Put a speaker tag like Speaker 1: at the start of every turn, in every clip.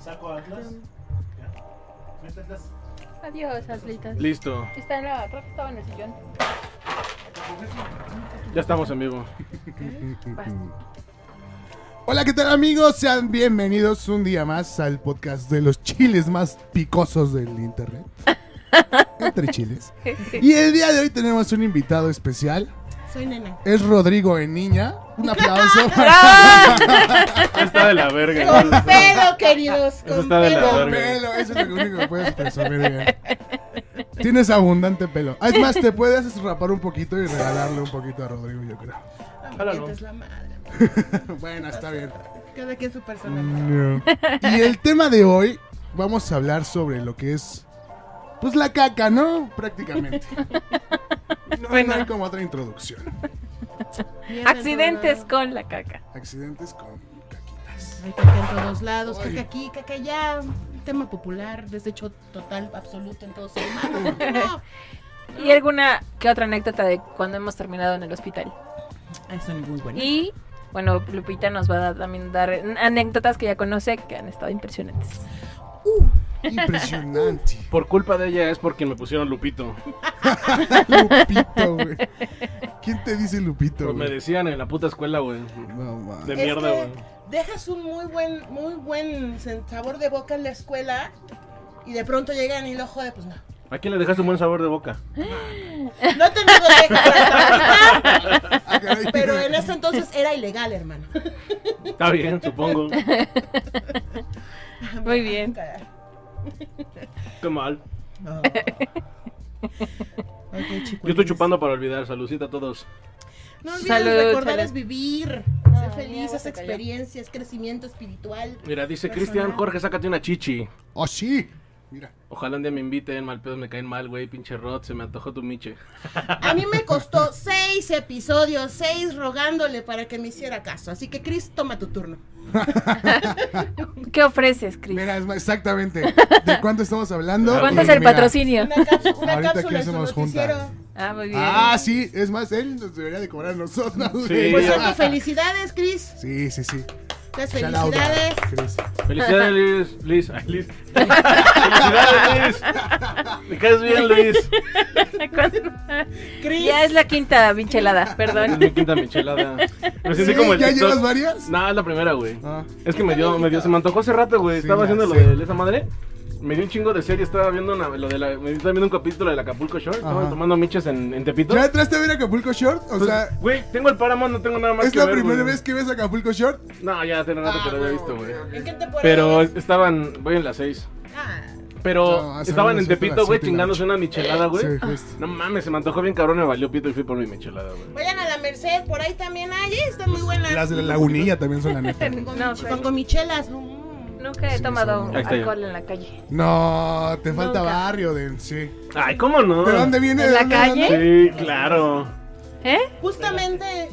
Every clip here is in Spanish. Speaker 1: Saco Atlas. Ya. Mete Atlas.
Speaker 2: Adiós, atlitas.
Speaker 3: Listo,
Speaker 2: Está en la, creo que estaba en el sillón.
Speaker 3: ya estamos en vivo.
Speaker 4: Hola, ¿qué tal amigos? Sean bienvenidos un día más al podcast de los chiles más picosos del internet. Entre chiles. Y el día de hoy tenemos un invitado especial.
Speaker 5: Soy nena.
Speaker 4: Es Rodrigo en niña. Un aplauso.
Speaker 3: Está de la verga.
Speaker 5: Con pelo, queridos.
Speaker 3: Eso
Speaker 5: Con
Speaker 3: está de la
Speaker 5: pelo.
Speaker 4: Con pelo, eso es lo único que puedes presumir bien. Tienes abundante pelo. Ah, Es más, te puedes rapar un poquito y regalarle un poquito a Rodrigo, yo creo.
Speaker 5: Ah,
Speaker 3: Jálalo.
Speaker 5: mientras la madre.
Speaker 4: Bueno, está bien.
Speaker 5: Cada quien su
Speaker 3: Mm.
Speaker 5: personaje.
Speaker 4: No. Y el tema de hoy, vamos a hablar sobre lo que es. Pues la caca, ¿no? Prácticamente. No, no hay como otra introducción.
Speaker 5: Mierda en
Speaker 2: Accidentes
Speaker 5: todo
Speaker 2: con la caca.
Speaker 4: Accidentes con caquitas.
Speaker 5: lado. Hay caca en todos lados,
Speaker 4: Ay.
Speaker 5: caca aquí, caca allá. Un tema popular, desecho total, absoluto en todos los humanos.
Speaker 2: Y alguna que otra anécdota de cuando hemos terminado en el hospital.
Speaker 5: Eso es muy bueno.
Speaker 2: Y bueno, Lupita nos va a también dar anécdotas que ya conoce que han estado impresionantes.
Speaker 4: Impresionante.
Speaker 3: Por culpa de ella es por quien me pusieron Lupito.
Speaker 4: Lupito, güey. ¿Quién te dice Lupito,
Speaker 3: Pues me
Speaker 4: güey?
Speaker 3: decían en la puta escuela, güey.
Speaker 4: No, ma.
Speaker 3: De
Speaker 5: Es
Speaker 3: mierda,
Speaker 5: que-
Speaker 3: güey.
Speaker 5: Dejas un muy buen, muy buen sen- sabor de boca en la escuela y de pronto llegan y lo jode, pues no.
Speaker 3: ¿A quién le dejaste un buen sabor de boca?
Speaker 5: No te niego de
Speaker 4: Ah, caray.
Speaker 5: pero en ese entonces era ilegal, hermano.
Speaker 3: Está bien, supongo.
Speaker 2: Muy bien.
Speaker 3: Qué mal.
Speaker 5: Oh. Ok, chicos.
Speaker 3: Yo estoy chupando para olvidar. Saludcita a todos.
Speaker 5: No olvides
Speaker 2: Salud,
Speaker 5: recordar
Speaker 2: salud.
Speaker 5: es vivir.
Speaker 2: No,
Speaker 5: ser
Speaker 2: mi
Speaker 5: feliz,
Speaker 2: agua
Speaker 5: es
Speaker 2: se cayó.
Speaker 5: experiencia, es crecimiento espiritual.
Speaker 3: Mira, dice
Speaker 5: Personal.
Speaker 3: Cristian, Jorge, sácate una chichi.
Speaker 4: Oh, sí. Mira.
Speaker 3: Ojalá un día me inviten, mal pedo, me caen mal, güey, pinche Rod, se me antojó tu miche.
Speaker 5: A mí me costó seis episodios, seis rogándole para que me hiciera caso. Así que, Cris, toma tu turno.
Speaker 2: ¿Qué ofreces, Cris?
Speaker 4: Mira, es más, exactamente. ¿De cuánto estamos hablando?
Speaker 2: ¿Cuánto
Speaker 4: Y
Speaker 2: es el
Speaker 4: mira.
Speaker 2: patrocinio?
Speaker 5: Una, cápsu- una
Speaker 4: Ahorita que
Speaker 5: cápsula en su
Speaker 4: hacemos
Speaker 5: noticiero.
Speaker 4: juntas.
Speaker 2: Ah, muy bien.
Speaker 4: Ah, sí. Es más, él nos debería de cobrar a nosotros. güey.
Speaker 3: Sí.
Speaker 5: Por cierto, Pues, felicidades, Cris.
Speaker 4: Sí, sí, sí.
Speaker 5: Las
Speaker 4: Shout out,
Speaker 5: felicidades.
Speaker 4: Chris.
Speaker 3: Felicidades, Luis. Liz. Ay, Liz. Felicidades, Liz. Me caes bien, Luis.
Speaker 5: Cris.
Speaker 2: Ya es la quinta binchelada,
Speaker 3: Es
Speaker 2: perdón.
Speaker 3: mi quinta michelada. Me siento
Speaker 4: Sí,
Speaker 3: como el
Speaker 4: ¿Ya
Speaker 3: TikTok.
Speaker 4: llevas varias?
Speaker 3: No, es la primera, güey.
Speaker 4: Ah.
Speaker 3: Es que me dio, me dio, se me antojó hace rato, güey.
Speaker 4: Sí,
Speaker 3: estaba
Speaker 4: ya
Speaker 3: haciendo
Speaker 4: sé.
Speaker 3: lo de esa madre. Me dio un chingo de serie, estaba viendo una, lo de la, me estaba viendo un capítulo del Acapulco Shore, estaba
Speaker 4: Ajá.
Speaker 3: tomando miches en, en Tepito.
Speaker 4: ¿Ya entraste a ver Acapulco Short? O
Speaker 3: Pues,
Speaker 4: sea,
Speaker 3: güey, tengo el Paramount, no tengo nada más
Speaker 4: ¿es
Speaker 3: que
Speaker 4: la
Speaker 3: ver,
Speaker 4: primera
Speaker 3: güey.
Speaker 4: vez que ves Acapulco Short?
Speaker 3: No, ya tengo rato que lo había visto, güey.
Speaker 5: ¿En qué temporada
Speaker 3: Pero
Speaker 5: eres?
Speaker 3: estaban, voy en las 6.
Speaker 5: Ah,
Speaker 3: Pero
Speaker 4: No, hace
Speaker 3: estaban
Speaker 4: unas
Speaker 3: en
Speaker 4: siete,
Speaker 3: Tepito,
Speaker 4: las
Speaker 3: güey,
Speaker 4: siete y la
Speaker 3: chingándose
Speaker 4: ocho.
Speaker 3: una michelada, ¿Ah, güey.
Speaker 4: Sí, justo.
Speaker 3: No mames, se me antojó bien cabrón, me valió pito y fui por mi michelada, güey.
Speaker 5: vayan a la Merced, por ahí también hay. Están muy buenas.
Speaker 4: Las de la lagunilla también son la neta.
Speaker 5: Con,
Speaker 2: No,
Speaker 5: con gomichelas. Mm.
Speaker 2: Nunca he
Speaker 4: Sí,
Speaker 2: tomado
Speaker 4: son-
Speaker 3: Ahí está ya.
Speaker 2: alcohol en la calle.
Speaker 4: No, te falta
Speaker 2: Nunca.
Speaker 4: barrio, Den, sí.
Speaker 3: Ay, ¿cómo no?
Speaker 4: ¿De dónde viene?
Speaker 2: ¿En
Speaker 4: ¿De
Speaker 2: la
Speaker 4: dónde, dónde?
Speaker 2: calle?
Speaker 3: Sí, claro.
Speaker 2: ¿Eh?
Speaker 5: Justamente.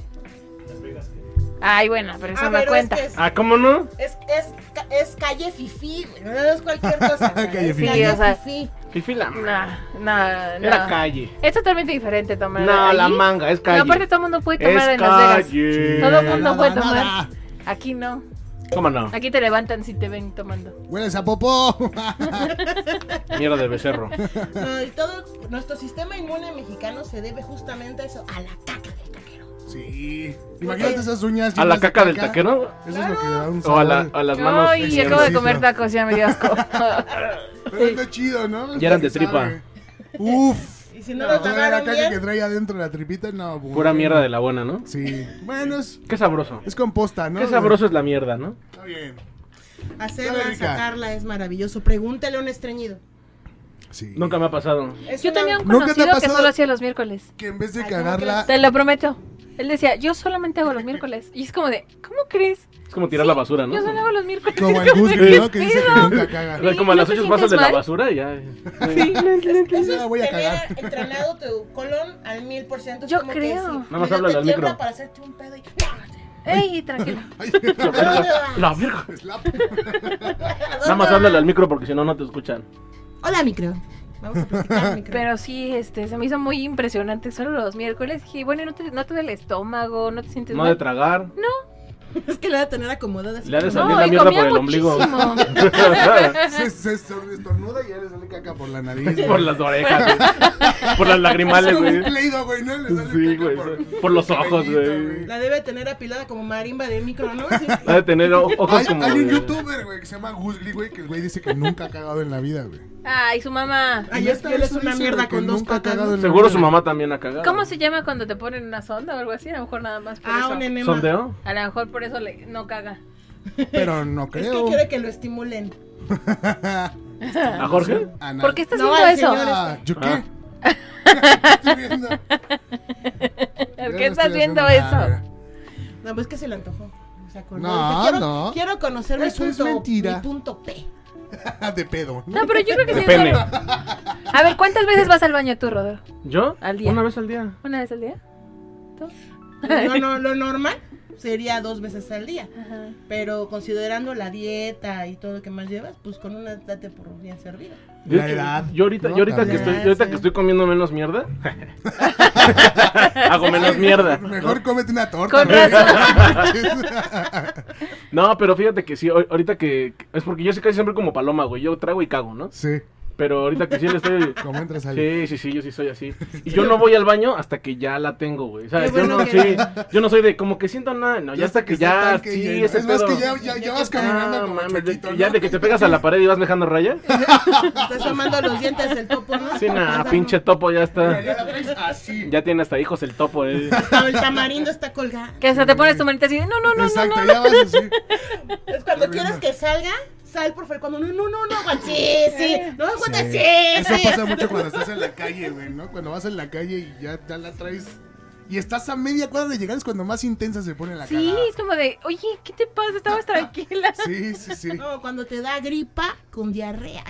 Speaker 2: Ay, bueno, pero eso
Speaker 5: A
Speaker 2: me
Speaker 5: ver,
Speaker 2: cuenta.
Speaker 5: Es, que es-
Speaker 3: Ah, ¿cómo no?
Speaker 5: es, es, ca- es calle fifí, güey, no es cualquier cosa. güey,
Speaker 4: Calle
Speaker 5: es
Speaker 4: fifí.
Speaker 2: Sí, o sea,
Speaker 5: fifí.
Speaker 3: Fifi la manga.
Speaker 2: No, no, no.
Speaker 3: Era calle.
Speaker 2: Es totalmente diferente tomar.
Speaker 3: No, la
Speaker 2: ahí.
Speaker 3: manga, es
Speaker 2: Pero
Speaker 3: calle.
Speaker 2: aparte todo el mundo puede tomar
Speaker 3: es
Speaker 2: en Las Vegas.
Speaker 3: calle.
Speaker 2: Todo el mundo
Speaker 4: Nada,
Speaker 2: puede tomar.
Speaker 4: nada.
Speaker 2: Aquí no.
Speaker 3: ¿Cómo no?
Speaker 2: Aquí te levantan si te ven tomando.
Speaker 4: Hueles a popó.
Speaker 3: Mierda de becerro.
Speaker 5: No, y todo nuestro sistema inmune mexicano se debe justamente a eso, a la caca del taquero.
Speaker 4: sí. Imagínate esas uñas.
Speaker 3: ¿A la
Speaker 4: llenas de
Speaker 3: caca del taquero?
Speaker 4: Eso es lo que le da un
Speaker 3: ¿O
Speaker 4: sabor.
Speaker 3: a, la- a las manos?
Speaker 2: Ay,
Speaker 4: Ejercicio.
Speaker 2: acabo de comer tacos, ya me dio asco.
Speaker 4: Pero está chido, ¿no?
Speaker 3: Ya eran de
Speaker 4: Sabe.
Speaker 3: tripa.
Speaker 4: Uf.
Speaker 5: Y si no,
Speaker 2: No,
Speaker 5: nos
Speaker 4: Toda la
Speaker 5: lavaron
Speaker 4: caca
Speaker 5: bien,
Speaker 4: que trae adentro la tripita, no. bueno.
Speaker 3: Pura mierda de la buena, ¿no?
Speaker 4: Sí. Bueno, es,
Speaker 3: Qué sabroso.
Speaker 4: es composta, ¿no?
Speaker 3: Qué sabroso es la mierda, ¿no?
Speaker 4: Está bien. Sabe
Speaker 5: hacerla,
Speaker 4: rica.
Speaker 5: sacarla es maravilloso. Pregúntale a un estreñido.
Speaker 4: Sí.
Speaker 3: Nunca me ha pasado.
Speaker 5: Es
Speaker 2: Yo
Speaker 5: una-
Speaker 2: tenía un
Speaker 4: ¿Nunca te ha
Speaker 2: conocido que
Speaker 4: pasado?
Speaker 2: solo hacía los miércoles.
Speaker 4: Que en vez de
Speaker 5: Ay, ¿cómo
Speaker 4: cagarla.
Speaker 2: Te lo prometo. Él decía, yo solamente hago los miércoles. Y es como de, ¿cómo crees?
Speaker 3: Es como tirar la basura, ¿no?
Speaker 2: Yo solo hago los miércoles.
Speaker 4: Como
Speaker 2: Es
Speaker 4: el
Speaker 2: como de,
Speaker 4: Guzgri,
Speaker 2: "¿Qué
Speaker 4: ¿no? Que dice que
Speaker 2: pedo?".
Speaker 4: nunca caga.
Speaker 3: O sea, como a
Speaker 2: ¿No
Speaker 3: las
Speaker 2: te
Speaker 3: 8 paso
Speaker 2: sientes
Speaker 3: de la
Speaker 2: mal?
Speaker 3: basura y ya. eh.
Speaker 5: Eso
Speaker 4: Ya,
Speaker 5: es
Speaker 4: voy a
Speaker 5: tener
Speaker 4: cagar.
Speaker 5: entrenado tu colon al mil por ciento. es
Speaker 2: Yo
Speaker 5: como que
Speaker 2: creo.
Speaker 5: sí,
Speaker 2: Nada
Speaker 3: más
Speaker 5: medio
Speaker 3: háblale
Speaker 5: te
Speaker 3: al
Speaker 5: tiembla
Speaker 3: micro.
Speaker 5: para hacerte un pedo y...
Speaker 2: Ey, tranquilo.
Speaker 4: Ay,
Speaker 3: La verga.
Speaker 4: es la-
Speaker 3: Nada más háblale al micro porque si no, no te escuchan.
Speaker 5: Hola, micro. Vamos a platicar, al micro.
Speaker 2: Pero sí, este, se me hizo muy impresionante. Solo los miércoles. Dije, bueno, no te, no te duele el estómago, no te sientes
Speaker 3: No de
Speaker 2: mal.
Speaker 3: tragar.
Speaker 5: Es que le va a tener acomodada. así
Speaker 3: Le ha de salir
Speaker 5: como-
Speaker 2: No,
Speaker 3: la
Speaker 2: y
Speaker 3: mierda
Speaker 2: comía
Speaker 3: por el ombligo.
Speaker 2: muchísimo.
Speaker 4: Se, se estor- estornuda y ya le sale caca por la nariz. güey.
Speaker 3: por las orejas, güey. Por las
Speaker 4: Es
Speaker 3: lagrimales,
Speaker 4: como
Speaker 3: güey.
Speaker 4: un pleido, güey, ¿no? Le sale
Speaker 3: Sí,
Speaker 4: caca
Speaker 3: güey.
Speaker 4: por...
Speaker 3: Por los ojos,
Speaker 4: cabellito,
Speaker 3: güey.
Speaker 5: La debe tener apilada como marimba de micro, ¿no? Sí.
Speaker 3: Ha de tener o- ojos
Speaker 4: Hay,
Speaker 3: como.
Speaker 4: hay un
Speaker 3: de-
Speaker 4: youtuber, güey, que se llama Guzli, güey, que el güey dice que nunca ha cagado en la vida, güey.
Speaker 2: Ay, su mamá.
Speaker 5: Ay, es
Speaker 4: Neta,
Speaker 5: que él es
Speaker 4: eso
Speaker 5: una
Speaker 4: dice,
Speaker 5: mierda
Speaker 4: güey, que
Speaker 5: con dos
Speaker 4: nunca ha
Speaker 5: patas.
Speaker 4: cagado
Speaker 5: ¿no?
Speaker 4: en la
Speaker 3: Seguro
Speaker 4: vida.
Speaker 3: su mamá también ha cagado.
Speaker 2: ¿Cómo se llama cuando te ponen una sonda o algo así? A lo mejor nada más por
Speaker 5: Ah,
Speaker 2: eso.
Speaker 5: un enema.
Speaker 3: ¿Sondeo?
Speaker 2: A lo mejor por eso le- no caga.
Speaker 4: Pero no
Speaker 5: Es
Speaker 4: creo.
Speaker 5: que quiere que lo estimulen.
Speaker 3: ¿A Jorge?
Speaker 4: Anal.
Speaker 2: ¿Por qué está
Speaker 5: No,
Speaker 2: haciendo
Speaker 5: al
Speaker 2: eso?
Speaker 5: señor este.
Speaker 4: Ah, ¿Yo qué?
Speaker 3: Ah.
Speaker 4: Estoy viendo. Yo
Speaker 2: ¿Por
Speaker 4: no
Speaker 2: qué está
Speaker 4: estoy
Speaker 2: haciendo
Speaker 4: nada,
Speaker 2: eso?
Speaker 4: güey.
Speaker 5: No, pues que se le antojó. Se acordó.
Speaker 4: No,
Speaker 5: Dijo, quiero,
Speaker 4: no.
Speaker 5: Quiero conocer mi
Speaker 4: Eso es
Speaker 5: punto,
Speaker 4: mentira.
Speaker 5: mi punto P.
Speaker 4: De pedo. ¿no?
Speaker 2: No, pero yo creo que
Speaker 3: De
Speaker 2: sí.
Speaker 3: pene.
Speaker 2: A ver, ¿cuántas veces vas al baño tú, Rodolfo?
Speaker 3: ¿Yo?
Speaker 2: Al día.
Speaker 3: Una vez al día.
Speaker 2: ¿Una vez al día? ¿Tú?
Speaker 5: No, no, lo normal sería dos veces al día.
Speaker 2: Ajá.
Speaker 5: Pero considerando la dieta y todo lo que más llevas, pues con una date por bien servida.
Speaker 3: Yo,
Speaker 4: La edad,
Speaker 3: yo ahorita,
Speaker 4: ¿no?
Speaker 3: yo ahorita que
Speaker 4: También.
Speaker 3: estoy, yo ahorita que estoy comiendo menos mierda, hago menos mierda.
Speaker 4: Mejor cómete una torta.
Speaker 2: Con
Speaker 4: güey.
Speaker 3: No, pero fíjate que sí, ahor- ahorita que que- es porque yo sí casi siempre como paloma, güey. Yo trago y cago, ¿no?
Speaker 4: sí,
Speaker 3: Pero ahorita que sí le estoy
Speaker 4: como entras al...
Speaker 3: Sí, sí, sí, yo sí soy así. Y yo no voy al baño hasta que ya la tengo, güey. O sea,
Speaker 5: Qué
Speaker 3: yo
Speaker 5: bueno
Speaker 3: no,
Speaker 5: que-
Speaker 3: sí, yo no soy de como que siento nada, no, ya hasta que
Speaker 4: está
Speaker 3: ya
Speaker 4: Este tanque
Speaker 3: sí,
Speaker 4: lleno.
Speaker 3: ese
Speaker 4: Es más
Speaker 3: pedo.
Speaker 4: que ya, ya, ya vas
Speaker 5: Ah,
Speaker 4: caminando como
Speaker 3: mames, de-
Speaker 4: chuequito,
Speaker 3: ya
Speaker 4: ¿no?
Speaker 3: de que te pegas a la pared y vas dejando raya.
Speaker 5: Estás tomando los dientes del topo, ¿no?
Speaker 3: Sí, nah,
Speaker 5: Ajá.
Speaker 3: pinche topo ya está.
Speaker 4: Ya la traes así.
Speaker 3: Ya tiene hasta hijos el topo, eh.
Speaker 5: Pero el tamarindo está colgado.
Speaker 2: Que hasta te pones tu manita así. No, no, no, no,
Speaker 4: Exacto,
Speaker 2: no.
Speaker 4: ya vas así.
Speaker 5: Es cuando quieres que salga, sal por favor. Cuando no, no, no, no, aguanta. Sí, sí. No aguanta, sí.
Speaker 4: Sí. Eso
Speaker 5: sí.
Speaker 4: pasa mucho cuando estás en la calle, güey, ¿no? Cuando vas en la calle y ya, ya la traes. Y estás a media cuadra de llegar, es cuando más intensa se pone la
Speaker 2: Sí,
Speaker 4: cagada.
Speaker 2: es como de, oye, ¿qué te pasa? Estabas tranquila.
Speaker 4: Sí, sí, sí.
Speaker 5: No, cuando te da gripa con diarrea.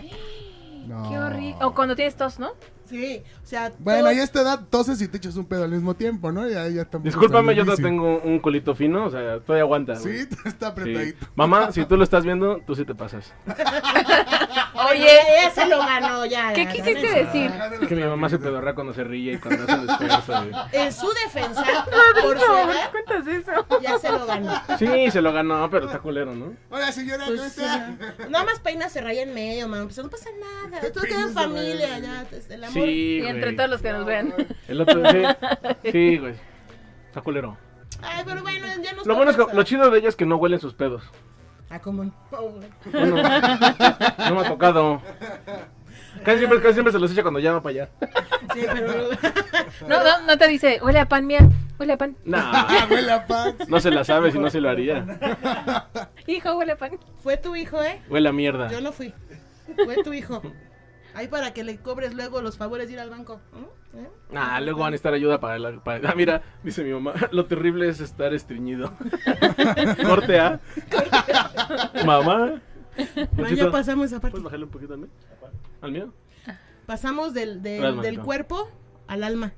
Speaker 4: No.
Speaker 2: Qué horrible. O cuando tienes tos, ¿no?
Speaker 5: Sí, o sea,
Speaker 4: Bueno,
Speaker 5: todo-
Speaker 4: ya a esta edad toses y te echas un pedo al mismo tiempo, ¿no? Ya, ya tampoco
Speaker 3: Discúlpame,
Speaker 4: está
Speaker 3: yo no
Speaker 4: difícil.
Speaker 3: tengo un culito fino, o sea, todavía aguanta. güey.
Speaker 4: Sí, está
Speaker 3: Sí.
Speaker 4: apretadito.
Speaker 3: Mamá, si tú lo estás viendo, tú sí te pasas.
Speaker 5: Oye, ese lo ganó ya.
Speaker 2: ¿Qué
Speaker 5: la
Speaker 2: quisiste
Speaker 5: verdad.
Speaker 2: decir?
Speaker 3: Es que mi mamá se pedorra cuando se ríe y cuando hace el esfuerzo. güey.
Speaker 5: En su defensa, por su
Speaker 2: No,
Speaker 5: edad,
Speaker 2: cuentas eso?
Speaker 5: ya se lo ganó.
Speaker 3: Sí, se lo ganó, pero está culero, ¿no?
Speaker 4: Hola, señora, ¿cómo
Speaker 5: Pues, sí,
Speaker 4: está?
Speaker 5: ya. nada más peina se raya en medio, mano. Pues no pasa nada. Tú
Speaker 4: Peina
Speaker 5: tienes
Speaker 4: se
Speaker 5: familia,
Speaker 4: raya.
Speaker 5: ya. te- El amor.
Speaker 3: Sí,
Speaker 2: Y
Speaker 3: güey.
Speaker 2: entre todos los que nos ven.
Speaker 3: El otro, sí. Sí, güey. Está culero.
Speaker 5: Ay, pero bueno, ya nos
Speaker 3: Lo bueno es que,
Speaker 5: toca
Speaker 3: lo
Speaker 5: esa.
Speaker 3: chido de ella es que no huelen sus pedos.
Speaker 5: Ah, como un pobre.
Speaker 3: Bueno, no me ha tocado. Casi siempre, casi siempre se los echa cuando ya va para allá.
Speaker 5: Sí, pero.
Speaker 2: No, no, no te dice, huele a pan, mía, huele a pan.
Speaker 3: Nah,
Speaker 4: Abuela Paz.
Speaker 3: no se la sabe si no se lo haría.
Speaker 2: Hijo, huele a pan.
Speaker 5: Fue tu hijo, ¿eh?
Speaker 3: Huele a mierda.
Speaker 5: Yo no fui. Fue tu hijo. Ahí para que le cobres luego los favores de ir al banco. ¿Mm? ¿Eh?
Speaker 3: Nah, Ah, luego van a estar ayuda para la. para- Ah, mira, dice mi mamá, lo terrible es estar estreñido. Corte A. mamá.
Speaker 5: Bueno,
Speaker 3: Luchito,
Speaker 5: ya pasamos esa parte.
Speaker 3: ¿Puedes bajarle un poquito al mío? ¿Al mío?
Speaker 5: Pasamos del, del-
Speaker 3: Gracias,
Speaker 5: del
Speaker 3: manito.
Speaker 5: cuerpo al alma.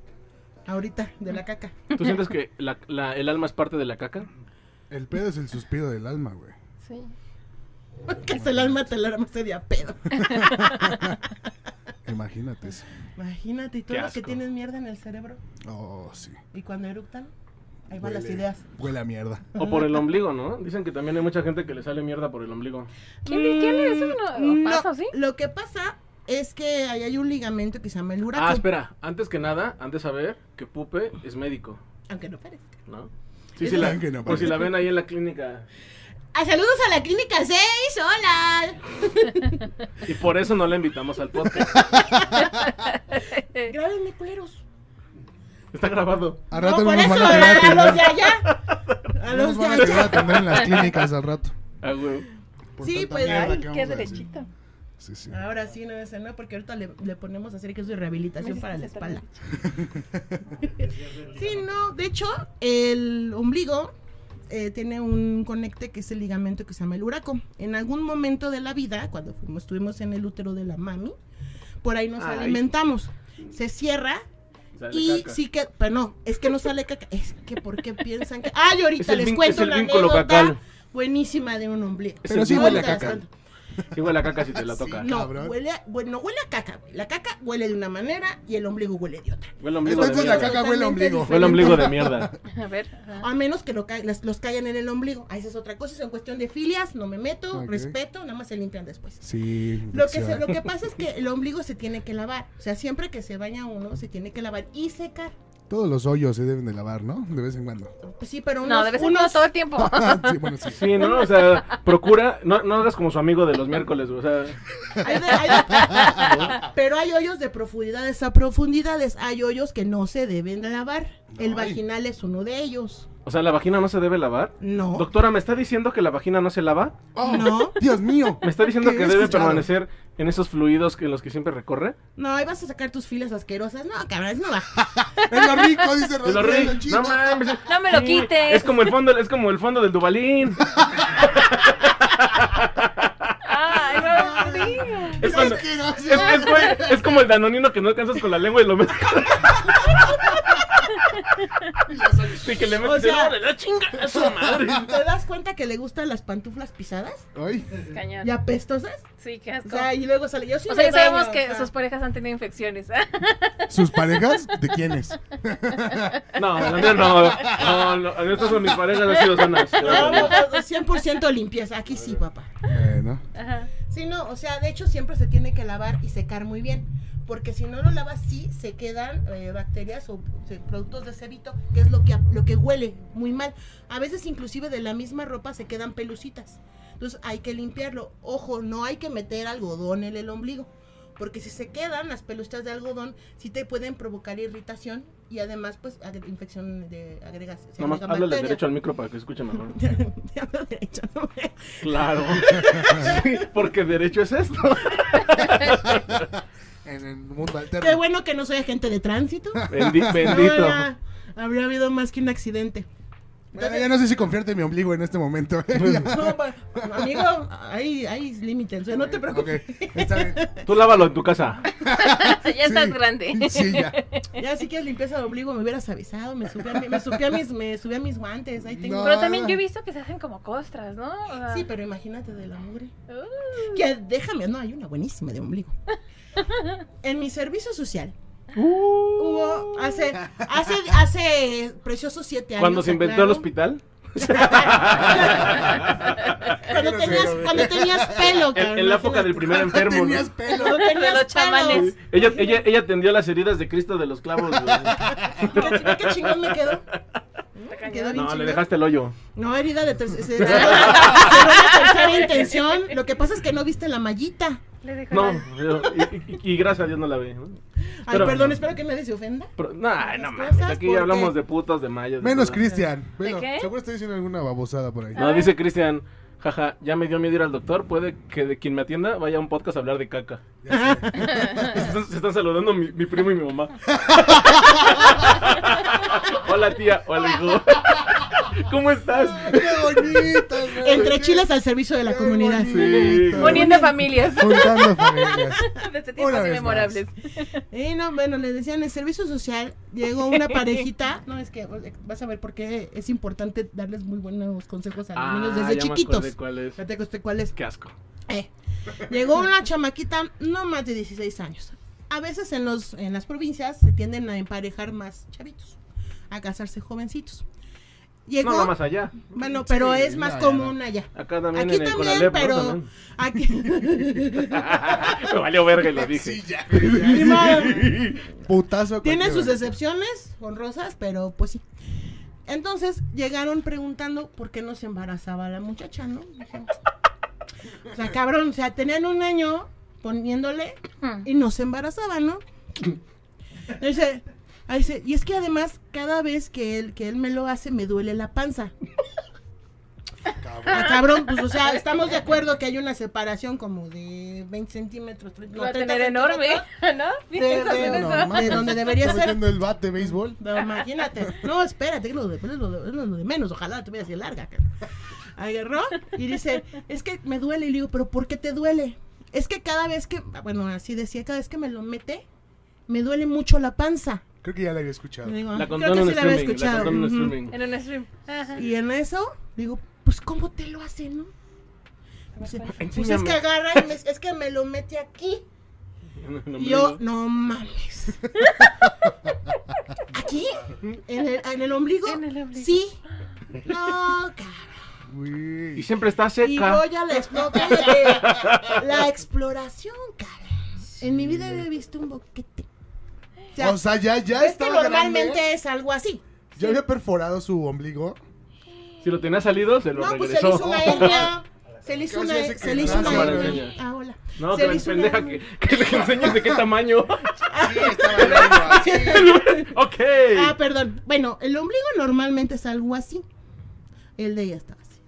Speaker 5: Ahorita, de la caca.
Speaker 3: ¿Tú sientes que la- la- el alma es parte de la caca?
Speaker 4: El pedo es el suspiro del alma, güey.
Speaker 2: Sí.
Speaker 5: Que es el alma, te la armaste de a pedo.
Speaker 4: Imagínate eso.
Speaker 5: Imagínate, y
Speaker 3: Qué
Speaker 5: todos los que
Speaker 3: asco.
Speaker 5: tienen mierda en el cerebro.
Speaker 4: Oh, sí.
Speaker 5: Y cuando eructan, ahí van
Speaker 4: Huele-
Speaker 5: las ideas.
Speaker 4: Huele a mierda.
Speaker 3: O por el ombligo, ¿no? Dicen que también hay mucha gente que le sale mierda por el ombligo.
Speaker 2: ¿Quién, ¿quién le dice eso?
Speaker 5: Mm,
Speaker 2: No, paso, ¿sí?
Speaker 5: Lo que pasa es que ahí hay un ligamento que se llama el huracán.
Speaker 3: Ah, espera, antes que nada, antes de saber que Pupe es médico,
Speaker 5: Aunque no parezca.
Speaker 3: ¿no? Sí,
Speaker 5: Es
Speaker 3: sí, la,
Speaker 4: que no
Speaker 3: por si
Speaker 4: parece.
Speaker 3: la ven ahí en la clínica.
Speaker 5: Ah, saludos a la clínica 6, hola.
Speaker 3: Y por eso no la invitamos al podcast.
Speaker 5: Grábenme, culeros.
Speaker 3: Está grabado.
Speaker 4: Al
Speaker 5: No,
Speaker 4: rato
Speaker 5: por
Speaker 4: nos
Speaker 5: eso,
Speaker 4: van
Speaker 5: a,
Speaker 4: a tener atender-
Speaker 5: los de allá. A
Speaker 4: no nos
Speaker 5: los de
Speaker 4: van a tener
Speaker 5: allá.
Speaker 4: atender en las clínicas al rato.
Speaker 3: Ah, güey.
Speaker 4: por
Speaker 5: Sí,
Speaker 4: tanta
Speaker 5: pues,
Speaker 4: mierda
Speaker 2: Ay,
Speaker 4: que
Speaker 2: qué
Speaker 4: vamos a decir.
Speaker 2: derechito.
Speaker 4: Sí, sí.
Speaker 5: Ahora sí, no ese no, porque ahorita le, le ponemos a hacer que es de rehabilitación para la espalda. Sí, no, de hecho, el ombligo eh, tiene un conecte que es el ligamento que se llama el huraco. En algún momento de la vida, cuando fuimos, estuvimos en el útero de la mami, por ahí nos
Speaker 3: Ay.
Speaker 5: alimentamos. Se cierra
Speaker 3: Sale
Speaker 5: y
Speaker 3: caca.
Speaker 5: sí que, pero no, es que no sale caca. Es que, ¿por qué piensan que? Ay, ahorita
Speaker 3: Es el
Speaker 5: les
Speaker 3: vin-
Speaker 5: cuento
Speaker 3: es el
Speaker 5: una
Speaker 3: vínculo
Speaker 5: anécdota
Speaker 3: cacal.
Speaker 5: buenísima de un ombligo.
Speaker 3: Es
Speaker 4: Pero
Speaker 3: el
Speaker 4: sí
Speaker 3: vínculo-
Speaker 4: huele a
Speaker 5: Ahorita les
Speaker 4: caca.
Speaker 5: cuento.
Speaker 3: Sí huele a caca si te la toca.
Speaker 4: Sí,
Speaker 5: No,
Speaker 4: Cabrón.
Speaker 5: huele a- bueno, no huele a caca, güey. La caca huele de una manera y el ombligo huele de otra.
Speaker 3: Huele a ombligo de
Speaker 4: Entonces la
Speaker 3: mierda.
Speaker 4: caca huele a ombligo.
Speaker 3: Huele a ombligo de mierda.
Speaker 2: A ver. ajá.
Speaker 5: A menos que lo ca- las- los caigan en el ombligo. Ahí esa es otra cosa. Es en cuestión de filias, no me meto,
Speaker 4: Ok.
Speaker 5: respeto, nada más se limpian después.
Speaker 4: Sí.
Speaker 5: Lo que, se-
Speaker 4: infección.
Speaker 5: lo que pasa es que el ombligo se tiene que lavar. O sea, siempre que se baña uno, se tiene que lavar y secar.
Speaker 4: Todos los hoyos se deben de lavar, ¿no? De vez en cuando. Ah,
Speaker 5: Pues sí, pero unos,
Speaker 2: No, de vez en
Speaker 5: unos-
Speaker 2: cuando todo el tiempo.
Speaker 4: sí, bueno, sí.
Speaker 3: Sí, ¿no? O sea, procura, no, no hagas como su amigo de los miércoles, o sea,
Speaker 5: hay de- hay de- pero hay hoyos de profundidades a profundidades. Hay hoyos que no se deben de lavar. El
Speaker 4: Ay.
Speaker 5: vaginal es uno de ellos.
Speaker 3: o sea, la vagina no se debe lavar.
Speaker 5: No.
Speaker 3: Doctora, ¿me está diciendo que la vagina no se lava?
Speaker 5: No.
Speaker 4: Oh, Dios mío.
Speaker 3: ¿Me está diciendo
Speaker 4: ¿Qué
Speaker 3: que
Speaker 4: he
Speaker 3: debe
Speaker 4: escuchado?
Speaker 3: permanecer en esos fluidos que- en los que siempre recorre?
Speaker 5: No, ahí vas a sacar tus filas asquerosas. No, cabrón, no va.
Speaker 4: Es lo rico, dice
Speaker 3: Es lo
Speaker 4: Rodrigo,
Speaker 3: rico.
Speaker 4: chido.
Speaker 3: No mames.
Speaker 2: No me lo
Speaker 3: Sí,
Speaker 2: quites.
Speaker 3: Es como el fondo, es como el fondo del Dubalín.
Speaker 2: Ay, no, Rodrigo.
Speaker 3: Es, cuando-
Speaker 4: Es que no
Speaker 3: es- es, güey, es como el danonino que no alcanzas con la lengua y lo metes con Sí, que le metes
Speaker 5: O sea-
Speaker 3: "No, de la chinga a su madre".
Speaker 5: ¿Te das cuenta que le gustan las pantuflas pisadas
Speaker 4: Ay,
Speaker 2: Cañón.
Speaker 5: y apestosas?
Speaker 2: Sí, qué
Speaker 5: O
Speaker 2: asco.
Speaker 5: sea, y luego sale. Yo sí
Speaker 2: O sea,
Speaker 5: me
Speaker 2: ya sabemos
Speaker 5: baño, o
Speaker 2: que
Speaker 5: sea.
Speaker 2: sus parejas han tenido infecciones.
Speaker 4: ¿Sus parejas? ¿De quiénes?
Speaker 3: No, la mía no. No, no, estas son mis parejas, han sido sanas.
Speaker 5: No, no, no, 100% limpieza. Aquí sí, papá.
Speaker 4: Bueno.
Speaker 2: Ajá.
Speaker 5: Sí, no, o sea, de hecho siempre se tiene que lavar y secar muy bien. Porque si no lo lavas, sí se quedan eh, bacterias o se- productos de cerito, que es lo que, lo que huele muy mal. A veces inclusive de la misma ropa se quedan pelucitas. Entonces hay que limpiarlo. Ojo, no hay que meter algodón en el ombligo. Porque si se quedan las pelucitas de algodón, sí te pueden provocar irritación y además pues agre- infección de agregas. se
Speaker 3: Nomás
Speaker 5: agrega
Speaker 3: háblale
Speaker 5: bacteria.
Speaker 3: derecho al micro para que escuchen mejor.
Speaker 5: Te hablo derecho, no me-
Speaker 3: Claro. Sí, porque derecho es esto.
Speaker 4: En el mundo alterno.
Speaker 5: Qué bueno que no soy agente de tránsito.
Speaker 3: Bendi-
Speaker 5: No,
Speaker 3: bendito.
Speaker 5: ya habría habido más que un accidente.
Speaker 4: Bueno, ya no sé si confiarte en mi ombligo en este momento.
Speaker 5: No, pa- amigo, hay, hay límites, o sea, no te preocupes.
Speaker 4: Ok, está bien.
Speaker 3: Tú lávalo en tu casa.
Speaker 2: Ya estás
Speaker 4: Sí.
Speaker 2: grande.
Speaker 4: Sí, ya.
Speaker 5: Ya si quieres limpieza de ombligo, me hubieras avisado, me subí a, mi- me subí a mis, me subí a mis guantes, ahí tengo.
Speaker 4: No.
Speaker 2: Pero también yo he visto que se hacen como costras, ¿no? O sea,
Speaker 5: Sí, pero imagínate de la mugre.
Speaker 2: uh,
Speaker 5: Que déjame, no, hay una buenísima de ombligo. En mi servicio social hubo hace, hace, hace preciosos siete años.
Speaker 3: Cuando se inventó el
Speaker 5: aclaro.
Speaker 3: hospital,
Speaker 4: Pero,
Speaker 5: Cuando tenías,
Speaker 4: pero,
Speaker 5: cuando tenías pelo,
Speaker 3: en,
Speaker 5: cabrón,
Speaker 3: en la época del
Speaker 5: imagínate.
Speaker 3: primer enfermo. ¿no?
Speaker 4: Tenías pelo.
Speaker 5: Cuando tenías
Speaker 2: los
Speaker 5: pelo.
Speaker 2: chamanes.
Speaker 3: Ella, ella, ella tendió las heridas de Cristo de los clavos. güey.
Speaker 5: ¿Qué, chi- qué chingón me quedó?
Speaker 2: cañón.
Speaker 5: quedó bien
Speaker 3: No, le
Speaker 5: chingón.
Speaker 3: dejaste el hoyo.
Speaker 5: No, herida de tercera. Se, se- se- se- tercera intención. Lo que pasa es que no viste la mallita.
Speaker 2: le dejo
Speaker 3: No,
Speaker 2: la-
Speaker 3: yo- y, y- y gracias a Dios no la vi. ¿no?
Speaker 5: Ay,
Speaker 3: Pero-
Speaker 5: perdón, espero que nadie se ofenda.
Speaker 3: Pero, nah, no
Speaker 5: Las
Speaker 3: mames,
Speaker 5: cosas,
Speaker 3: aquí
Speaker 5: ¿por
Speaker 3: ya
Speaker 5: qué?
Speaker 3: hablamos de putas, de mayas. de
Speaker 4: Menos
Speaker 3: todo.
Speaker 4: Cristian. Bueno,
Speaker 2: qué?
Speaker 4: seguro estoy diciendo alguna babosada por ahí.
Speaker 3: No, dice Cristian, jaja, ya me dio miedo ir al doctor, puede que de quien me atienda vaya a un podcast a hablar de caca.
Speaker 4: Ya sé.
Speaker 3: Se están, se están saludando mi, mi primo y mi mamá. hola tía, hola hijo. ¿Cómo estás?
Speaker 4: ¡Qué bonito! güey!
Speaker 5: Entre chiles al servicio de la
Speaker 4: Qué
Speaker 5: comunidad.
Speaker 4: bonito.
Speaker 3: Sí.
Speaker 2: Uniendo familias.
Speaker 4: Juntando familias.
Speaker 2: Desde tiempos
Speaker 4: vez
Speaker 2: inmemorables.
Speaker 5: Y no, bueno, les decían, el servicio social llegó una parejita. No, es que o sea, vas a ver por qué es importante darles muy buenos consejos a los niños
Speaker 3: Ah,
Speaker 5: desde
Speaker 3: ya me acordé
Speaker 5: chiquitos.
Speaker 3: cuál es.
Speaker 5: Ya te conté cuál es.
Speaker 3: Qué asco.
Speaker 5: Eh, Llegó una chamaquita no más de 16 años. A veces en, los, en las provincias se tienden a emparejar más chavitos, a casarse jovencitos. Llegó,
Speaker 3: No, nada más allá.
Speaker 5: bueno, pero
Speaker 4: Sí,
Speaker 5: es más
Speaker 4: no, ya
Speaker 5: común allá.
Speaker 3: Acá también
Speaker 5: Aquí
Speaker 3: en el
Speaker 5: también,
Speaker 3: Conalep,
Speaker 5: pero-
Speaker 3: ¿no? También.
Speaker 5: Aquí,
Speaker 3: me valió verga y lo dije.
Speaker 4: Sí, ya. güey,
Speaker 5: Ni modo.
Speaker 4: ya. Putazo.
Speaker 5: Tiene sus
Speaker 4: cualquiera.
Speaker 5: excepciones honrosas, pero pues sí. Entonces llegaron preguntando por qué no se embarazaba la muchacha, ¿no? Dije, O sea, cabrón, o sea, tenían un año poniéndole
Speaker 2: Hmm.
Speaker 5: y no se embarazaba, ¿no? Dice, ahí dice, y es que además cada vez que él, que él me lo hace me duele la panza. Ah, cabrón, pues o sea, estamos de acuerdo que hay una separación como de 20 centímetros. 30,
Speaker 2: Lo va a
Speaker 5: 30
Speaker 2: tener enorme,
Speaker 5: centímetros.
Speaker 2: ¿no?
Speaker 5: Te
Speaker 2: Piensas en
Speaker 5: veo,
Speaker 2: eso.
Speaker 5: no. de donde debería
Speaker 4: está
Speaker 5: ser.
Speaker 4: metiendo el bat de béisbol.
Speaker 5: No, imagínate. No, espérate, que lo de, es lo de, es lo de menos. Ojalá te así larga. cabrón. Agarró y dice, es que me duele. Y le digo, ¿pero por qué te duele? Es que cada vez que, bueno, así decía, cada vez que me lo mete, me duele mucho la panza.
Speaker 4: Creo que ya la había escuchado.
Speaker 5: Le digo, "Ah,
Speaker 3: La
Speaker 5: creo
Speaker 3: contó en
Speaker 5: que
Speaker 3: un
Speaker 5: sí la había
Speaker 3: streaming. La
Speaker 5: escuchado.
Speaker 3: contó en un
Speaker 5: Ujú.
Speaker 3: streaming.
Speaker 2: En un stream. Ajá.
Speaker 5: Y en eso, digo, pues, ¿cómo te lo hacen, no? Dice,
Speaker 2: cuenta.
Speaker 5: pues es que agarra y me- es que me lo mete aquí.
Speaker 3: No me
Speaker 5: Y yo,
Speaker 3: digo.
Speaker 5: no mames. ¿Aquí? ¿En el, en el ombligo?
Speaker 2: En el ombligo.
Speaker 5: Sí. No, cara.
Speaker 4: Güey.
Speaker 3: Y siempre está seca.
Speaker 5: Y yo ya les no, cállate. La exploración, cara. En mi vida había visto un boquete. O sea,
Speaker 4: O sea, ya, ya
Speaker 5: es que
Speaker 4: estaba
Speaker 5: normalmente
Speaker 4: grande.
Speaker 5: es algo así.
Speaker 4: Ya había perforado su ombligo.
Speaker 3: Si lo tenía salido, se lo
Speaker 5: No, pues se
Speaker 3: regresó.
Speaker 5: le hizo una hernia. Se le hizo
Speaker 4: Casi
Speaker 5: una,
Speaker 4: hace que
Speaker 5: se le hizo
Speaker 4: nace
Speaker 5: una
Speaker 3: la
Speaker 5: hernia.
Speaker 3: araña.
Speaker 5: Ah, hola.
Speaker 3: No,
Speaker 5: se
Speaker 3: que
Speaker 5: le
Speaker 3: la
Speaker 5: hizo
Speaker 3: pendeja
Speaker 5: una
Speaker 3: que,
Speaker 5: hernia.
Speaker 3: que le enseñes de qué tamaño.
Speaker 4: Sí, estaba largo, así.
Speaker 3: ok.
Speaker 5: Ah, perdón. Bueno, el ombligo normalmente es algo así. El de ella estaba así.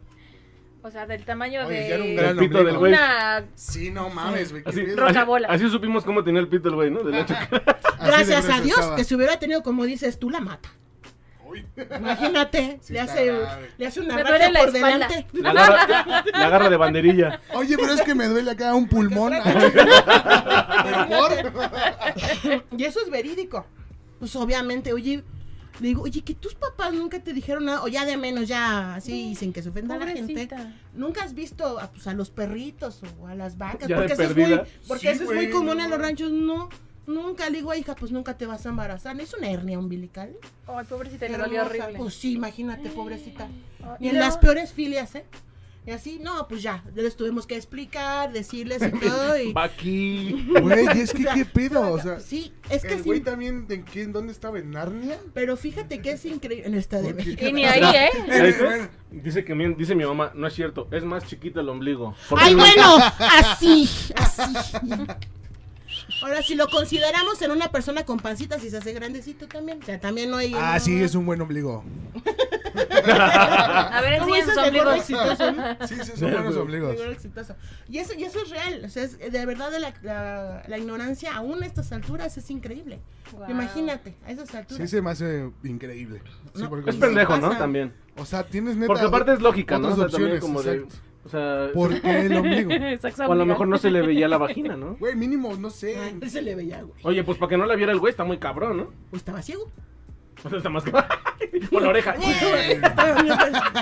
Speaker 2: O sea, del tamaño
Speaker 4: Oye,
Speaker 2: de
Speaker 4: ya era un
Speaker 3: el
Speaker 4: gran
Speaker 3: pito del
Speaker 4: ombligo.
Speaker 3: güey.
Speaker 2: una
Speaker 4: Sí, no mames, güey. qué
Speaker 3: Así,
Speaker 4: pedo.
Speaker 2: Roca
Speaker 3: así-
Speaker 2: bola.
Speaker 3: así supimos cómo tenía el pito el güey, ¿no? De la chica.
Speaker 4: Así de
Speaker 5: Gracias a
Speaker 4: grueso
Speaker 5: Dios
Speaker 4: estaba.
Speaker 5: que si hubiera tenido, como dices tú, la mata. Imagínate,
Speaker 4: Sí
Speaker 5: le,
Speaker 4: está
Speaker 5: hace,
Speaker 4: grave.
Speaker 5: le hace una
Speaker 2: Me
Speaker 5: racha
Speaker 2: duele la
Speaker 5: por
Speaker 2: espalda.
Speaker 5: delante.
Speaker 3: La agarra, la agarra de banderilla.
Speaker 4: Oye, pero es que me duele acá un pulmón. ¿Pero por?
Speaker 5: Y eso es verídico. Pues obviamente, oye, le digo, oye, que tus papás nunca te dijeron nada, o ya de menos, ya así, sin que se ofenda
Speaker 2: pobrecita.
Speaker 5: la gente. Nunca has visto a, pues, a los perritos o a las vacas,
Speaker 3: Ya de
Speaker 5: porque eso es muy,
Speaker 3: perdida.
Speaker 5: porque
Speaker 4: Sí,
Speaker 5: eso es muy
Speaker 4: güey,
Speaker 5: común
Speaker 4: no.
Speaker 5: en los ranchos, no. Nunca le digo, hija, pues nunca te vas a embarazar. ¿No ¿Es una hernia umbilical?
Speaker 2: Ay, pobrecita, le
Speaker 5: Hermosa.
Speaker 2: dolió horrible.
Speaker 5: Pues sí, imagínate, pobrecita.
Speaker 2: Ay,
Speaker 5: Y
Speaker 2: y
Speaker 5: en
Speaker 2: luego-
Speaker 5: las peores filias, ¿eh? Y así, no, pues ya, les tuvimos que explicar, decirles y todo. Y,
Speaker 3: Va aquí.
Speaker 4: Güey, es que qué pedo, o sea.
Speaker 5: sí, es que
Speaker 4: el güey
Speaker 5: sí.
Speaker 4: también, ¿en, qué, en dónde estaba? ¿En Narnia?
Speaker 5: Pero fíjate que es increíble. En esta de México.
Speaker 2: Y ni ahí, ¿eh?
Speaker 3: ¿Ya viste? Dice que mi- dice mi mamá, no es cierto, es más chiquito el ombligo. Porque
Speaker 5: ¡Ay,
Speaker 3: nunca-
Speaker 5: bueno! Así, así. Ahora, si lo consideramos en una persona con pancita, si se hace grandecito también. O sea, también no hay.
Speaker 4: Ah,
Speaker 5: no-
Speaker 4: sí, es un buen ombligo.
Speaker 2: A ver,
Speaker 5: ¿Cómo
Speaker 2: enseñen
Speaker 5: dices
Speaker 2: sus
Speaker 5: de gordo
Speaker 2: ombligos.
Speaker 5: exitoso, no?
Speaker 4: Sí, sí, son buenos
Speaker 5: De
Speaker 4: ombligos.
Speaker 5: gordo exitoso. Y eso, y eso es real. O sea, es- de verdad, de la, la- la ignorancia, aún a estas alturas, es increíble.
Speaker 2: Guau.
Speaker 5: Imagínate, a esas alturas.
Speaker 4: Sí, se me hace increíble. Sí,
Speaker 5: No,
Speaker 4: porque,
Speaker 3: Es pendejo, ¿no?
Speaker 5: Pasa.
Speaker 3: También.
Speaker 4: O sea, tienes neta.
Speaker 3: Porque aparte es lógica, ¿no? O sea,
Speaker 4: otras
Speaker 3: también
Speaker 4: opciones,
Speaker 3: como de.
Speaker 4: exacto.
Speaker 3: O sea,
Speaker 4: ¿Por qué el ombligo?
Speaker 2: Saxo
Speaker 3: o a lo
Speaker 2: ombilical.
Speaker 3: mejor no se le veía la vagina, ¿no?
Speaker 4: Güey, mínimo, no sé.
Speaker 5: Ay, se le veía, güey.
Speaker 3: Oye, pues para que no la viera el güey está muy cabrón, ¿no?
Speaker 5: O estaba ciego.
Speaker 3: O sea, está más cabrón. Por la oreja.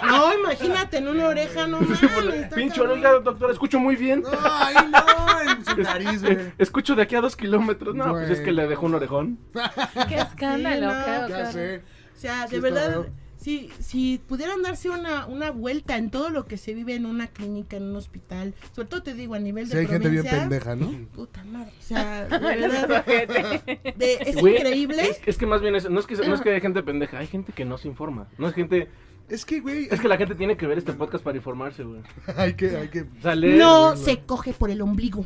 Speaker 5: no, imagínate, en una oreja no mames. está
Speaker 3: Pincho,
Speaker 5: cabrón.
Speaker 3: oiga, doctora, escucho muy bien.
Speaker 4: No, ahí no, en su nariz, güey.
Speaker 3: Eh, Escucho de aquí a dos kilómetros. No, pues
Speaker 4: Güey.
Speaker 3: es que le dejó un orejón.
Speaker 2: Qué escándalo,
Speaker 5: Sí, no,
Speaker 2: creo,
Speaker 4: Ya
Speaker 2: creo.
Speaker 4: sé.
Speaker 5: O sea,
Speaker 4: Sí
Speaker 5: de
Speaker 4: está
Speaker 5: verdad,
Speaker 4: raro.
Speaker 5: si, si pudieran darse una, una vuelta en todo lo que se vive en una clínica, en un hospital, sobre todo te digo a nivel de
Speaker 4: Sí, hay gente bien
Speaker 5: provincia,
Speaker 4: pendeja, ¿no?
Speaker 5: Puta madre. O sea, de verdad, de- es
Speaker 3: Güey,
Speaker 5: increíble.
Speaker 3: Es, es que más bien es, no es que no es que haya gente pendeja, hay gente que no se informa. No es gente,
Speaker 4: Es que, güey,
Speaker 3: es que la gente tiene que ver este podcast para informarse, güey.
Speaker 4: hay que, hay que.
Speaker 3: O sea, leer-
Speaker 5: No se coge por el ombligo.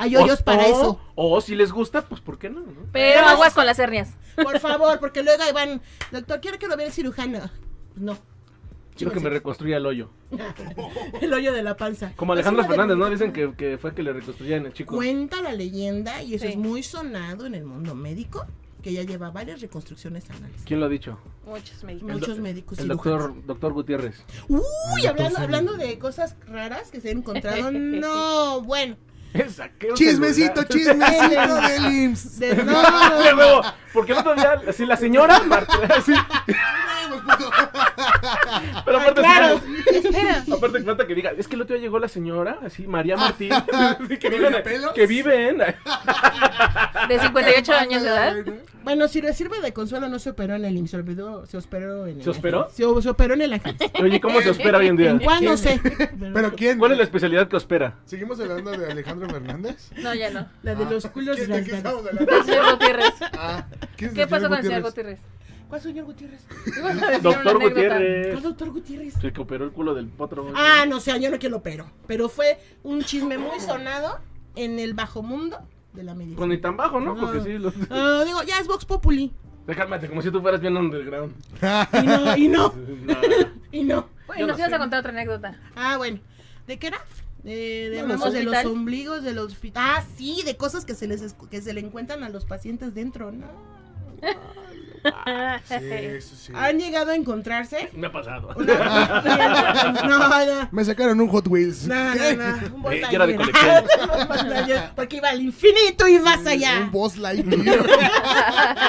Speaker 5: Hay hoyos
Speaker 3: O-
Speaker 5: para
Speaker 3: o-
Speaker 5: eso.
Speaker 3: O si les gusta, pues ¿por qué no? no?
Speaker 2: Pero aguas con las hernias.
Speaker 5: Por favor, porque luego ahí van, doctor, quiero que lo vea el cirujano. Pues No,
Speaker 3: Quiero que me reconstruya el hoyo.
Speaker 5: el hoyo de la panza.
Speaker 3: Como
Speaker 5: Es
Speaker 3: Alejandra
Speaker 5: Pues una
Speaker 3: Fernández, ¿no?
Speaker 5: debilidad.
Speaker 3: Dicen que, que fue que le eh, reconstruían el chico.
Speaker 5: Cuenta la leyenda, y eso
Speaker 2: Sí.
Speaker 5: es muy sonado en el mundo médico, que ella lleva varias reconstrucciones anales.
Speaker 3: ¿Quién lo ha dicho?
Speaker 2: Muchos médicos.
Speaker 5: Muchos médicos
Speaker 3: El
Speaker 5: cirujanos.
Speaker 3: doctor, doctor Gutiérrez.
Speaker 5: Uy, hablando,
Speaker 4: Simi.
Speaker 5: hablando de cosas raras que se han encontrado. No, bueno.
Speaker 3: Saqué un
Speaker 4: Chismecito,
Speaker 3: celular.
Speaker 4: chismecito del IMSS.
Speaker 5: De, no, no,
Speaker 3: De
Speaker 5: no.
Speaker 3: huevo, Porque el otro día, así la señora, Marta, así, pero
Speaker 5: Ah,
Speaker 3: aparte,
Speaker 5: claro.
Speaker 3: sí,
Speaker 5: Espera.
Speaker 3: Aparte que falta que diga, es que el otro día llegó la señora, así,
Speaker 5: Ah.
Speaker 3: María Martín, así, que, vive
Speaker 4: ¿Medio
Speaker 3: en,
Speaker 4: pelos?
Speaker 3: que vive en-
Speaker 2: De 58 años de edad.
Speaker 5: Bueno, si le sirve de consuelo, no se operó en el IMSS, se olvidó- se operó en el
Speaker 3: ¿Se operó?
Speaker 5: Se, o- se operó en el ángel.
Speaker 3: Oye, ¿cómo se hospeda hoy en día?
Speaker 5: ¿En cuál? No sé.
Speaker 4: ¿Pero quién?
Speaker 3: ¿Cuál es la especialidad que hospeda?
Speaker 4: ¿Seguimos hablando de Alejandro Fernández?
Speaker 2: No, ya no.
Speaker 5: La de los culos y
Speaker 4: ¿Quién- ¿De
Speaker 5: las
Speaker 4: ah, qué
Speaker 5: ganas.
Speaker 4: estamos hablando?
Speaker 2: Señor Gutiérrez.
Speaker 4: Ah, ¿quién es
Speaker 2: ¿Qué
Speaker 4: el
Speaker 2: pasó
Speaker 4: señor
Speaker 2: con el señor Gutiérrez?
Speaker 5: ¿Cuál señor Gutiérrez?
Speaker 2: Ibas a decir una
Speaker 3: Doctor
Speaker 2: anécdota.
Speaker 5: ¿Cuál
Speaker 3: Gutiérrez.
Speaker 5: doctor Gutiérrez?
Speaker 3: El que operó el culo del potro.
Speaker 5: Ah, no sé, yo no que lo operó. Pero fue un chisme muy sonado en el bajo mundo de la medicina.
Speaker 3: Con Pues ni tan bajo, ¿no? Porque sí. Los...
Speaker 5: Ah, digo, ya es Vox Populi.
Speaker 3: Cálmate, como si tú fueras bien underground.
Speaker 5: Y no, y no,
Speaker 3: No.
Speaker 5: y no.
Speaker 2: Bueno, nos ibas a contar otra anécdota.
Speaker 5: Ah, bueno. ¿De qué era? Eh, De, de,
Speaker 2: No,
Speaker 5: hablamos
Speaker 2: los
Speaker 5: de los
Speaker 2: hospital.
Speaker 5: ombligos, de los hospital. Ah, sí, de cosas que se les escu- que se le encuentran a los pacientes dentro, ¿no?
Speaker 4: Sí, eso sí.
Speaker 5: ¿Han llegado a encontrarse?
Speaker 3: Me ha pasado.
Speaker 5: Una- no, no.
Speaker 4: Me sacaron un Hot Wheels.
Speaker 5: No, no, no. Un
Speaker 3: Eh,
Speaker 5: Buzz
Speaker 3: ya era de
Speaker 5: Lightyear. Un Buzz Lightyear, Porque iba al infinito y más allá.
Speaker 4: Un Boss Lightyear.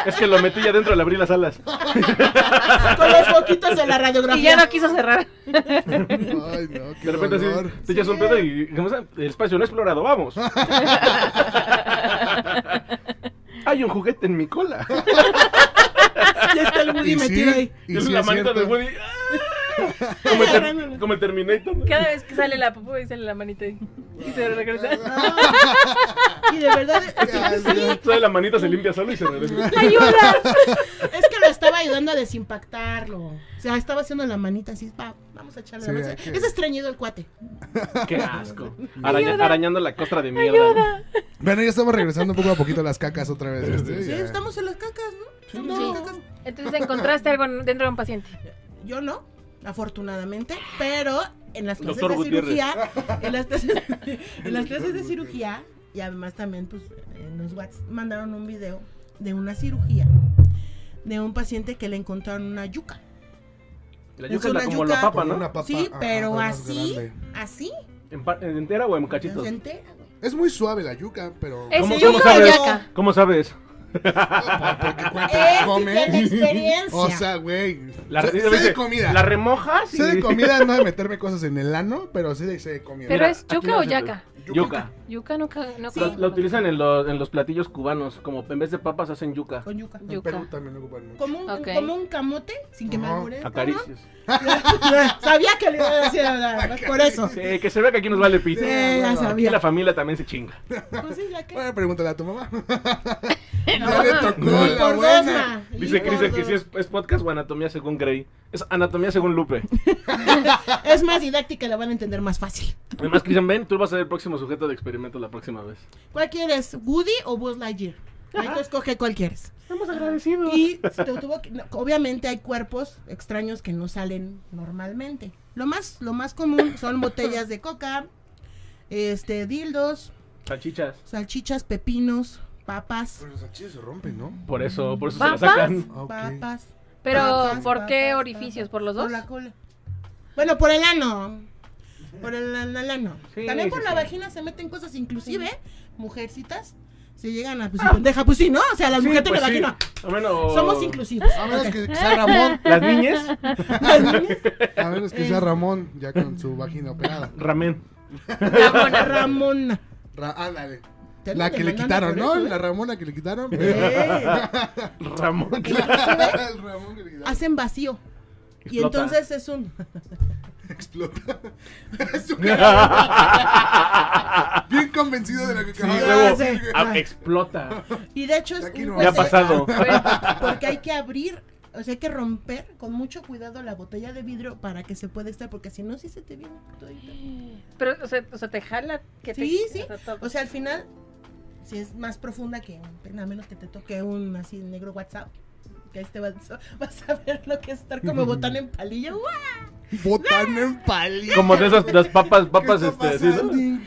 Speaker 3: Es que lo metí ya adentro al abrir las alas.
Speaker 5: Con los foquitos de la radiografía.
Speaker 2: Y ya no quiso cerrar.
Speaker 4: Ay, no, qué
Speaker 3: De repente así,
Speaker 4: dolor.
Speaker 3: te echas un pedo y ¿cómo se llama? el espacio no explorado, vamos. Hay un juguete en mi cola.
Speaker 5: Ya está el Woody
Speaker 4: Y sí,
Speaker 5: metido ahí.
Speaker 4: y
Speaker 3: Y es
Speaker 4: sí
Speaker 3: la
Speaker 4: es
Speaker 3: manita de
Speaker 4: cierto.
Speaker 3: Woody. ¡ah! Como, ter- como Terminator.
Speaker 2: Cada vez que sale la popó y sale la manita ahí. Y se regresa.
Speaker 5: Y de verdad,
Speaker 4: Ya, ya.
Speaker 3: Toda la manita se limpia solo y se regresa.
Speaker 2: ¡Ayuda!
Speaker 5: es que lo estaba ayudando a desimpactarlo. O sea, estaba haciendo la manita así, pa, vamos a echarle
Speaker 4: Sí,
Speaker 5: la mano.
Speaker 4: hay que-
Speaker 5: Es extrañedo el cuate.
Speaker 3: Qué asco. Araña-
Speaker 2: Ayuda.
Speaker 3: arañando la costra de mierda.
Speaker 4: Bueno, ya estamos regresando poco a poquito a las cacas otra vez. ¿viste?
Speaker 5: Este, Sí,
Speaker 4: Ya.
Speaker 5: estamos en las cacas, ¿no? Estamos en
Speaker 2: Sí.
Speaker 5: las cacas.
Speaker 2: Entonces encontraste algo en- dentro de un paciente.
Speaker 5: Yo no, afortunadamente, pero en las clases
Speaker 3: Doctor
Speaker 5: de
Speaker 3: Gutiérrez.
Speaker 5: cirugía, en las clases, en las clases de cirugía, y además también pues en los WhatsApp mandaron un video de una cirugía de un paciente que le encontraron una yuca.
Speaker 3: La
Speaker 5: Es
Speaker 3: yuca es la-
Speaker 5: una
Speaker 3: como
Speaker 5: yuca.
Speaker 3: la papa,
Speaker 4: Como
Speaker 3: ¿no?
Speaker 4: una papa,
Speaker 5: sí,
Speaker 4: ajá,
Speaker 5: pero
Speaker 4: más
Speaker 5: así,
Speaker 4: grande.
Speaker 5: así,
Speaker 3: ¿En pa- ¿Entera o en
Speaker 5: no
Speaker 3: cachitos?
Speaker 5: se entera, güey.
Speaker 4: Es muy suave la yuca, pero.
Speaker 5: Eh,
Speaker 4: ah,
Speaker 2: Es
Speaker 3: ¿Cómo-
Speaker 2: yuca
Speaker 3: cómo
Speaker 2: o
Speaker 3: sabes?
Speaker 2: yaca.
Speaker 3: ¿Cómo sabes?
Speaker 4: Porque cuando
Speaker 5: Eh, sí
Speaker 4: come.
Speaker 5: tiene experiencia.
Speaker 4: O sea, güey.
Speaker 3: La,
Speaker 4: sé, sé
Speaker 3: dice,
Speaker 4: de comida.
Speaker 3: ¿La remojas? y-
Speaker 4: Sé de comida, no de meterme cosas en el ano, pero sí de, sé de comida.
Speaker 2: Pero es
Speaker 3: aquí
Speaker 2: yuca
Speaker 3: lo
Speaker 2: o
Speaker 3: hace-
Speaker 2: yaca.
Speaker 3: Yuca.
Speaker 2: Yuca no ca- no
Speaker 3: La,
Speaker 2: ca-
Speaker 3: la utilizan en, los- en los platillos cubanos, como en vez de papas hacen yuca.
Speaker 5: con yuca.
Speaker 4: en Perú
Speaker 2: yuca.
Speaker 4: también lo ocupan mucho.
Speaker 5: Como un,
Speaker 2: Ok.
Speaker 5: como un camote, sin que me
Speaker 4: Ajá.
Speaker 5: alburen.
Speaker 3: Acaricias.
Speaker 5: Sabía que le iba a decir, ¿verdad? por eso. Sí,
Speaker 3: Sí, que se vea que aquí nos vale pito.
Speaker 5: ya
Speaker 3: Aquí la
Speaker 5: sabía.
Speaker 3: familia también se chinga.
Speaker 5: Pues sí, ya que-
Speaker 4: Bueno, pregúntale a tu mamá.
Speaker 2: No.
Speaker 4: ya le tocó
Speaker 5: Y
Speaker 4: la
Speaker 5: por
Speaker 4: buena.
Speaker 5: dos, ma, y
Speaker 3: Dice
Speaker 5: por
Speaker 3: Chris que
Speaker 5: dos.
Speaker 3: si es, es podcast o anatomía según Grey. Es anatomía según Lupe.
Speaker 5: Es más didáctica, la van a entender más fácil.
Speaker 3: Además, Christian, ven, tú vas a ser el próximo sujeto de experimento la próxima vez.
Speaker 5: ¿Cuál quieres? ¿Woody o Buzz Lightyear? Ahí tú escoge cuál quieres.
Speaker 3: Estamos agradecidos.
Speaker 5: Y se te tuvo que- no, obviamente hay cuerpos extraños que no salen normalmente. Lo más, lo más común son botellas de coca, este, dildos,
Speaker 3: Salchichas.
Speaker 5: salchichas, pepinos, papas,
Speaker 4: Pero los salchichas se rompen, ¿no?
Speaker 3: Por eso, por eso
Speaker 2: ¿Papas?
Speaker 3: se la sacan.
Speaker 4: Ah, ok.
Speaker 5: papas.
Speaker 2: Pero,
Speaker 5: papas,
Speaker 2: ¿por qué
Speaker 5: papas,
Speaker 2: orificios?
Speaker 5: papas.
Speaker 2: ¿Por los dos?
Speaker 5: Por la cola. Bueno, por el ano. Por el, an- el ano.
Speaker 3: Sí,
Speaker 5: También por
Speaker 3: sí,
Speaker 5: la
Speaker 3: sí.
Speaker 5: vagina se meten cosas, inclusive mujercitas se llegan a pues, si pendeja, pues sí, ¿no? O sea, las
Speaker 3: Sí,
Speaker 5: mujeres
Speaker 3: pues
Speaker 5: de
Speaker 3: sí.
Speaker 5: vagina.
Speaker 3: O menos-
Speaker 5: Somos inclusivos.
Speaker 4: A menos
Speaker 5: Ok.
Speaker 4: Ah, que que sea Ramón.
Speaker 3: Las niñas,
Speaker 5: Las niñas.
Speaker 4: A menos que
Speaker 5: Este.
Speaker 4: sea Ramón, ya con su vagina operada.
Speaker 3: ramen.
Speaker 2: Ah,
Speaker 5: Ramona. Ramona.
Speaker 4: Ra- ándale.
Speaker 5: Te
Speaker 4: La
Speaker 5: lo
Speaker 4: que le
Speaker 5: demandaron
Speaker 4: quitaron, ¿no?
Speaker 5: por
Speaker 4: La
Speaker 5: eso,
Speaker 4: Ramona que le quitaron.
Speaker 5: ¿eh?
Speaker 3: Ramón.
Speaker 5: Sí. Inclusive
Speaker 4: El Ramón que le quitaron.
Speaker 5: hacen vacío. Y
Speaker 3: Explota.
Speaker 5: entonces es un.
Speaker 4: Explota. Su cara. Bien convencido de lo que
Speaker 3: Sí,
Speaker 4: acababa de
Speaker 3: huevo.
Speaker 5: sí.
Speaker 3: Ah, explota.
Speaker 5: Y de hecho es.
Speaker 4: Aquí
Speaker 5: un
Speaker 4: no.
Speaker 3: Ya ha
Speaker 5: golpe-
Speaker 3: pasado.
Speaker 5: Porque hay que abrir, o sea, hay que romper con mucho cuidado la botella de vidrio para que se pueda estar, porque si no, sí se te viene. todita.
Speaker 2: Pero, o sea, o sea, te jala. Que te-
Speaker 5: Sí, sí.
Speaker 2: o sea, todo.
Speaker 5: O sea, al final, si es más profunda que un pene, a menos que te toque un así negro WhatsApp. Que ahí te vas, vas a ver lo que es estar como botán en palillo. ¡guau!
Speaker 4: Botán en palillo.
Speaker 3: Como de esas, las papas, papas,
Speaker 4: ¿Qué
Speaker 3: este,
Speaker 4: está
Speaker 3: así, ¿no?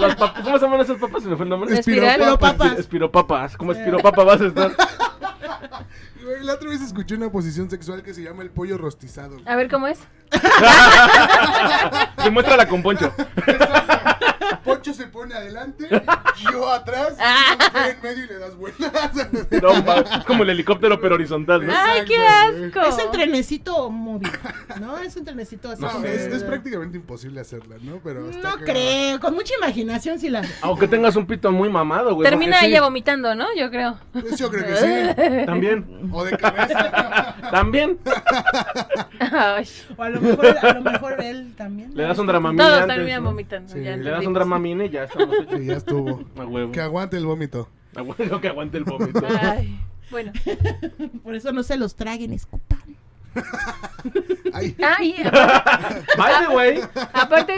Speaker 3: Las papas, ¿cómo se llaman esas papas? Se me fue el nombre.
Speaker 2: Espiral.
Speaker 4: Espiropapas.
Speaker 5: Papas.
Speaker 3: Espiropapas. Como
Speaker 5: Sí.
Speaker 3: espiropapa vas a estar.
Speaker 4: Güey, La otra vez escuché una posición sexual que se llama el pollo rostizado.
Speaker 2: A ver cómo es.
Speaker 3: Demuéstrala con Poncho.
Speaker 4: Poncho se pone adelante, yo atrás,
Speaker 5: Ah.
Speaker 4: yo en medio y le das vueltas.
Speaker 3: No, ma- es como el helicóptero, pero horizontal, ¿no?
Speaker 2: ¡Ay, qué
Speaker 4: Exacto,
Speaker 2: asco!
Speaker 5: Es el trenecito móvil, ¿no? Es un trenecito así.
Speaker 4: No,
Speaker 5: como-
Speaker 4: es, es prácticamente imposible hacerla, ¿no? Pero está
Speaker 5: No
Speaker 4: cagado.
Speaker 5: creo, con mucha imaginación sí la...
Speaker 3: Aunque tengas un pito muy mamado, güey.
Speaker 2: Termina
Speaker 3: porque sí,
Speaker 2: ella vomitando, ¿no? Yo creo.
Speaker 4: Pues yo creo que sí.
Speaker 3: También.
Speaker 4: O de cabeza.
Speaker 3: También.
Speaker 2: Ay,
Speaker 5: O a lo mejor, a lo mejor él también.
Speaker 3: Le das un dramamine.
Speaker 2: todos
Speaker 3: antes,
Speaker 2: terminan
Speaker 3: ¿no?
Speaker 2: vomitando.
Speaker 4: Sí.
Speaker 3: Le
Speaker 2: ya
Speaker 3: das
Speaker 2: entendimos.
Speaker 3: un dramamine y ya estamos hechos.
Speaker 4: Sí, ya estuvo.
Speaker 3: A huevo.
Speaker 4: Que aguante el vómito.
Speaker 3: A huevo que aguante el vómito.
Speaker 2: Ay, bueno.
Speaker 5: Por eso no se los traguen, escupan.
Speaker 4: Ay,
Speaker 2: Ay,
Speaker 3: By the way,
Speaker 2: Ah, aparte,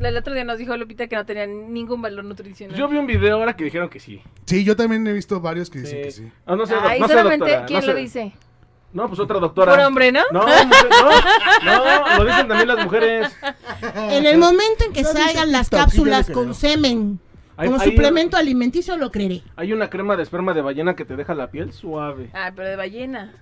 Speaker 2: el otro día nos dijo Lupita que no tenía ningún valor nutricional.
Speaker 3: yo vi un video ahora que dijeron que sí.
Speaker 4: sí, yo también he visto varios que dicen que sí.
Speaker 3: Ah, no sé,
Speaker 2: Ay,
Speaker 3: no sé,
Speaker 2: solamente,
Speaker 3: doctora,
Speaker 2: ¿quién
Speaker 3: no
Speaker 2: lo
Speaker 3: sé.
Speaker 2: dice?
Speaker 3: No, pues otra doctora.
Speaker 2: Por hombre, ¿no?
Speaker 3: No, mujer, no, no, lo dicen también las mujeres.
Speaker 5: En el momento en que
Speaker 4: No dice
Speaker 5: salgan las
Speaker 4: TikTok, sí, yo le
Speaker 5: cápsulas
Speaker 4: creo.
Speaker 5: con semen
Speaker 3: Hay,
Speaker 5: Como
Speaker 3: hay-
Speaker 5: suplemento alimenticio lo creeré.
Speaker 3: hay una crema de esperma de ballena que te deja la piel suave.
Speaker 2: Ay, pero de ballena.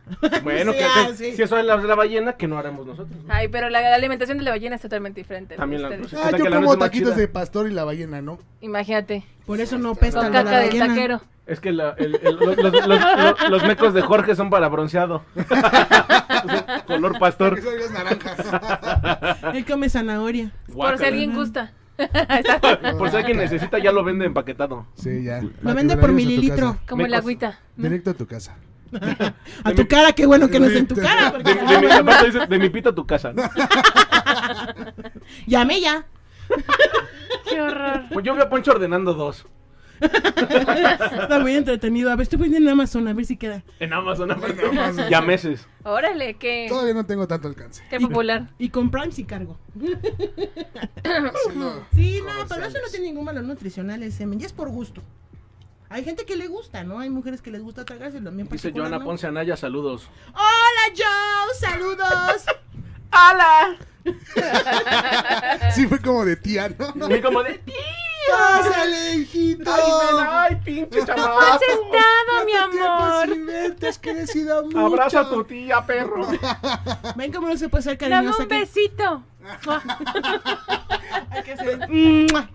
Speaker 3: Bueno,
Speaker 5: Sí,
Speaker 3: que,
Speaker 5: ah,
Speaker 3: que-
Speaker 5: sí.
Speaker 3: si eso es la, la ballena, que no haremos nosotros. ¿no?
Speaker 2: Ay, pero la, la alimentación de la ballena es totalmente diferente.
Speaker 3: También la-
Speaker 2: Ustedes-
Speaker 4: Ah,
Speaker 3: Resulta
Speaker 4: yo
Speaker 3: que la
Speaker 4: como
Speaker 3: nuez es más
Speaker 4: taquitos
Speaker 3: chida.
Speaker 4: de pastor y la ballena, ¿no?
Speaker 2: Imagínate.
Speaker 5: Por eso no pesta
Speaker 2: Con
Speaker 5: lo de la
Speaker 2: caca del
Speaker 5: ballena.
Speaker 2: taquero.
Speaker 3: Es que la- el- el- los, los- los- los- los mecos de Jorge son para bronceado. Color pastor.
Speaker 4: Porque son las naranjas.
Speaker 5: Él come zanahoria.
Speaker 2: Por si
Speaker 3: Guácala.
Speaker 2: alguien gusta.
Speaker 3: Por si alguien necesita, ya lo vende empaquetado.
Speaker 4: Sí, ya.
Speaker 5: Lo vende por mililitro.
Speaker 2: Como el
Speaker 3: Mecos.
Speaker 2: agüita.
Speaker 3: Mm.
Speaker 2: ¿no?
Speaker 4: Directo a tu casa.
Speaker 5: A tu cara, qué bueno que no es en tu
Speaker 3: De,
Speaker 5: cara. porque-
Speaker 3: de mi, aparte dice, de mi pito a tu casa.
Speaker 5: Llame ya.
Speaker 2: Qué horror.
Speaker 3: Pues yo veo a Poncho ordenando dos.
Speaker 5: Está muy entretenido. A ver, estoy poniendo en Amazon, a ver si queda.
Speaker 3: En Amazon, aparte. Ya meses.
Speaker 2: Órale,
Speaker 3: Eh.
Speaker 2: qué,
Speaker 4: Todavía no tengo tanto alcance.
Speaker 2: qué popular.
Speaker 5: Y con Prime sí cargo.
Speaker 4: Haciendo
Speaker 5: Sí, no, pero eso no
Speaker 4: comerciales.
Speaker 5: tiene ningún valor nutricional el semen. Ya es por gusto. Hay gente que le gusta, ¿no? Hay mujeres que les gusta tragárselo. A mí en
Speaker 3: Dice
Speaker 5: particular,
Speaker 3: Joana
Speaker 5: Pues no.
Speaker 3: Ponce Anaya, saludos.
Speaker 5: ¡Hola, Joe! ¡Saludos!
Speaker 2: ¡Hala!
Speaker 4: Sí, fue como de tía, ¿no?
Speaker 3: Y como de,
Speaker 4: ¡Pásale, hijito!
Speaker 3: ay, ven, ay, pinche chamaco.
Speaker 5: Ah,
Speaker 4: Pues
Speaker 2: ¿Has estado, mi
Speaker 5: pues,
Speaker 4: ¡Tiempo
Speaker 2: amor?
Speaker 4: sin verte, has crecido mucho!
Speaker 3: Abraza a tu tía, perro.
Speaker 5: Ven cómo no se puede ser
Speaker 2: Dame
Speaker 5: cariñosa.
Speaker 2: un
Speaker 5: que-
Speaker 2: besito.
Speaker 5: hay que ser- ¡Mua!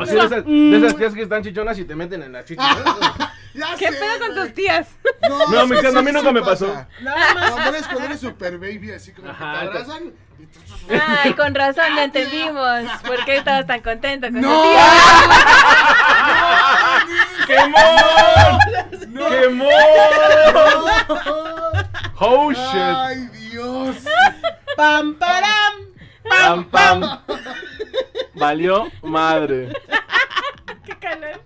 Speaker 3: O sea, de esas, de esas tías que están chichonas y te meten en la chicha.
Speaker 4: Ya
Speaker 2: ¿Qué
Speaker 4: sé,
Speaker 2: pedo con
Speaker 4: güey.
Speaker 2: tus tías?
Speaker 3: No,
Speaker 4: eso
Speaker 3: mi tía, no, a mí nunca me
Speaker 4: pasa.
Speaker 3: pasó.
Speaker 5: Nada más.
Speaker 4: Los hombres cuando eres super baby, así como
Speaker 3: Ajá,
Speaker 4: que te abrazan. y tú-
Speaker 2: Ay, con razón, lo entendimos. ¿Por qué estabas tan contento con
Speaker 4: ¡No!
Speaker 2: tu tía?
Speaker 3: ¡Quemón! ¡Quemón! ¡Oh, shit!
Speaker 4: ¡Ay, Dios!
Speaker 5: ¡Pam, param!
Speaker 3: ¡Pam, pam! Valió madre.
Speaker 2: ¡Qué calor!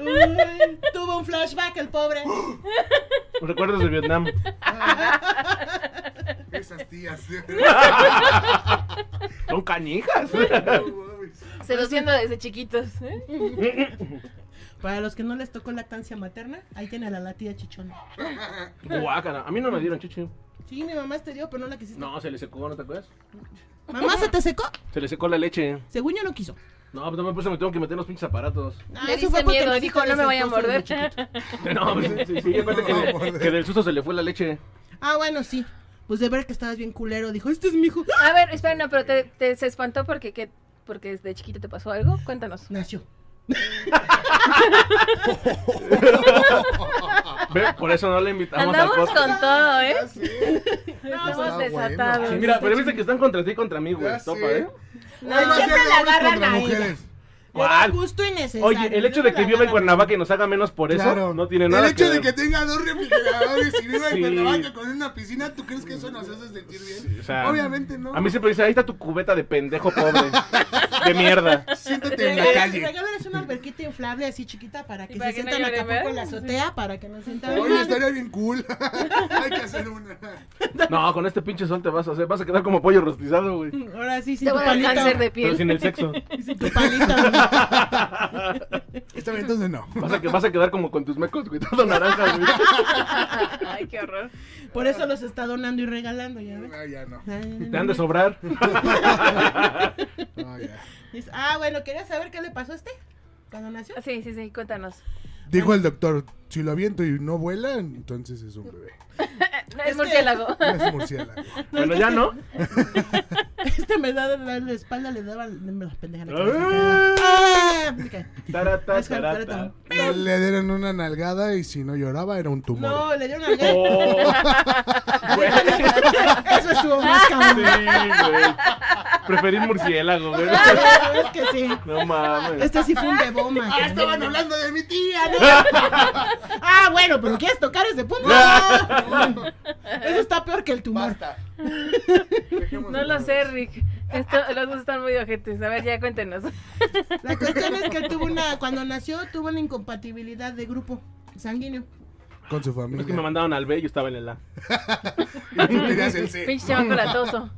Speaker 5: Uy, Tuvo un flashback el pobre.
Speaker 3: Recuerdos de Vietnam.
Speaker 4: Esas tías. de-
Speaker 3: Son canijas.
Speaker 2: Seduciendo desde chiquitos. ¿eh?
Speaker 5: Para los que no les tocó lactancia materna, ahí tiene a la latida chichona.
Speaker 3: Guácala. A mí no me dieron chichi.
Speaker 5: Sí, mi mamá te dio, pero no la quisiste.
Speaker 3: No, se le secó, ¿no te acuerdas?
Speaker 5: ¿Mamá se te secó?
Speaker 3: Se le secó la leche.
Speaker 5: Según yo no quiso.
Speaker 3: No, pues no me puse, me tengo que meter los pinches aparatos.
Speaker 5: Ah,
Speaker 2: Le
Speaker 5: eso
Speaker 2: diste
Speaker 5: fue porque
Speaker 2: miedo,
Speaker 5: no se
Speaker 2: dijo,
Speaker 5: te
Speaker 2: no me vaya a
Speaker 5: desecó solo de
Speaker 2: morder.
Speaker 5: chiquito.
Speaker 3: No, pues, sí, sí, acuérdate que, de- que del susto se le fue la leche.
Speaker 5: Ah, bueno, sí. Pues de ver que estabas bien culero, dijo, este es mi hijo.
Speaker 2: A ver, espera, no, pero te, te- se espantó porque ¿qué? porque desde chiquito te pasó algo. Cuéntanos.
Speaker 5: Nació.
Speaker 3: Ve, Por eso no le invitamos al
Speaker 2: Andamos
Speaker 3: podcast.
Speaker 2: con todo, ¿eh?
Speaker 4: Ya sé.
Speaker 2: Estamos
Speaker 4: está bueno.
Speaker 2: desatados.
Speaker 3: Sí, mira, pero viste que están contra ti y contra mí, güey.
Speaker 4: Ya
Speaker 3: Topa,
Speaker 4: sé.
Speaker 3: ¿eh?
Speaker 4: Hoy va a ser
Speaker 5: siempre
Speaker 4: de
Speaker 5: la
Speaker 4: hombres
Speaker 5: agarran
Speaker 4: contra
Speaker 5: a ella.
Speaker 4: mujeres.
Speaker 5: Era
Speaker 3: ¿Cuál?
Speaker 5: justo y necesario.
Speaker 3: Oye, el hecho de que viva en Cuernavaca y nos haga menos por eso
Speaker 4: Claro.
Speaker 3: no tiene nada
Speaker 4: El hecho
Speaker 3: que
Speaker 4: de
Speaker 3: ver.
Speaker 4: que tenga dos refrigeradores y viva
Speaker 3: Sí.
Speaker 4: en Cuernavaca con una piscina, ¿tú crees que eso nos hace sentir bien?
Speaker 3: O sea,
Speaker 4: Obviamente no.
Speaker 3: A mí siempre dice, ahí está tu cubeta de pendejo pobre. de mierda.
Speaker 4: Siéntate en la calle.
Speaker 5: Regálales una alberquita inflable así chiquita para que
Speaker 2: para
Speaker 5: se
Speaker 2: que no
Speaker 5: sientan
Speaker 2: llore,
Speaker 5: acá
Speaker 2: ¿verdad?
Speaker 5: Acapulco en la azotea, para que no sientan
Speaker 4: Oye,
Speaker 5: mal.
Speaker 4: estaría bien cool. Hay que hacer una.
Speaker 3: No, con este pinche sol te vas a hacer, vas a quedar como pollo rostizado, güey.
Speaker 5: Ahora sí, sin
Speaker 2: Te
Speaker 5: tu
Speaker 2: voy a dar
Speaker 5: palito.
Speaker 2: cáncer de
Speaker 3: Pero
Speaker 2: piel.
Speaker 3: sin el sexo.
Speaker 5: Sin tu palito.
Speaker 4: Está bien, entonces no.
Speaker 3: Vas a, que, vas a quedar como con tus mecos, güey, todo naranja, güey.
Speaker 2: Ay, qué horror.
Speaker 5: Por eso los está donando y regalando, ya ves.
Speaker 4: No, ya no.
Speaker 3: Te han de sobrar.
Speaker 4: No, ya.
Speaker 5: Dice, Ah, bueno, quería saber qué le pasó a este cuando nació.
Speaker 2: Ah, Sí, sí, sí, cuéntanos.
Speaker 4: Dijo el doctor, si lo aviento y no vuela, entonces es un bebé.
Speaker 2: No, Es murciélago.
Speaker 4: Es murciélago.
Speaker 3: bueno, ya no.
Speaker 5: Este me da la, la espalda, le daba me la pendeja la
Speaker 3: Ah.
Speaker 5: cabeza. Ah, me cae.
Speaker 3: Tarata,
Speaker 5: Oscar
Speaker 3: tarata.
Speaker 5: Pérez.
Speaker 4: Le dieron una nalgada y si no lloraba era un tumor.
Speaker 5: No, le dieron al gay.
Speaker 3: Oh, güey.
Speaker 5: Eso estuvo más
Speaker 3: Sí,
Speaker 5: cabrón.
Speaker 3: güey. Preferí murciélago, güey.
Speaker 5: Es que sí.
Speaker 3: No mames.
Speaker 5: Este sí fue un beboma.
Speaker 4: Ah,
Speaker 5: cabrón.
Speaker 4: estaban hablando de mi tía, ¿no?
Speaker 5: Ah, bueno, pero ¿quieres tocar ese punto? Eso está peor que el tumor.
Speaker 4: Basta.
Speaker 2: No lo sé, Rick. Esto, los dos están muy ojetes. A ver, ya cuéntenos.
Speaker 5: La cuestión es que él tuvo una, cuando nació, tuvo una incompatibilidad de grupo sanguíneo.
Speaker 4: Con su
Speaker 3: Es que me
Speaker 4: familia.
Speaker 3: mandaron al B y yo estaba en el A.
Speaker 4: Tú querías el C.
Speaker 2: Pinche chamaco latoso.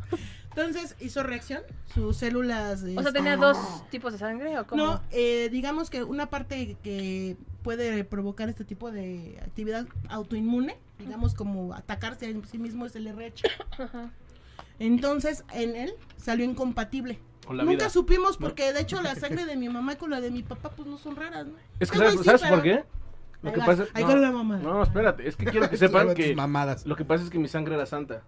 Speaker 5: Entonces hizo reacción, sus células.
Speaker 2: O sea,
Speaker 5: este,
Speaker 2: ¿tenía dos tipos de sangre o cómo?
Speaker 5: No, eh, digamos que una parte que puede provocar este tipo de actividad autoinmune, digamos como atacarse a sí mismo es el RH. Entonces, en él salió incompatible.
Speaker 3: O la
Speaker 5: Nunca
Speaker 3: vida.
Speaker 5: supimos porque de hecho la sangre de mi mamá con la de mi papá pues no son raras, ¿no?
Speaker 3: Es que,
Speaker 5: Este güey
Speaker 3: ¿sabes,
Speaker 5: sí,
Speaker 3: ¿sabes
Speaker 5: pero-
Speaker 3: por qué? Lo
Speaker 5: Ahí
Speaker 3: que
Speaker 5: va,
Speaker 3: pasa...
Speaker 5: ahí
Speaker 3: no,
Speaker 5: con la mamá.
Speaker 3: no, espérate. Es que quiero que
Speaker 4: Tus
Speaker 3: sepan que...
Speaker 4: Mamadas.
Speaker 3: Lo que pasa es que mi sangre era santa.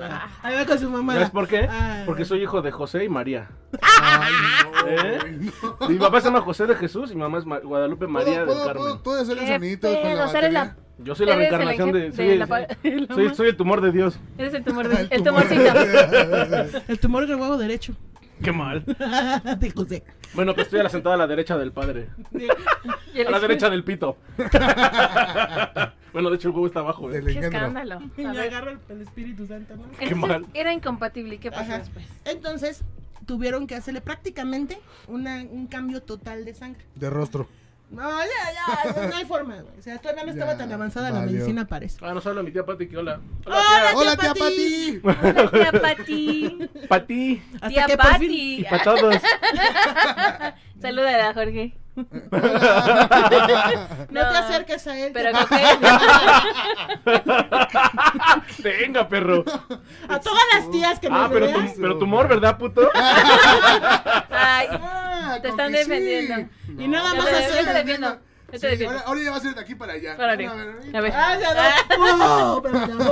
Speaker 5: ah,
Speaker 2: Ah.
Speaker 5: Ahí va con su mamá.
Speaker 3: ¿Sabes por qué?
Speaker 5: Ah.
Speaker 3: Porque soy hijo de José y María.
Speaker 4: Ay, no,
Speaker 3: ¿Eh?
Speaker 4: güey, no.
Speaker 3: Mi papá se llama José de Jesús y mi mamá es Ma- Guadalupe María
Speaker 4: ¿Puedo,
Speaker 3: del
Speaker 4: puedo, puedo,
Speaker 3: Carmen.
Speaker 4: puedo hacer el
Speaker 2: ¿Qué
Speaker 4: sonidito con la
Speaker 2: pedo? Sale la-
Speaker 4: batería?
Speaker 3: Yo soy la
Speaker 2: Eres el
Speaker 3: reencarnación
Speaker 2: eje-
Speaker 3: de... soy
Speaker 2: de
Speaker 3: el-
Speaker 2: la pa- la
Speaker 3: soy-
Speaker 2: ma-
Speaker 3: soy el tumor de Dios.
Speaker 2: Eres el tumor, de- el
Speaker 4: tumor.
Speaker 2: tumorcito.
Speaker 5: El tumor del huevo derecho.
Speaker 3: Qué mal.
Speaker 5: de José.
Speaker 3: Bueno, pues estoy a la sentada a la derecha del padre.
Speaker 2: Y el-
Speaker 3: A la derecha del pito. bueno, de hecho el huevo está abajo.
Speaker 4: Del
Speaker 3: ¿eh?
Speaker 2: Qué
Speaker 4: engendro.
Speaker 2: escándalo.
Speaker 5: Y
Speaker 2: A ver.
Speaker 5: agarro el, el Espíritu Santo, ¿no?
Speaker 3: Qué
Speaker 2: Entonces,
Speaker 3: mal.
Speaker 2: Era incompatible. ¿Y qué pasó
Speaker 5: Ajá.
Speaker 2: después?
Speaker 5: Entonces tuvieron que hacerle prácticamente una- un cambio total de sangre.
Speaker 4: De rostro.
Speaker 5: No, ya, ya, no hay forma, güey. O sea, todavía no estaba
Speaker 4: Ya,
Speaker 5: tan avanzada la
Speaker 4: valió.
Speaker 5: medicina para eso.
Speaker 3: Ah, nos habla mi tía Pati, que hola.
Speaker 5: Hola,
Speaker 4: ¡Hola,
Speaker 5: tía
Speaker 4: tía
Speaker 5: Pati!
Speaker 4: Pati!
Speaker 2: Hola, tía Pati.
Speaker 3: tía. Pati.
Speaker 5: Hasta
Speaker 2: Tía
Speaker 5: que por fin-
Speaker 2: Pati.
Speaker 3: Para todos.
Speaker 2: Salúdala, Jorge.
Speaker 5: no, te acerques a él.
Speaker 2: Pero
Speaker 5: tía
Speaker 2: creo
Speaker 5: Pati.
Speaker 2: que
Speaker 3: Venga, perro.
Speaker 5: a todas las tías que
Speaker 3: Ah,
Speaker 5: nos
Speaker 3: pero,
Speaker 5: veas.
Speaker 3: tu, pero tumor, ¿verdad, puto?
Speaker 2: Ay,
Speaker 4: Ah,
Speaker 2: Te
Speaker 4: con
Speaker 2: están
Speaker 4: que sí.
Speaker 2: defendiendo.
Speaker 5: Y nada
Speaker 2: yo
Speaker 5: más
Speaker 2: te- yo
Speaker 5: hacer.
Speaker 2: te defiendo. Yo te
Speaker 4: Sí,
Speaker 2: defiendo.
Speaker 4: ahora, ahora ya va a ser de aquí para allá.
Speaker 2: Órale.
Speaker 4: Bueno, a ver,
Speaker 2: A ver.
Speaker 5: Ah, ya no. Oh, pero ya no.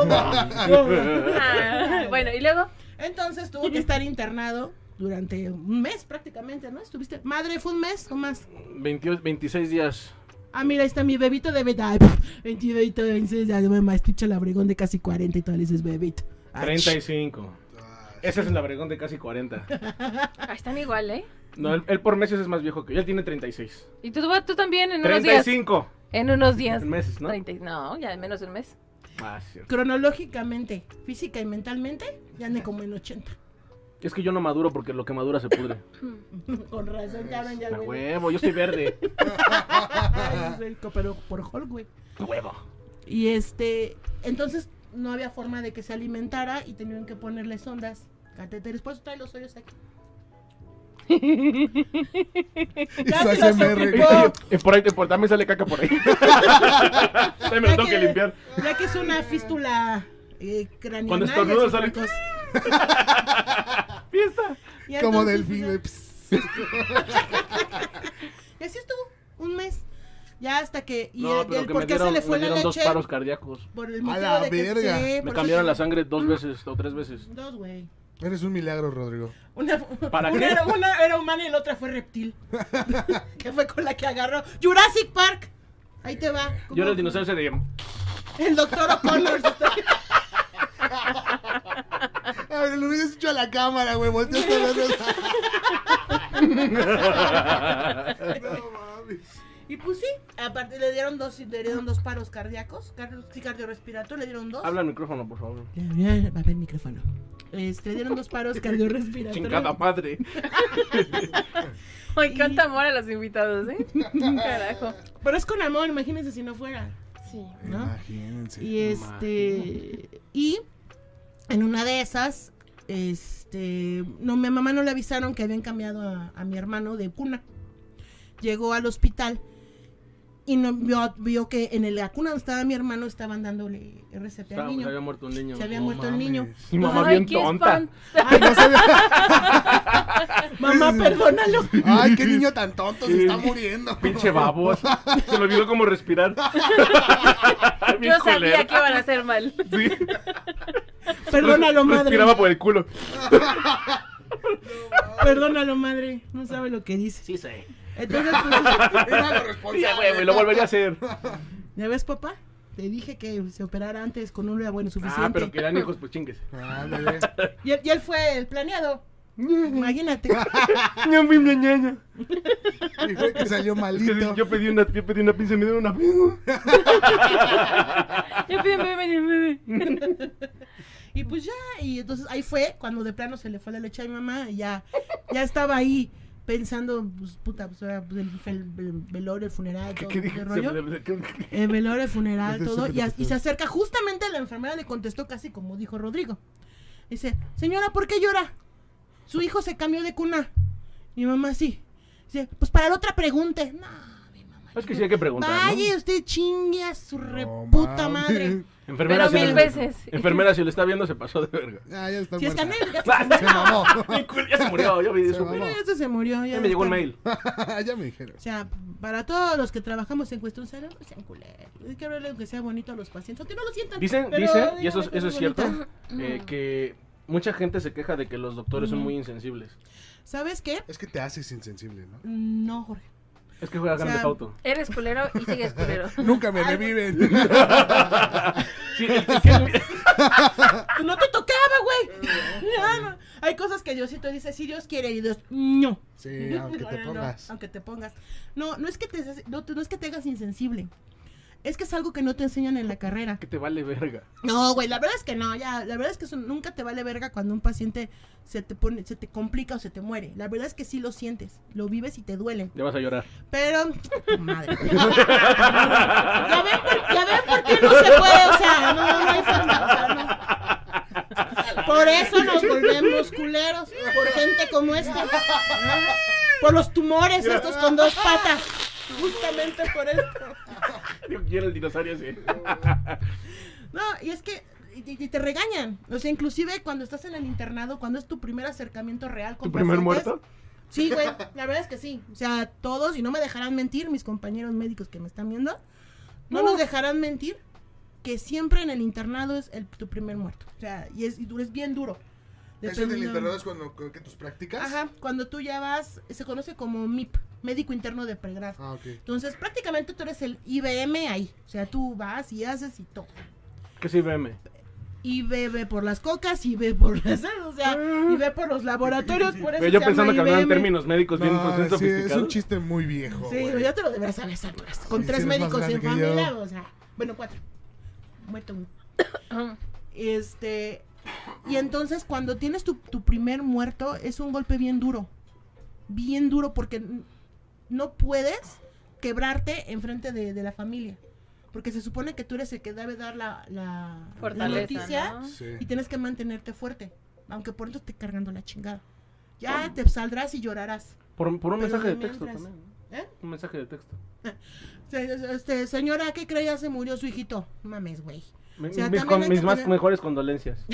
Speaker 2: Ah, bueno, y luego.
Speaker 5: Entonces tuvo que estar internado durante un mes prácticamente, ¿no? Estuviste. Madre, fue un mes o más.
Speaker 3: 20 26 días.
Speaker 5: Ah, mira, ahí está mi bebito de beta. Ay, 20, 20, 26, ya me más pinche labregón de casi 40 y todo le dices bebito. Ay,
Speaker 3: 35. Ese es el labregón de casi 40.
Speaker 2: Ah, están igual, ¿eh?
Speaker 3: No, él, él por meses es más viejo que yo. Él tiene 36.
Speaker 2: Y tú, tú también en unos días.
Speaker 3: 35.
Speaker 2: En unos días.
Speaker 3: En meses, ¿no?
Speaker 2: Treinta y- no, ya en menos de un mes.
Speaker 3: Ah, cierto.
Speaker 5: Cronológicamente, física y mentalmente, ya ande como en 80.
Speaker 3: Es que yo no maduro porque lo que madura se pudre.
Speaker 5: Con razón, cabrón, ya
Speaker 3: A
Speaker 5: güey.
Speaker 3: huevo, yo estoy verde.
Speaker 5: Ay, rico, Pero por Hulk, güey.
Speaker 3: A huevo.
Speaker 5: Y este, entonces no había forma de que se alimentara y tenían que ponerle sondas, catéteres. Por eso trae los hoyos aquí.
Speaker 4: Y
Speaker 5: Ya
Speaker 4: se
Speaker 5: se
Speaker 4: hace
Speaker 5: los
Speaker 4: merry.
Speaker 5: ocupó.
Speaker 3: Eh, por ahí, te- por, también sale caca por ahí. También me lo tengo que limpiar.
Speaker 5: Ya que es una fístula eh, craneal.
Speaker 3: Cuando estornudas sale- Fiesta.
Speaker 4: Como delfín. güey, pss.
Speaker 5: Y así estuvo un mes. Ya hasta que. Y
Speaker 3: No,
Speaker 5: el,
Speaker 3: pero
Speaker 5: el
Speaker 3: que
Speaker 5: por
Speaker 3: me
Speaker 5: qué
Speaker 3: dieron,
Speaker 5: se le
Speaker 3: me
Speaker 5: fue la
Speaker 3: dieron dos
Speaker 5: leche.
Speaker 3: paros cardíacos.
Speaker 5: Por el
Speaker 4: A
Speaker 5: motivo
Speaker 4: la
Speaker 5: de que
Speaker 4: verga.
Speaker 5: sí, por
Speaker 3: Me
Speaker 5: eso
Speaker 3: cambiaron
Speaker 5: te-
Speaker 3: la sangre dos veces o tres veces.
Speaker 5: Dos, güey.
Speaker 4: Eres un milagro, Rodrigo.
Speaker 5: Una,
Speaker 3: ¿Para
Speaker 5: una
Speaker 3: qué?
Speaker 5: Era, una era humana y la otra fue reptil. que fue con la que agarró. Jurassic Park. Ahí te va.
Speaker 3: Yo era el dinosaurio ese de...
Speaker 5: El doctor O'Connor.
Speaker 4: A ver, lo hubieras hecho a la cámara, güey. Volteaste a ver. No mames.
Speaker 5: y pues sí, aparte le dieron dos, le dieron dos paros cardíacos. Cardio, sí, cardiorrespiratorio, le dieron dos.
Speaker 3: Habla al micrófono, por favor.
Speaker 5: Ya, ya, Va a ver el micrófono. Este, le dieron dos paros cardiorrespiratorios.
Speaker 3: Chingada madre.
Speaker 2: Ay, cuánto amor a los invitados, ¿eh? Carajo.
Speaker 5: Pero es con amor, imagínense si no fuera.
Speaker 2: Sí.
Speaker 5: ¿No?
Speaker 4: Imagínense.
Speaker 5: Y este. Y en una de esas, este. No, mi mamá no le avisaron que habían cambiado a, a mi hermano de cuna. Llegó al hospital y no vio, vio que en el- la cuna donde estaba mi hermano estaban dándole RCP al
Speaker 3: Estaba- se
Speaker 5: niño.
Speaker 3: había muerto un niño.
Speaker 5: Se había
Speaker 4: No
Speaker 5: muerto el
Speaker 4: mames.
Speaker 5: niño.
Speaker 3: Mi mamá
Speaker 2: Ay,
Speaker 3: bien
Speaker 2: qué
Speaker 3: tonta.
Speaker 2: espanto.
Speaker 4: Ay, no sabía-
Speaker 5: Mamá, perdónalo.
Speaker 4: Ay, qué niño tan tonto se está muriendo.
Speaker 3: Pinche babos. Se me olvidó cómo respirar. Bien
Speaker 2: Yo sabía
Speaker 3: culera.
Speaker 2: que iban a hacer mal.
Speaker 3: Sí.
Speaker 5: Perdónalo, madre.
Speaker 3: Respiraba por el culo.
Speaker 5: Perdónalo, madre. No sabe lo que dice.
Speaker 3: Sí, sí.
Speaker 5: Entonces, pues,
Speaker 4: Era lo
Speaker 3: Ya, güey,
Speaker 4: responsable.
Speaker 3: güey, lo volvería a hacer.
Speaker 5: ¿ya ves, papá? Te dije que se operara antes con un bueno suficiente.
Speaker 3: Ah, pero que eran hijos, pues chingues.
Speaker 4: Ándale.
Speaker 5: Y él, y él fue el planeado. Imagínate.
Speaker 4: Y fue que salió malito.
Speaker 3: Yo pedí una, yo pedí una pinza y me dieron una pinza.
Speaker 2: Yo pedí un bebé, un bebé.
Speaker 5: Y pues ya, y entonces ahí fue cuando de plano se le fue la leche a mi mamá y ya, ya estaba ahí pensando, pues puta, pues era pues, el, el- el velorio, el funeral, todo
Speaker 3: ¿Qué
Speaker 5: ese
Speaker 3: dije? Se
Speaker 5: rollo.
Speaker 3: me- ¿qué- qué-
Speaker 5: El velorio, eh, el funeral, todo. Y, a- y se acerca justamente la enfermera, le contestó casi como dijo Rodrigo. Dice, señora, ¿por qué llora? Su hijo se cambió de cuna. Mi mamá sí. Dice, pues para la otra pregunta. No, mi mamá
Speaker 3: Es que sí hay que preguntar. ¿no?
Speaker 5: Vaya, usted chingue a su
Speaker 4: No
Speaker 5: reputa
Speaker 4: mames.
Speaker 5: madre.
Speaker 3: Enfermera, si
Speaker 2: Pero
Speaker 3: lo-
Speaker 2: mil veces.
Speaker 3: Enfermera, si lo está viendo, se pasó de verga.
Speaker 4: Ah, ya está
Speaker 5: Si es
Speaker 4: muerta.
Speaker 5: Canel, ya,
Speaker 4: Se mamó.
Speaker 3: Ya se murió, ya vi
Speaker 4: Se
Speaker 3: eso.
Speaker 4: mamó.
Speaker 5: no, ya se, se murió. Ya
Speaker 3: Ya me llegó un
Speaker 5: está.
Speaker 3: mail.
Speaker 4: ya me dijeron.
Speaker 5: O sea, para todos los que trabajamos en cuestión cero, no sean culeros. Hay que hablarle aunque sea bonito a los pacientes, aunque no lo sientan.
Speaker 3: Dicen,
Speaker 5: pero
Speaker 3: dicen, y
Speaker 5: díganle
Speaker 3: eso, es-
Speaker 5: cosas
Speaker 3: eso es cierto,
Speaker 5: bonitas.
Speaker 3: eh, que mucha gente se queja de que los doctores son muy insensibles.
Speaker 5: ¿Sabes qué?
Speaker 4: Es que te haces insensible, ¿no?
Speaker 5: No, Jorge.
Speaker 3: Es que juega
Speaker 5: O sea,
Speaker 3: grande pauto.
Speaker 2: Eres culero y sigues culero.
Speaker 4: Nunca me reviven.
Speaker 3: Sí, el- el que es mi-
Speaker 5: Pues No te tocaba, güey. Ya, no. Hay cosas que Diosito dice, si Dios quiere, y Dios, no.
Speaker 4: sí, aunque te
Speaker 5: No,
Speaker 4: pongas.
Speaker 5: aunque te pongas. No, no es que te, seas- no, te- no es que te hagas insensible. Es que es algo que no te enseñan en la carrera.
Speaker 3: que te vale verga.
Speaker 5: No, güey, la verdad es que no, ya, la verdad es que eso nunca te vale verga cuando un paciente se te pone, se te complica o se te muere. La verdad es que sí lo sientes, lo vives y te duele.
Speaker 3: Ya vas a llorar.
Speaker 5: Pero, tu madre. ya, ven por, ya ven por qué no se puede, o sea, no, no, no hay forma, o sea, no. Por eso nos volvemos culeros, por gente como esta. Por los tumores estos con dos patas. Justamente por esto.
Speaker 3: Yo quiero el dinosaurio sí.
Speaker 5: No, y es que y, y te regañan. O sea, inclusive cuando estás en el internado, cuando es tu primer acercamiento real con
Speaker 3: ¿Tu primer
Speaker 5: pacientes-
Speaker 3: muerto?
Speaker 5: Sí, güey, la verdad es que sí. O sea, todos, y no me dejarán mentir, mis compañeros médicos que me están viendo, no nos dejarán mentir que siempre en el internado es el, tu primer muerto. O sea, y es, y du- es bien duro.
Speaker 4: Eso del
Speaker 5: Dependiendo-
Speaker 4: internado es cuando con que tus prácticas.
Speaker 5: Ajá, cuando tú ya vas, se conoce como MIP, médico interno de pregrado.
Speaker 4: Ah, ok.
Speaker 5: Entonces, prácticamente tú eres el IBM ahí. O sea, tú vas y haces y todo.
Speaker 3: Que sí, veme.
Speaker 5: y bebe por las cocas y ve por las o sea,
Speaker 4: Ah.
Speaker 5: y ve por los laboratorios, por eso
Speaker 3: Yo
Speaker 5: se
Speaker 3: pensando
Speaker 5: llama
Speaker 3: que hablaban
Speaker 5: IBM.
Speaker 3: términos médicos bien pues,
Speaker 4: No,
Speaker 3: bien
Speaker 4: sí, es un
Speaker 3: sofisticados.
Speaker 4: chiste muy viejo.
Speaker 5: Sí,
Speaker 4: Oh, güey.
Speaker 5: ya te lo deberás saber, Salvas. Con
Speaker 4: Sí,
Speaker 5: tres
Speaker 4: sí, eres más
Speaker 5: médicos en
Speaker 4: grande que yo.
Speaker 5: familia, o sea, bueno, cuatro. Muerto uno. Este, y entonces cuando tienes tu, tu primer muerto es un golpe bien duro. Bien duro porque n- no puedes quebrarte enfrente de, de la familia. Porque se supone que tú eres el que debe dar la, la, la
Speaker 2: Fortaleza,
Speaker 5: noticia
Speaker 2: ¿no?
Speaker 4: Sí.
Speaker 5: y tienes que mantenerte fuerte, aunque por dentro esté cargando la chingada. Ya te saldrás y llorarás.
Speaker 3: Por, por un
Speaker 5: Pero
Speaker 3: mensaje de
Speaker 5: de
Speaker 3: texto
Speaker 5: mientras-
Speaker 3: también. ¿no?
Speaker 5: ¿Eh?
Speaker 3: Un mensaje de texto.
Speaker 5: Se- Este, señora, ¿qué creía? Se murió su hijito. No Mames, güey.
Speaker 3: Mi-
Speaker 5: sea,
Speaker 3: mis
Speaker 5: también
Speaker 3: con-
Speaker 5: hay que
Speaker 3: mis más
Speaker 5: tener-
Speaker 3: mejores condolencias.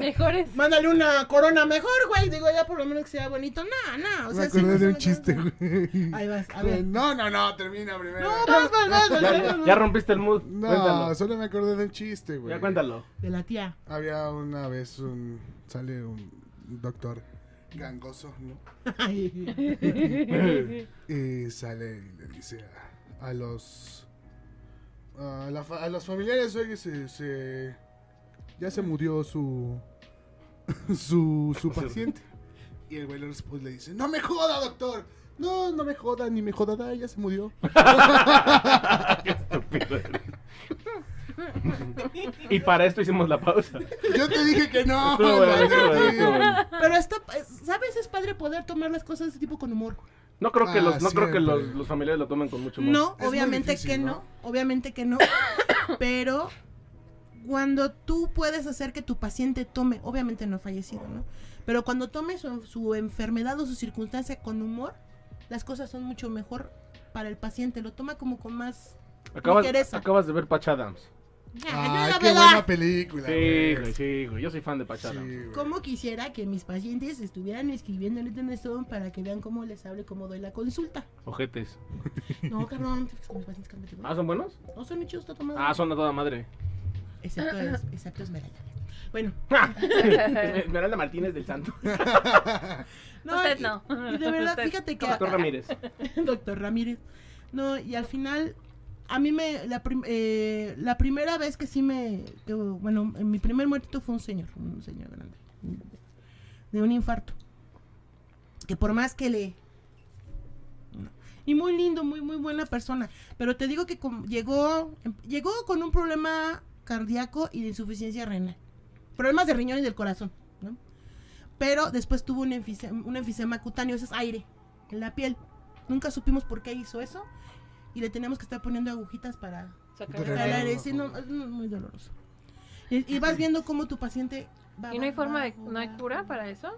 Speaker 2: Mejores.
Speaker 5: Mándale una corona mejor, güey. Digo, ya por lo menos que sea bonito. No, no. O
Speaker 4: Me
Speaker 5: sea, sí,
Speaker 4: acordé
Speaker 5: no
Speaker 4: de un
Speaker 5: se-
Speaker 4: chiste, güey.
Speaker 5: Ahí vas, a ver.
Speaker 4: No, no, no, termina primero.
Speaker 5: No, vas, vas, vas, vas,
Speaker 3: Ya,
Speaker 5: vas,
Speaker 3: ya,
Speaker 5: vas.
Speaker 3: ya rompiste el mood.
Speaker 4: No,
Speaker 3: cuéntalo.
Speaker 4: solo me acordé de un chiste, güey.
Speaker 3: Ya cuéntalo.
Speaker 5: De la tía.
Speaker 4: Había una vez un. Sale un doctor gangoso, ¿no?
Speaker 5: Ay.
Speaker 4: Y sale y le dice a, a los. A, la fa- a los familiares, oye, se, se- Ya se murió su. Su, su paciente. Y el güey le responde, le dice: ¡No me joda, doctor! No, no me joda, ni me joda, nada, ya se murió.
Speaker 3: Ah, Qué estúpido eres. y para esto hicimos la pausa.
Speaker 4: Yo te dije que no.
Speaker 3: Estuvo bueno,
Speaker 4: maldito.
Speaker 3: estuvo bueno, estuvo bueno.
Speaker 5: Pero está, ¿sabes? Es padre poder tomar las cosas de ese tipo con humor.
Speaker 3: No creo que
Speaker 4: Ah,
Speaker 3: los, no creo que
Speaker 4: siempre.
Speaker 3: los, los familiares lo tomen con mucho humor.
Speaker 5: No,
Speaker 4: Es muy
Speaker 5: obviamente
Speaker 4: difícil,
Speaker 5: que no,
Speaker 4: ¿no?
Speaker 5: obviamente que no. pero cuando tú puedes hacer que tu paciente tome, obviamente no fallecido, ¿no? Pero cuando tome su, su enfermedad o su circunstancia con humor, las cosas son mucho mejor para el paciente. Lo toma como con más...
Speaker 3: Acabas,
Speaker 5: interesa.
Speaker 3: acabas de ver Patch Adams.
Speaker 5: Ah,
Speaker 4: Ay,
Speaker 5: yo la
Speaker 4: qué
Speaker 5: verdad,
Speaker 4: buena película.
Speaker 3: Sí, güey, sí, güey. Yo soy fan de Patch
Speaker 4: Sí,
Speaker 3: Adams.
Speaker 4: güey.
Speaker 5: ¿Cómo quisiera que mis pacientes estuvieran escribiendo ahorita en Zoom para que vean cómo les hablo y cómo doy la consulta?
Speaker 3: Ojetes.
Speaker 5: No, cabrón, te fijas con mis pacientes, cálmate, güey.
Speaker 3: Ah, ¿son buenos?
Speaker 5: No son hechos, está tomando.
Speaker 3: Ah, son a toda madre.
Speaker 5: Excepto, excepto Esmeralda. Bueno,
Speaker 3: Esmeralda Martínez del Santo.
Speaker 2: Usted no.
Speaker 5: Y de verdad,
Speaker 2: Usted-
Speaker 5: fíjate que
Speaker 3: Doctor Ramírez.
Speaker 5: Doctor Ramírez. No, y al final, a mí me. La, prim- eh, la primera vez que sí me. que, bueno, en mi primer muertito fue un señor, un señor grande. De un infarto. Que por más que le. no. Y muy lindo, muy, muy buena persona. Pero te digo que com- llegó, em- llegó con un problema cardíaco y de insuficiencia renal. Problemas de riñón y del corazón, ¿no? Pero después tuvo un enfisema, un enfisema cutáneo, eso es aire, en la piel. Nunca supimos por qué hizo eso. Y le teníamos que estar poniendo agujitas para
Speaker 4: Pero
Speaker 5: jalar
Speaker 4: no,
Speaker 5: ese, no, es muy doloroso. Y, y vas viendo cómo tu paciente va.
Speaker 2: ¿Y no hay
Speaker 5: va,
Speaker 2: forma de,
Speaker 5: va,
Speaker 2: no hay
Speaker 5: va,
Speaker 2: cura
Speaker 5: va.
Speaker 2: para eso?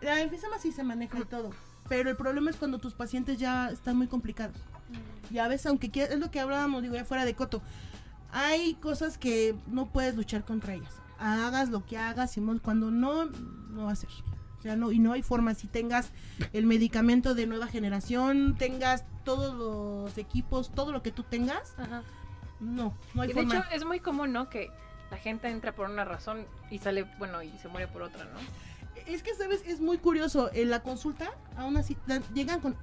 Speaker 5: La enfisema sí se maneja y todo. Pero el problema es cuando tus pacientes ya están muy complicados. Y a veces, aunque quieras, es lo que hablábamos, digo, ya fuera de coto, hay cosas que no puedes luchar contra ellas. Hagas lo que hagas, y mo- cuando no, no va a ser. O sea, no, y no hay forma, si tengas el medicamento de nueva generación, tengas todos los equipos, todo lo que tú tengas,
Speaker 2: Ajá.
Speaker 5: no, no hay
Speaker 2: Y de
Speaker 5: forma.
Speaker 2: hecho, es muy común, ¿no? Que la gente entra por una razón y sale, bueno, y se muere por otra, ¿no?
Speaker 5: Es que, ¿sabes? Es muy curioso. En la consulta, aún así, la- llegan con...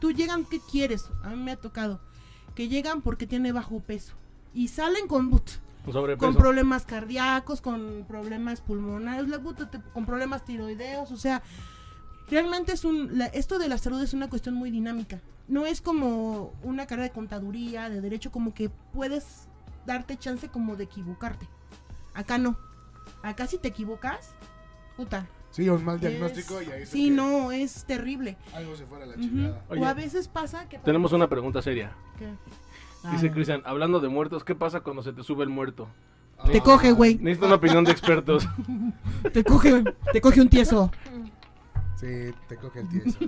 Speaker 5: Tú llegan, ¿qué quieres? A mí me ha tocado. Que llegan porque tiene bajo peso. Y salen con... but,
Speaker 3: Un sobrepeso.
Speaker 5: con problemas cardíacos, con problemas pulmonares, la puta, te- con problemas tiroideos, o sea, realmente es un la- esto de la salud es una cuestión muy dinámica. No es como una carrera de contaduría, de derecho, como que puedes darte chance como de equivocarte. Acá no. Acá si te equivocas, puta.
Speaker 4: Sí, un mal
Speaker 5: es-
Speaker 4: diagnóstico y ahí se
Speaker 5: Sí,
Speaker 4: que
Speaker 5: no, es terrible.
Speaker 4: Algo se fuera a la
Speaker 5: Ujú.
Speaker 4: chingada.
Speaker 3: Oye.
Speaker 5: O a veces pasa que
Speaker 3: Tenemos una pregunta seria.
Speaker 5: ¿Qué?
Speaker 3: Dice
Speaker 5: Ah.
Speaker 3: Cristian, hablando de muertos, ¿qué pasa cuando se te sube el muerto?
Speaker 4: Ah,
Speaker 5: te coge, güey.
Speaker 3: Necesito una opinión de expertos.
Speaker 5: Te coge, te coge un tieso.
Speaker 4: Sí, te coge el tieso.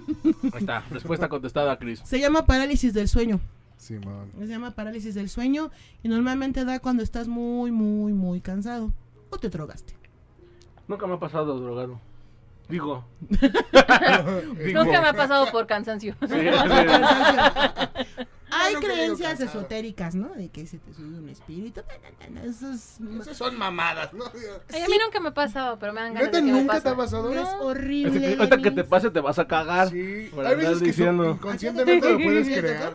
Speaker 3: Ahí está, respuesta contestada, Chris.
Speaker 5: Se llama parálisis del sueño.
Speaker 4: Simón.
Speaker 5: Se llama parálisis del sueño y normalmente da cuando estás muy, muy, muy cansado o te drogaste.
Speaker 3: Nunca me ha pasado drogado. Digo. Digo.
Speaker 2: Nunca me ha pasado por cansancio.
Speaker 3: Sí, sí.
Speaker 5: Hay
Speaker 4: Ah, no creo
Speaker 5: creencias
Speaker 4: cansado.
Speaker 5: esotéricas, ¿no? De que se te sube un espíritu. ta, ta, ta, ta, Eso es,
Speaker 4: Esas son mamadas, ¿no?
Speaker 2: Ay, a mí nunca me ha pasado, pero me dan ganas
Speaker 4: ¿Neta
Speaker 2: de que me
Speaker 4: nunca te
Speaker 2: pase.
Speaker 4: ha pasado?
Speaker 3: Ah,
Speaker 4: Ah,
Speaker 5: es horrible.
Speaker 3: Este, Ahorita que te
Speaker 5: Denis.
Speaker 3: pase te vas a cagar.
Speaker 4: Sí,
Speaker 3: Por
Speaker 4: hay
Speaker 3: andar
Speaker 4: veces que
Speaker 3: diciendo.
Speaker 4: son- inconscientemente lo puedes crear.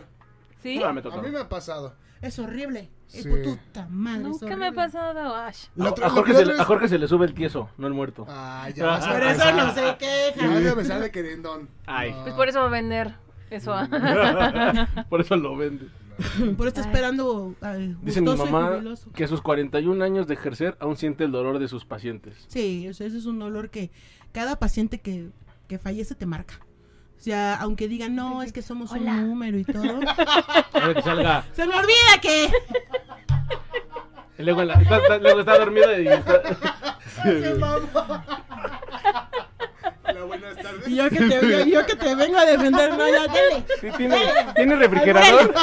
Speaker 2: ¿Sí?
Speaker 3: No, me tocó.
Speaker 4: A mí me ha pasado.
Speaker 5: Es horrible. Es
Speaker 4: Sí.
Speaker 5: puta madre. Ah, es
Speaker 2: Nunca me ha
Speaker 5: horrible.
Speaker 2: pasado, Ash.
Speaker 4: La otra-
Speaker 3: a,
Speaker 4: lo
Speaker 3: Jorge
Speaker 4: que la
Speaker 3: se
Speaker 4: otra
Speaker 3: le, a
Speaker 4: vez-
Speaker 3: Jorge se le sube el tieso, no el muerto.
Speaker 4: Ah, ya vas a
Speaker 5: Por eso no
Speaker 4: empezar.
Speaker 5: se
Speaker 4: Ya vas a
Speaker 5: queja.
Speaker 4: empezar de querendón.
Speaker 3: Ay.
Speaker 4: No.
Speaker 2: Pues por eso va a vender eso. ah.
Speaker 3: Por eso lo vende.
Speaker 5: Por eso está
Speaker 2: Ay.
Speaker 5: esperando. ay,
Speaker 3: Dice mi
Speaker 5: gustoso y
Speaker 3: mamá
Speaker 5: jubiloso.
Speaker 3: que a sus 41 años de ejercer aún siente el dolor de sus pacientes.
Speaker 5: Sí, o sea, ese es un dolor que cada paciente que, que fallece te marca. O sea, aunque digan, no, es que somos
Speaker 2: Hola.
Speaker 5: un número y todo.
Speaker 3: Ahora que salga.
Speaker 5: ¡Se me olvida que!
Speaker 3: Y Luego, en la- está, está- luego está dormida y está-
Speaker 4: Se mamó. Hola, buenas tardes.
Speaker 5: Y yo que te, yo, yo que te vengo a defender, no, ya dale.
Speaker 3: Sí, ¿Tiene, tiene refrigerador?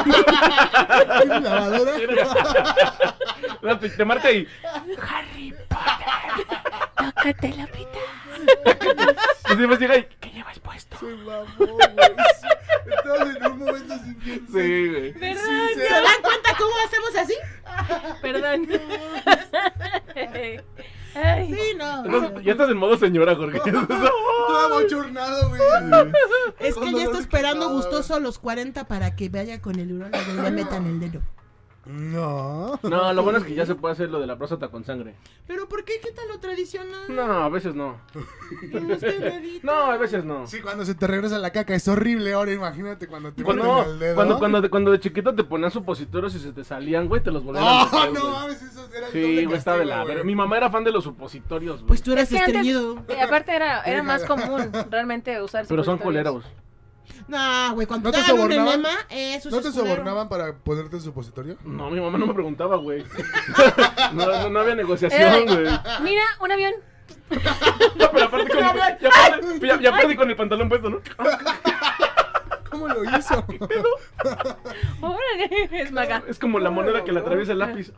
Speaker 4: ¿Tiene lavadora?
Speaker 3: No, te, te marca y
Speaker 2: Harry Potter, tócate la pita.
Speaker 3: y después llega y ¿qué llevas puesto?
Speaker 4: Se mamó, güey. Estabas en un momento sin
Speaker 3: Sí, güey.
Speaker 2: Perdón,
Speaker 5: ¿Se dan cuenta cómo hacemos así?
Speaker 2: perdón. Ay.
Speaker 5: Sí, no.
Speaker 3: Entonces, ya estás en modo señora, Jorge.
Speaker 4: Estaba bochornado, güey.
Speaker 5: Es que ya está esperando
Speaker 4: No,
Speaker 5: gustoso a los 40 para que vaya con el urólogo y le metan el dedo.
Speaker 4: No.
Speaker 3: No, lo bueno es que ya se puede hacer lo de la próstata con sangre.
Speaker 5: ¿Pero por qué? ¿Qué tal lo tradicional?
Speaker 3: No, a veces no.
Speaker 5: Unos dedos.
Speaker 3: No, a veces no.
Speaker 4: Sí, cuando se te regresa la caca es horrible. Ahora imagínate cuando te
Speaker 3: Cuando,
Speaker 4: meten el dedo.
Speaker 3: cuando, cuando, de, cuando de chiquito te ponían supositorios y se te salían, güey, te los volvían a
Speaker 4: Oh,
Speaker 3: meter,
Speaker 4: no
Speaker 3: güey.
Speaker 4: mames, eso era el
Speaker 3: Sí,
Speaker 4: doble
Speaker 3: güey, está de
Speaker 4: castigo,
Speaker 3: la
Speaker 4: güey.
Speaker 3: verga. Mi mamá era fan de los supositorios, güey.
Speaker 5: Pues tú eres
Speaker 2: Es que antes-
Speaker 5: estreñido.
Speaker 2: eh, aparte era, era más común realmente usar
Speaker 3: Pero son
Speaker 2: supositorios.
Speaker 3: culeros.
Speaker 5: No, güey, cuando
Speaker 4: ¿No
Speaker 5: te
Speaker 4: te
Speaker 5: hagan un
Speaker 4: sobornaban?
Speaker 5: enema, eso sí
Speaker 4: ¿No te
Speaker 5: es culero.
Speaker 4: sobornaban para ponerte el supositorio?
Speaker 3: No, mi mamá no me preguntaba, güey. No, no, no había
Speaker 2: Era de-
Speaker 3: negociación, güey.
Speaker 2: Mira, un avión.
Speaker 3: No, pero aparte con, ya, aparte- ya- ya aparte con el pantalón puesto, ¿no?
Speaker 4: ¿Cómo lo hizo?
Speaker 2: Órale, es maga.
Speaker 3: Es como la moneda que le atraviesa el lápiz.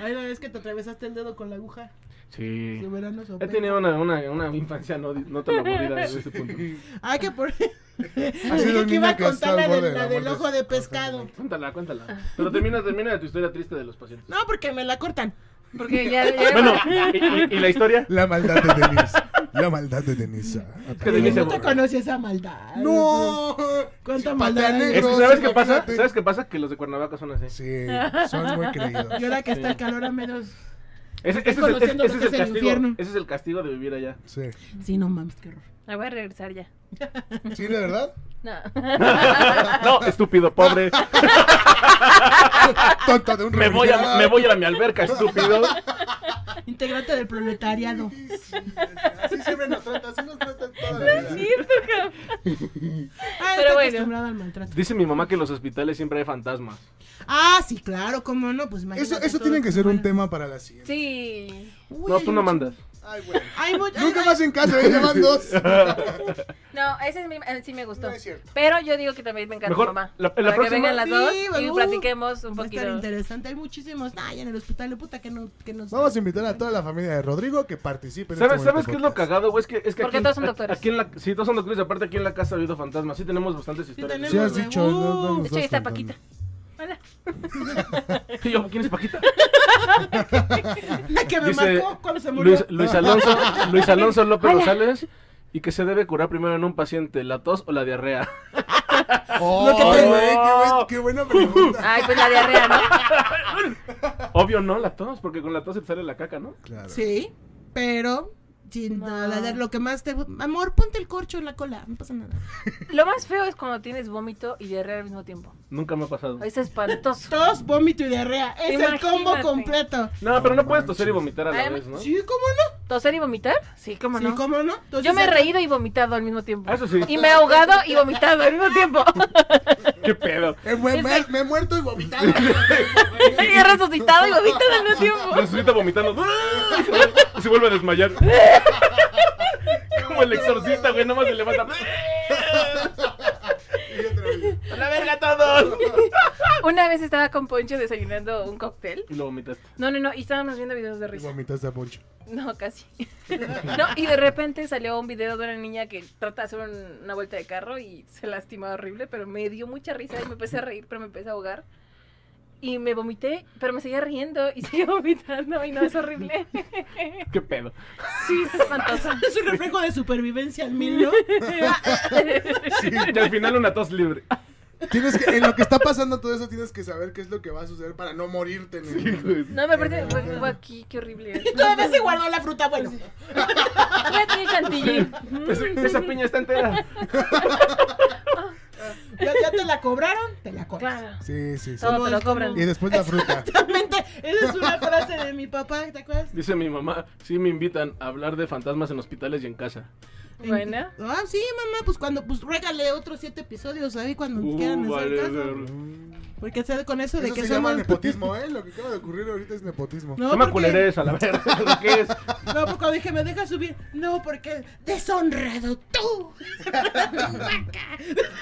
Speaker 5: Ay, la vez que te atravesaste el dedo con la aguja.
Speaker 3: Sí.
Speaker 5: Si hubiera, no
Speaker 3: He
Speaker 5: sope.
Speaker 3: tenido una, una, una infancia no, no tan aburrida desde este punto.
Speaker 5: Ah, que por.
Speaker 4: sido
Speaker 5: Dije
Speaker 4: un
Speaker 5: que iba
Speaker 4: niño
Speaker 5: a
Speaker 4: que ha
Speaker 5: contar
Speaker 4: estado
Speaker 5: la,
Speaker 4: al borde
Speaker 5: del-
Speaker 4: de
Speaker 5: la
Speaker 4: la
Speaker 5: del
Speaker 4: muerte.
Speaker 5: ojo de pescado.
Speaker 3: Cuéntala, cuéntala. Pero termina, termina de tu historia triste de los pacientes.
Speaker 5: No, porque me la cortan.
Speaker 2: Porque ya, ya-
Speaker 3: Bueno, ¿y, y- y la historia?
Speaker 4: La maldad de Denise. La maldad de Denise.
Speaker 3: que Denise se
Speaker 5: No te
Speaker 3: borra.
Speaker 5: conoces esa maldad.
Speaker 4: ¡No!
Speaker 5: Cuánta
Speaker 4: Sí,
Speaker 5: maldad
Speaker 4: patea
Speaker 5: hay.
Speaker 4: negro,
Speaker 3: Es que,
Speaker 4: sí,
Speaker 3: ¿sabes qué pasa?
Speaker 4: imagínate.
Speaker 3: ¿Sabes qué pasa? Que los de Cuernavaca son así.
Speaker 4: Sí, son muy creídos.
Speaker 5: Y ahora que está el calor a menos.
Speaker 3: Ese, ese es, el, ese-
Speaker 5: conociendo
Speaker 3: ese
Speaker 5: lo
Speaker 3: es
Speaker 5: que
Speaker 3: el
Speaker 5: es el
Speaker 3: castigo.
Speaker 5: infierno.
Speaker 3: Ese es el castigo de vivir allá.
Speaker 4: Sí.
Speaker 5: Sí, no mames, qué horror.
Speaker 2: Me voy a regresar ya.
Speaker 4: ¿Sí, de verdad?
Speaker 2: No.
Speaker 3: No, estúpido, pobre.
Speaker 4: Tonto de un
Speaker 3: Me voy a,
Speaker 4: refrigerador.
Speaker 3: me voy a, ir a mi alberca, estúpido.
Speaker 5: Integrante del proletariado.
Speaker 4: Así siempre nos tratan, así nos tratan toda la vida.
Speaker 2: Cierto, cabrón.
Speaker 5: Ah,
Speaker 2: Pero
Speaker 5: está
Speaker 2: bueno.
Speaker 5: acostumbrado al maltrato.
Speaker 3: Dice mi mamá que en los hospitales siempre hay fantasmas.
Speaker 5: Ah, sí, claro, cómo no, pues imagínate.
Speaker 4: Eso, eso
Speaker 5: todo
Speaker 4: tiene que ser un
Speaker 5: bueno.
Speaker 4: tema para la siguiente.
Speaker 2: Sí. Ah,
Speaker 5: Uy,
Speaker 3: No,
Speaker 5: hay
Speaker 3: tú no
Speaker 5: mucho-
Speaker 3: mandas.
Speaker 4: Ay, bueno.
Speaker 5: Hay much- hay-
Speaker 4: Nunca
Speaker 5: hay-
Speaker 4: más en casa, ¿eh? llevan dos.
Speaker 2: No, ese es mi, eh, sí me gustó.
Speaker 4: No es cierto.
Speaker 2: Pero yo digo que también me encanta
Speaker 3: Mejor
Speaker 2: tu mamá.
Speaker 3: la- la
Speaker 2: para que
Speaker 3: próxima-
Speaker 2: vengan las
Speaker 5: Sí,
Speaker 2: dos y
Speaker 5: uh,
Speaker 2: platiquemos un
Speaker 5: Va a estar
Speaker 2: poquito.
Speaker 5: interesante. Hay muchísimos. Ay, en el hospital, puta, que nos. Que nos
Speaker 4: Vamos a invitar a toda la familia de Rodrigo que participe. en
Speaker 3: ¿Sabes,
Speaker 4: este
Speaker 3: ¿Sabes
Speaker 4: bonito
Speaker 3: qué es lo
Speaker 4: podcast.
Speaker 3: cagado, güey? Es que, es que
Speaker 2: Porque
Speaker 3: aquí,
Speaker 2: todos son
Speaker 3: a-
Speaker 2: doctores.
Speaker 3: Aquí en la, sí, todos son doctores. Aparte, aquí en la casa ha habido fantasmas. Sí, tenemos bastantes historias.
Speaker 5: tenemos,
Speaker 4: Sí, has
Speaker 5: güey.
Speaker 4: dicho. no, no,
Speaker 5: Uh,
Speaker 4: nos
Speaker 2: De hecho,
Speaker 4: vas
Speaker 2: ahí está
Speaker 4: contando.
Speaker 2: Paquita. Hola.
Speaker 3: Y yo, ¿Quién es Paquita?
Speaker 5: La que me
Speaker 3: Dice
Speaker 5: marcó cuando se murió. Ah.
Speaker 3: Luis, Luis Alonso, Luis Alonso López
Speaker 2: Hola.
Speaker 3: Rosales. Y que se debe curar primero en un paciente, la tos o la diarrea.
Speaker 4: Oh,
Speaker 5: que te-
Speaker 4: güey, qué, buen- qué buena pregunta.
Speaker 2: Ay, pues la diarrea, ¿no?
Speaker 3: Obvio no, la tos, porque con la tos se te sale la caca, ¿no?
Speaker 4: Claro. Eh,
Speaker 5: Sí, pero. Sin
Speaker 2: No.
Speaker 5: nada, de lo que más te. Amor, ponte el corcho en la cola. No pasa nada.
Speaker 2: Lo más feo es cuando tienes vómito y diarrea al mismo tiempo.
Speaker 3: Nunca me ha pasado.
Speaker 2: Es espantoso.
Speaker 5: Tos, vómito y diarrea. Es el combo
Speaker 2: Imagínate.
Speaker 5: completo.
Speaker 3: No, pero no puedes toser y vomitar a la
Speaker 2: Ay,
Speaker 3: vez, ¿no?
Speaker 5: Sí, ¿cómo
Speaker 2: ¿Toser y vomitar? Sí, cómo
Speaker 5: no?
Speaker 2: no.
Speaker 5: Sí, ¿cómo no? Entonces,
Speaker 2: Yo me he
Speaker 5: saca-
Speaker 2: reído y vomitado al mismo tiempo.
Speaker 3: Ah, Eso sí.
Speaker 2: Y me he ahogado y vomitado al mismo tiempo.
Speaker 3: ¿Qué pedo?
Speaker 4: Eh, güey, me, me he muerto y vomitado.
Speaker 2: y he resucitado y vomitado al mismo tiempo.
Speaker 3: Resucita vomitando. ¡Ah! Y se vuelve- y se vuelve a desmayar. Como el exorcista, güey, nomás se levanta.
Speaker 4: Y otra vez.
Speaker 3: ¡A la verga todos!
Speaker 2: Una vez estaba con Poncho desayunando un cóctel.
Speaker 3: Y lo vomitaste.
Speaker 2: No, no, no. Y estábamos viendo videos de
Speaker 4: Y
Speaker 2: risa.
Speaker 4: vomitaste a Poncho.
Speaker 2: No, casi. no, y de repente salió un video de una niña que trata de hacer un- una vuelta de carro y se lastimó horrible, pero me dio mucha risa y me empecé a reír, pero me empecé a ahogar. Y me vomité, pero me seguía riendo y seguía vomitando y no, es horrible.
Speaker 3: ¿Qué pedo?
Speaker 2: sí, es espantoso.
Speaker 5: Es un reflejo de supervivencia al mil, ¿no?
Speaker 3: Sí, y al final una tos libre.
Speaker 4: Tienes que, en lo que está pasando todo eso, tienes que saber qué es lo que va a suceder para no morirte. ¿no?
Speaker 2: No, me parece, fue- fue aquí, qué horrible.
Speaker 5: Y todavía se guardó la fruta, bueno.
Speaker 2: Voy a tener chantilly.
Speaker 3: Esa, Pues, esa piña está entera.
Speaker 5: Ya, ya te la cobraron, te la cobras.
Speaker 2: Claro.
Speaker 4: Sí, sí, sí.
Speaker 2: Todo te lo cobran.
Speaker 4: Y después la fruta.
Speaker 5: Exactamente, esa es una frase de mi papá, ¿te acuerdas?
Speaker 3: Dice mi mamá, sí me invitan a hablar de fantasmas en hospitales y en casa.
Speaker 2: Bueno.
Speaker 5: Ah, sí, mamá, pues cuando, pues ruégale otros siete episodios ahí cuando
Speaker 3: Uh,
Speaker 5: quieran hacer
Speaker 3: vale,
Speaker 5: caso.
Speaker 3: verga.
Speaker 4: Mm.
Speaker 5: Porque sea con eso de
Speaker 4: Eso
Speaker 5: que
Speaker 4: se llama
Speaker 5: somos...
Speaker 4: nepotismo, ¿eh? Lo que acaba de ocurrir ahorita es nepotismo.
Speaker 5: No,
Speaker 3: ¿Qué me
Speaker 5: porque...
Speaker 3: culeres a la verga? ¿Lo que es?
Speaker 5: No, porque cuando dije, me deja subir. No, porque deshonrado tú.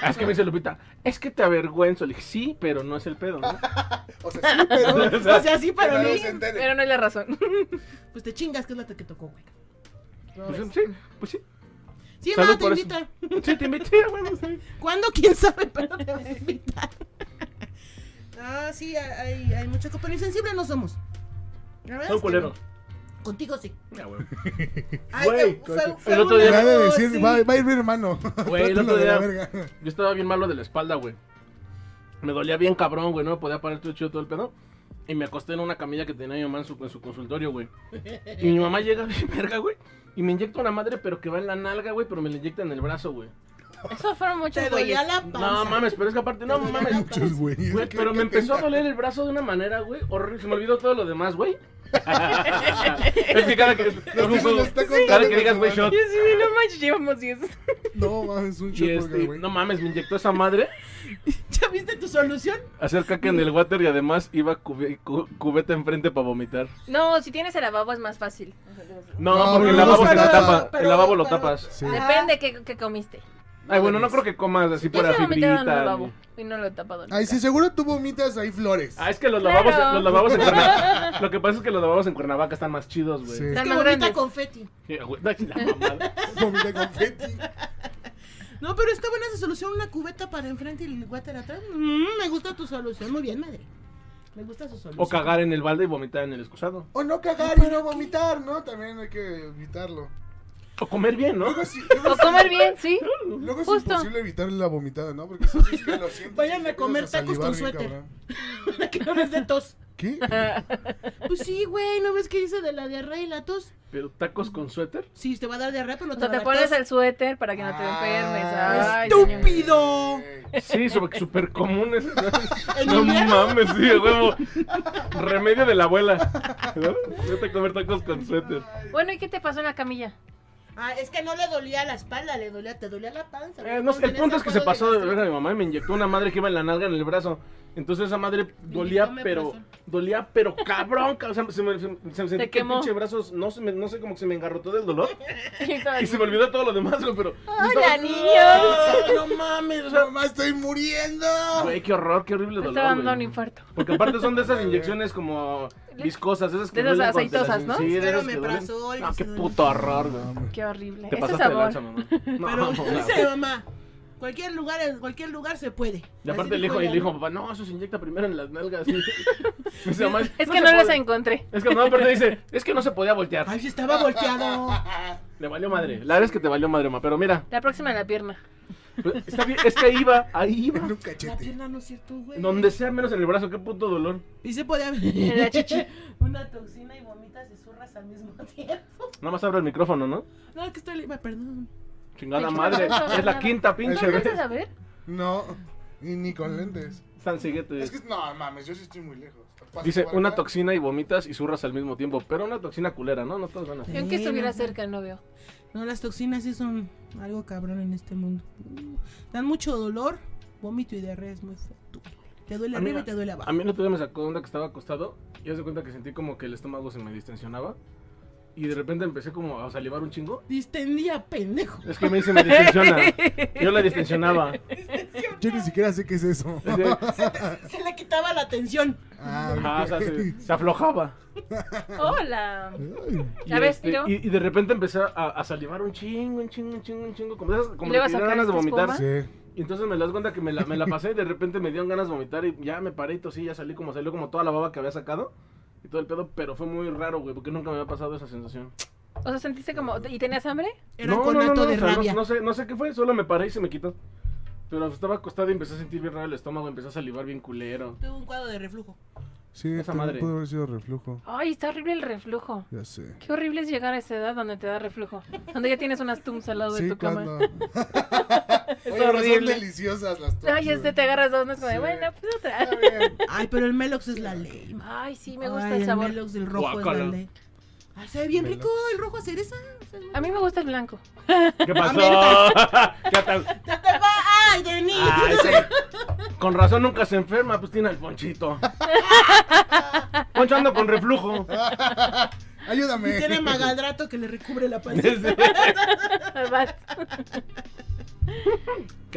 Speaker 3: Ah, es que me dice Lupita, es que te avergüenzo. Le dije, sí, pero no es el pedo, ¿no?
Speaker 4: O sea, sí, pero.
Speaker 3: O sea,
Speaker 5: O sea, sí, pero
Speaker 4: pero
Speaker 5: no.
Speaker 4: no se entere.
Speaker 2: Pero no es la razón.
Speaker 5: Pues te chingas, que es la que tocó, güey.
Speaker 3: pues sí, pues sí.
Speaker 5: Sí,
Speaker 3: Salud
Speaker 5: mamá, te
Speaker 3: por eso.
Speaker 5: invita.
Speaker 3: Sí, te invité, güey, no sé.
Speaker 5: ¿Cuándo? ¿Quién sabe? Pero te voy a invitar. Ah, sí, hay, hay mucha cosa. Pero insensible no somos. La verdad
Speaker 3: Son
Speaker 5: es que
Speaker 3: culeros.
Speaker 5: no. Contigo sí.
Speaker 4: Güey,
Speaker 5: eh,
Speaker 4: con-
Speaker 3: el otro día-
Speaker 4: Le ha de
Speaker 5: error,
Speaker 4: decir,
Speaker 5: sí.
Speaker 4: va, va a ir mi hermano.
Speaker 3: Güey, el
Speaker 4: Trátalo
Speaker 3: otro
Speaker 4: de la
Speaker 3: día
Speaker 4: verga.
Speaker 3: yo estaba bien malo de la espalda, güey. Me dolía bien cabrón, güey, no me podía parar todo chido todo el pedo. Y me acosté en una camilla que tenía mi mamá en su, en su consultorio, güey. Y mi mamá llega, bien verga, güey. Y me inyecta una madre, pero que va en la nalga, güey, pero me la inyecta en el brazo, güey.
Speaker 2: Eso fueron
Speaker 5: Te
Speaker 2: muchos güeyes.
Speaker 5: dolía la panza.
Speaker 3: No mames, pero es que aparte, no mames.
Speaker 4: Muchos güeyes.
Speaker 3: Güey,
Speaker 4: ¿Qué-
Speaker 3: pero
Speaker 4: qué
Speaker 3: me empezó a
Speaker 4: tenga?
Speaker 3: doler el brazo de una manera, güey. Horrible. Se me olvidó todo lo demás, güey. es que cada que.
Speaker 4: lo está contando
Speaker 3: Cada que
Speaker 4: con
Speaker 3: digas,
Speaker 4: su
Speaker 3: güey,
Speaker 4: mano.
Speaker 3: shot.
Speaker 2: Yo sí, no manches, llevamos 10.
Speaker 4: No, mames, un
Speaker 3: Y
Speaker 4: shock
Speaker 3: este,
Speaker 4: güey.
Speaker 3: no mames, me inyectó esa madre.
Speaker 5: ¿Ya viste tu solución?
Speaker 3: Hacer caca en el water y además iba cube- cu- cubeta enfrente para vomitar.
Speaker 2: No, si tienes el lavabo es más fácil.
Speaker 3: No,
Speaker 4: No,
Speaker 3: porque el
Speaker 4: pero-
Speaker 3: lavabo se
Speaker 4: pero-
Speaker 3: la tapa.
Speaker 5: pero-
Speaker 3: el lavabo lo
Speaker 5: pero-
Speaker 3: tapas.
Speaker 4: Sí.
Speaker 5: Ah.
Speaker 2: Depende qué, qué comiste.
Speaker 3: Ay, bueno, no creo que comas así
Speaker 2: Yo
Speaker 3: fuera
Speaker 2: se lo metí en el
Speaker 3: fibrita.
Speaker 2: lavabo y no lo he tapado.
Speaker 4: Ay, sí, seguro tú vomitas ahí flores.
Speaker 3: Ah, es que los
Speaker 2: Claro.
Speaker 3: lavabos, los lavabos en Cuernavaca. Lo que pasa es que los lavabos en Cuernavaca están más chidos, güey.
Speaker 4: Sí.
Speaker 5: Es
Speaker 2: Están
Speaker 5: que
Speaker 2: más
Speaker 5: bonita
Speaker 2: grandes.
Speaker 5: confeti.
Speaker 3: Sí, güey, ay, la mamada.
Speaker 4: Vomita confeti.
Speaker 5: No, pero está buena esa solución, una cubeta para enfrente y el water atrás. Mm, me gusta tu solución, muy bien, madre. Me gusta su solución.
Speaker 3: O cagar en el balde y vomitar en el excusado.
Speaker 4: O no cagar y no vomitar, ¿no? También hay que evitarlo.
Speaker 3: O comer bien, ¿no?
Speaker 4: Luego sí, luego
Speaker 2: O
Speaker 4: sí-
Speaker 2: comer bien, sí.
Speaker 4: Luego es
Speaker 2: Justo.
Speaker 4: imposible evitar la vomitada, ¿no? Porque eso sí es que lo sientes.
Speaker 5: Vayan
Speaker 4: y te
Speaker 5: a comer
Speaker 4: empiezas
Speaker 5: tacos
Speaker 4: salivar
Speaker 5: con
Speaker 4: bien,
Speaker 5: suéter.
Speaker 4: cabrón.
Speaker 5: Para que no les dé tos.
Speaker 4: ¿Qué?
Speaker 5: Pues sí, güey, ¿no ves qué dice de la diarrea y la tos?
Speaker 3: Pero tacos con suéter.
Speaker 5: Sí, te va a dar diarrea, pero no
Speaker 2: O
Speaker 5: te
Speaker 2: sea,
Speaker 5: va a
Speaker 2: te
Speaker 5: dar
Speaker 2: pones
Speaker 5: tos.
Speaker 2: el suéter para que no te enfermes.
Speaker 4: Ah,
Speaker 2: Ay, señor.
Speaker 5: ¡Estúpido!
Speaker 3: Sí, sobre- súper común eso.
Speaker 5: ¿En
Speaker 3: No
Speaker 5: invierno?
Speaker 3: mames, sí, a huevo. Remedio de la abuela. ¿No? Vete a comer tacos con suéter.
Speaker 2: Bueno, ¿y qué te pasó en la camilla?
Speaker 5: Ah, es que no le dolía la espalda, le dolía, te dolía la panza.
Speaker 3: Eh, no sé, el punto es que se pasó de verga mi mamá y me inyectó una madre que iba en la nalga en el brazo. Entonces esa madre dolía,
Speaker 5: me
Speaker 3: pero
Speaker 5: pasó.
Speaker 3: dolía, pero cabrón. ca- O sea, se me, se, me- se me sentí que el
Speaker 2: quemó.
Speaker 3: pinche brazo, no, se me- no sé, como que se me engarrotó del dolor.
Speaker 2: Y estaba
Speaker 3: Y se me olvidó todo lo demás, güey, pero... yo
Speaker 2: ¡Hola,
Speaker 3: estaba-
Speaker 2: niños!
Speaker 3: ¡No mames! O sea,
Speaker 4: ¡Mamá, estoy muriendo!
Speaker 3: güey, qué horror, qué horrible
Speaker 2: Me
Speaker 3: dolor,
Speaker 2: estaba dando
Speaker 3: güey.
Speaker 2: un infarto.
Speaker 3: Porque aparte son de esas inyecciones como viscosas, esas que
Speaker 2: De esas
Speaker 3: duelen cuando te las
Speaker 2: aceitosas, ¿no?
Speaker 3: in- Sí, de esas
Speaker 5: me
Speaker 3: que duelen.
Speaker 5: pasó
Speaker 3: No, qué puto horror, güey.
Speaker 2: Qué horrible.
Speaker 3: Te
Speaker 2: Ese
Speaker 3: pasaste de lanza,
Speaker 2: sabor.
Speaker 3: mamá. No,
Speaker 5: Pero
Speaker 3: no, no.
Speaker 5: dice mamá, cualquier lugar, en cualquier lugar se puede.
Speaker 3: Y aparte
Speaker 5: Así
Speaker 3: el hijo,
Speaker 5: dijo
Speaker 3: y
Speaker 5: ella,
Speaker 3: el hijo,
Speaker 5: ¿no?
Speaker 3: papá, no, eso se inyecta primero en las nalgas. Me dice, "Mamá,
Speaker 2: Es
Speaker 3: no
Speaker 2: que
Speaker 3: se
Speaker 2: no los
Speaker 3: puede".
Speaker 2: encontré.
Speaker 3: Es que no, aparte dice, es que no se podía voltear.
Speaker 5: Ay, se estaba volteado.
Speaker 3: Le valió madre. La verdad es que te valió madre, ma. Pero mira,
Speaker 2: La próxima en la pierna.
Speaker 3: pues, está bien, es que iba, ahí iba.
Speaker 4: En un
Speaker 5: La
Speaker 4: cachete.
Speaker 5: pierna no es cierto, güey.
Speaker 3: Donde sea, menos en el brazo, qué puto dolor.
Speaker 5: Y se podía ver.
Speaker 2: En la chichi.
Speaker 5: Una toxina y vomitas y zurras al mismo tiempo.
Speaker 3: Nada más abre el micrófono, ¿no?
Speaker 5: No, es que estoy lima, perdón.
Speaker 3: Chingada
Speaker 2: Ay,
Speaker 3: madre.
Speaker 2: no, no, no,
Speaker 3: Es la
Speaker 2: no.
Speaker 3: quinta
Speaker 2: ¿No
Speaker 3: pinche vez.
Speaker 2: alcanzas a ver?
Speaker 4: No, y ni con lentes.
Speaker 3: San Siguete.
Speaker 4: Es que, no, mames, yo sí estoy muy lejos. Paso
Speaker 3: Dice,
Speaker 4: por
Speaker 3: una
Speaker 4: acá.
Speaker 3: toxina y vomitas y zurras al mismo tiempo. Pero una toxina culera, ¿no? No todos van a.
Speaker 2: Yo aunque estuviera cerca no veo.
Speaker 5: No, las toxinas sí son algo cabrón en este mundo. Dan mucho dolor, vómito y diarrea es muy fuerte. Te duele arriba
Speaker 3: Amiga,
Speaker 5: y te duele abajo.
Speaker 3: A mí el otro día me sacó de onda que estaba acostado y haz de cuenta que sentí como que el estómago se me distensionaba. Y de repente empecé como a salivar un chingo.
Speaker 5: Distendía, pendejo.
Speaker 3: Es que me dice, me distensiona. Yo la distensionaba.
Speaker 4: Yo ni siquiera sé qué es eso.
Speaker 3: Es de-
Speaker 5: Se le quitaba la tensión.
Speaker 4: Ah,
Speaker 3: Ajá, o sea, se, se aflojaba.
Speaker 2: Hola.
Speaker 4: Ay.
Speaker 3: Y,
Speaker 2: Ya ves,
Speaker 3: este,
Speaker 2: Tiro.
Speaker 3: y, y de repente empecé a, a salivar un chingo, un chingo, un chingo, un chingo. Como, de esas, como
Speaker 2: ¿Le
Speaker 3: de
Speaker 2: vas
Speaker 3: que
Speaker 2: a
Speaker 3: dieron ganas
Speaker 2: sacar
Speaker 3: de
Speaker 2: esta
Speaker 3: vomitar.
Speaker 2: espuma?
Speaker 4: Sí.
Speaker 3: Y entonces me das cuenta que me la, me la pasé y de repente me dieron ganas de vomitar y ya me paré y tosí, ya salí como salió como toda la baba que había sacado y todo el pedo, pero fue muy raro, güey, porque nunca me había pasado esa sensación.
Speaker 2: O sea, sentiste como... ¿Y tenías hambre?
Speaker 5: Era con conato
Speaker 3: o
Speaker 5: de
Speaker 3: sea,
Speaker 5: rabia.
Speaker 3: no sé, no sé qué fue, solo me paré y se me quitó. Pero estaba acostado y empecé a sentir bien raro el estómago, empecé a salivar bien culero.
Speaker 5: Tuve un cuadro de reflujo.
Speaker 4: Sí,
Speaker 3: Esa
Speaker 4: también
Speaker 3: madre.
Speaker 4: pudo haber sido reflujo.
Speaker 2: Ay, está horrible el reflujo.
Speaker 4: Ya sé.
Speaker 2: Qué horrible es llegar a esa edad donde te da reflujo. Donde ya tienes unas tums al lado de
Speaker 4: Sí,
Speaker 2: tu cama.
Speaker 4: cuando. Oye, pero son
Speaker 2: horrible.
Speaker 4: deliciosas las tortas.
Speaker 2: Ay, este te agarras dos, no es como de,
Speaker 4: Sí.
Speaker 2: bueno, pues otra.
Speaker 4: Está bien.
Speaker 5: Ay, pero el Melox es la ley. ma.
Speaker 2: Ay, sí, me gusta
Speaker 5: Ay,
Speaker 2: el sabor.
Speaker 5: Melox del rojo es
Speaker 3: Guácala.
Speaker 5: la ley. Ay, sabe bien
Speaker 4: Melox.
Speaker 5: rico el rojo a cereza.
Speaker 2: A mí me gusta el blanco.
Speaker 3: ¿Qué pasó? ¿Qué tal?
Speaker 5: ¡Ya te va! ¡Ay, Denis!
Speaker 3: Ay, sí. Con razón nunca se enferma, pues tiene al ponchito. Poncho ando con reflujo.
Speaker 4: Ayúdame.
Speaker 5: Y tiene magaldrato que le recubre la pancita.
Speaker 3: Qué
Speaker 2: Vas.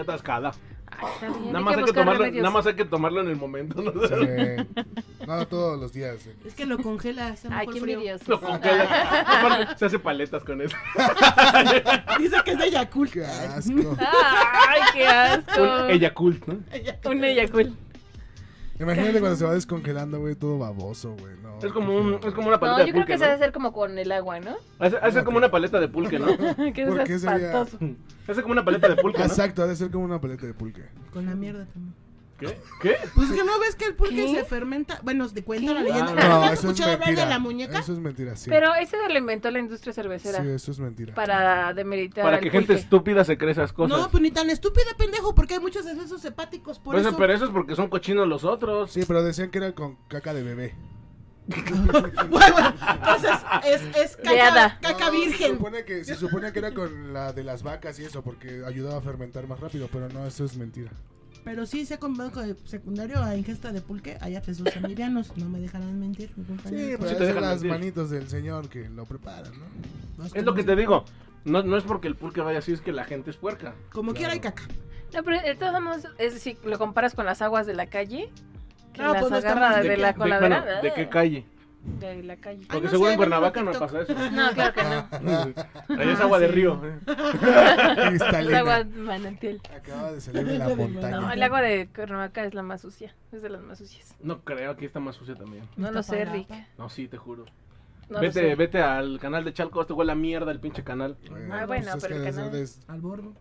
Speaker 3: atascada.
Speaker 2: Ay, está bien,
Speaker 3: Nada
Speaker 2: hay
Speaker 3: más, hay que
Speaker 2: buscar
Speaker 3: tomarlo,
Speaker 2: remedios.
Speaker 3: nada más hay que tomarlo en el momento. ¿no?
Speaker 4: Sí. No, todos los días. eh.
Speaker 5: Es que lo congela, hace
Speaker 2: Ay,
Speaker 5: mejor
Speaker 2: qué
Speaker 5: frío.
Speaker 2: envidioso.
Speaker 3: Lo congela. Aparte, se hace paletas con eso.
Speaker 5: Dice que es de Yakult.
Speaker 4: Qué asco.
Speaker 2: Ay, qué asco.
Speaker 3: Un Eyakult, ¿no?
Speaker 2: Un Eyacul.
Speaker 4: Imagínate cuando se va descongelando, güey, todo baboso, güey. No.
Speaker 3: Es como, un, es como una
Speaker 2: No,
Speaker 3: paleta
Speaker 2: yo
Speaker 3: de
Speaker 2: creo
Speaker 3: pulque,
Speaker 2: que se ha de
Speaker 3: ¿no?
Speaker 2: hacer como con el agua, ¿no?
Speaker 3: Hace, hace como una paleta de pulque, ¿no?
Speaker 2: que
Speaker 4: ¿Por
Speaker 2: es
Speaker 4: qué sería?
Speaker 2: espantoso.
Speaker 3: Hace como una paleta de pulque, ¿no?
Speaker 4: Exacto, ha de ser como una paleta de pulque.
Speaker 5: Con la mierda también.
Speaker 3: ¿Qué? ¿Qué?
Speaker 5: Pues que no ves que el pulque
Speaker 2: ¿Qué?
Speaker 5: se fermenta. Bueno, te cuenta la
Speaker 2: ¿Qué?
Speaker 5: leyenda.
Speaker 3: Ah,
Speaker 5: ¿No
Speaker 4: No,
Speaker 5: has
Speaker 4: eso es
Speaker 5: escuchado hablar
Speaker 4: mentira.
Speaker 5: de la muñeca?
Speaker 4: Eso es mentira, sí.
Speaker 2: Pero ese lo inventó la industria
Speaker 4: sí,
Speaker 2: cervecera
Speaker 4: eso es mentira.
Speaker 2: para demeritar
Speaker 3: Para
Speaker 2: al
Speaker 3: que gente
Speaker 2: pulque.
Speaker 3: estúpida se cree esas cosas.
Speaker 5: No, pues ni tan estúpida, pendejo, porque hay muchos excesos hepáticos. Por
Speaker 3: Pues,
Speaker 5: eso.
Speaker 3: Pero eso es porque son cochinos los otros.
Speaker 4: Sí, pero decían que era con caca de bebé.
Speaker 5: Bueno, bueno, entonces es, es caca,
Speaker 2: Creada.
Speaker 5: caca
Speaker 4: No, Se
Speaker 5: virgen.
Speaker 4: supone, que, se supone que era con la de las vacas y eso, porque ayudaba a fermentar más rápido, pero no, eso es mentira.
Speaker 5: Pero sí se ha convertido con- secundario a ingesta de pulque. Hay excesos sanitarios, no me dejarán mentir. mi compañero.
Speaker 4: Sí, pues,
Speaker 3: pero
Speaker 4: pero
Speaker 3: sí te dejan
Speaker 4: son las
Speaker 3: mentir.
Speaker 4: manitos del señor que lo preparan, ¿no?
Speaker 5: Vas
Speaker 3: Es
Speaker 5: con-
Speaker 3: lo que te digo. No, no es porque el pulque vaya así, es que la gente es puerca.
Speaker 5: Como quiera hay caca.
Speaker 2: No, pero de todos modos, es decir, lo comparas con las aguas de la calle. Que
Speaker 5: No,
Speaker 2: las
Speaker 5: pues no está
Speaker 2: agarra
Speaker 5: mal.
Speaker 2: de,
Speaker 3: qué-
Speaker 2: la ¿eh? coladera.
Speaker 3: bueno, ¿De qué calle?
Speaker 2: De la calle.
Speaker 5: Ay,
Speaker 3: Porque
Speaker 5: no
Speaker 3: seguro
Speaker 5: sé,
Speaker 3: en
Speaker 5: bueno,
Speaker 3: Cuernavaca no
Speaker 5: TikTok.
Speaker 3: pasa eso.
Speaker 2: No, claro que
Speaker 3: Ah,
Speaker 2: no.
Speaker 3: Ahí es agua de río. ¿eh?
Speaker 2: Es
Speaker 4: Cristalina.
Speaker 2: agua manantial.
Speaker 4: Acaba de salir de la montaña.
Speaker 2: No, el agua de Cuernavaca es la más sucia. Es de las más sucias.
Speaker 3: No creo, aquí está más sucia también.
Speaker 2: No lo sé, Rick.
Speaker 5: Iztapalapa.
Speaker 3: No, sí, te juro.
Speaker 2: No lo
Speaker 3: vete,
Speaker 2: sé.
Speaker 3: vete al canal de Chalco, este huele a mierda el pinche canal.
Speaker 4: Bueno,
Speaker 2: Ah, bueno,
Speaker 4: pues es
Speaker 2: pero
Speaker 4: que
Speaker 2: el
Speaker 4: debe ser
Speaker 2: canal-
Speaker 4: de,
Speaker 5: Al bordo.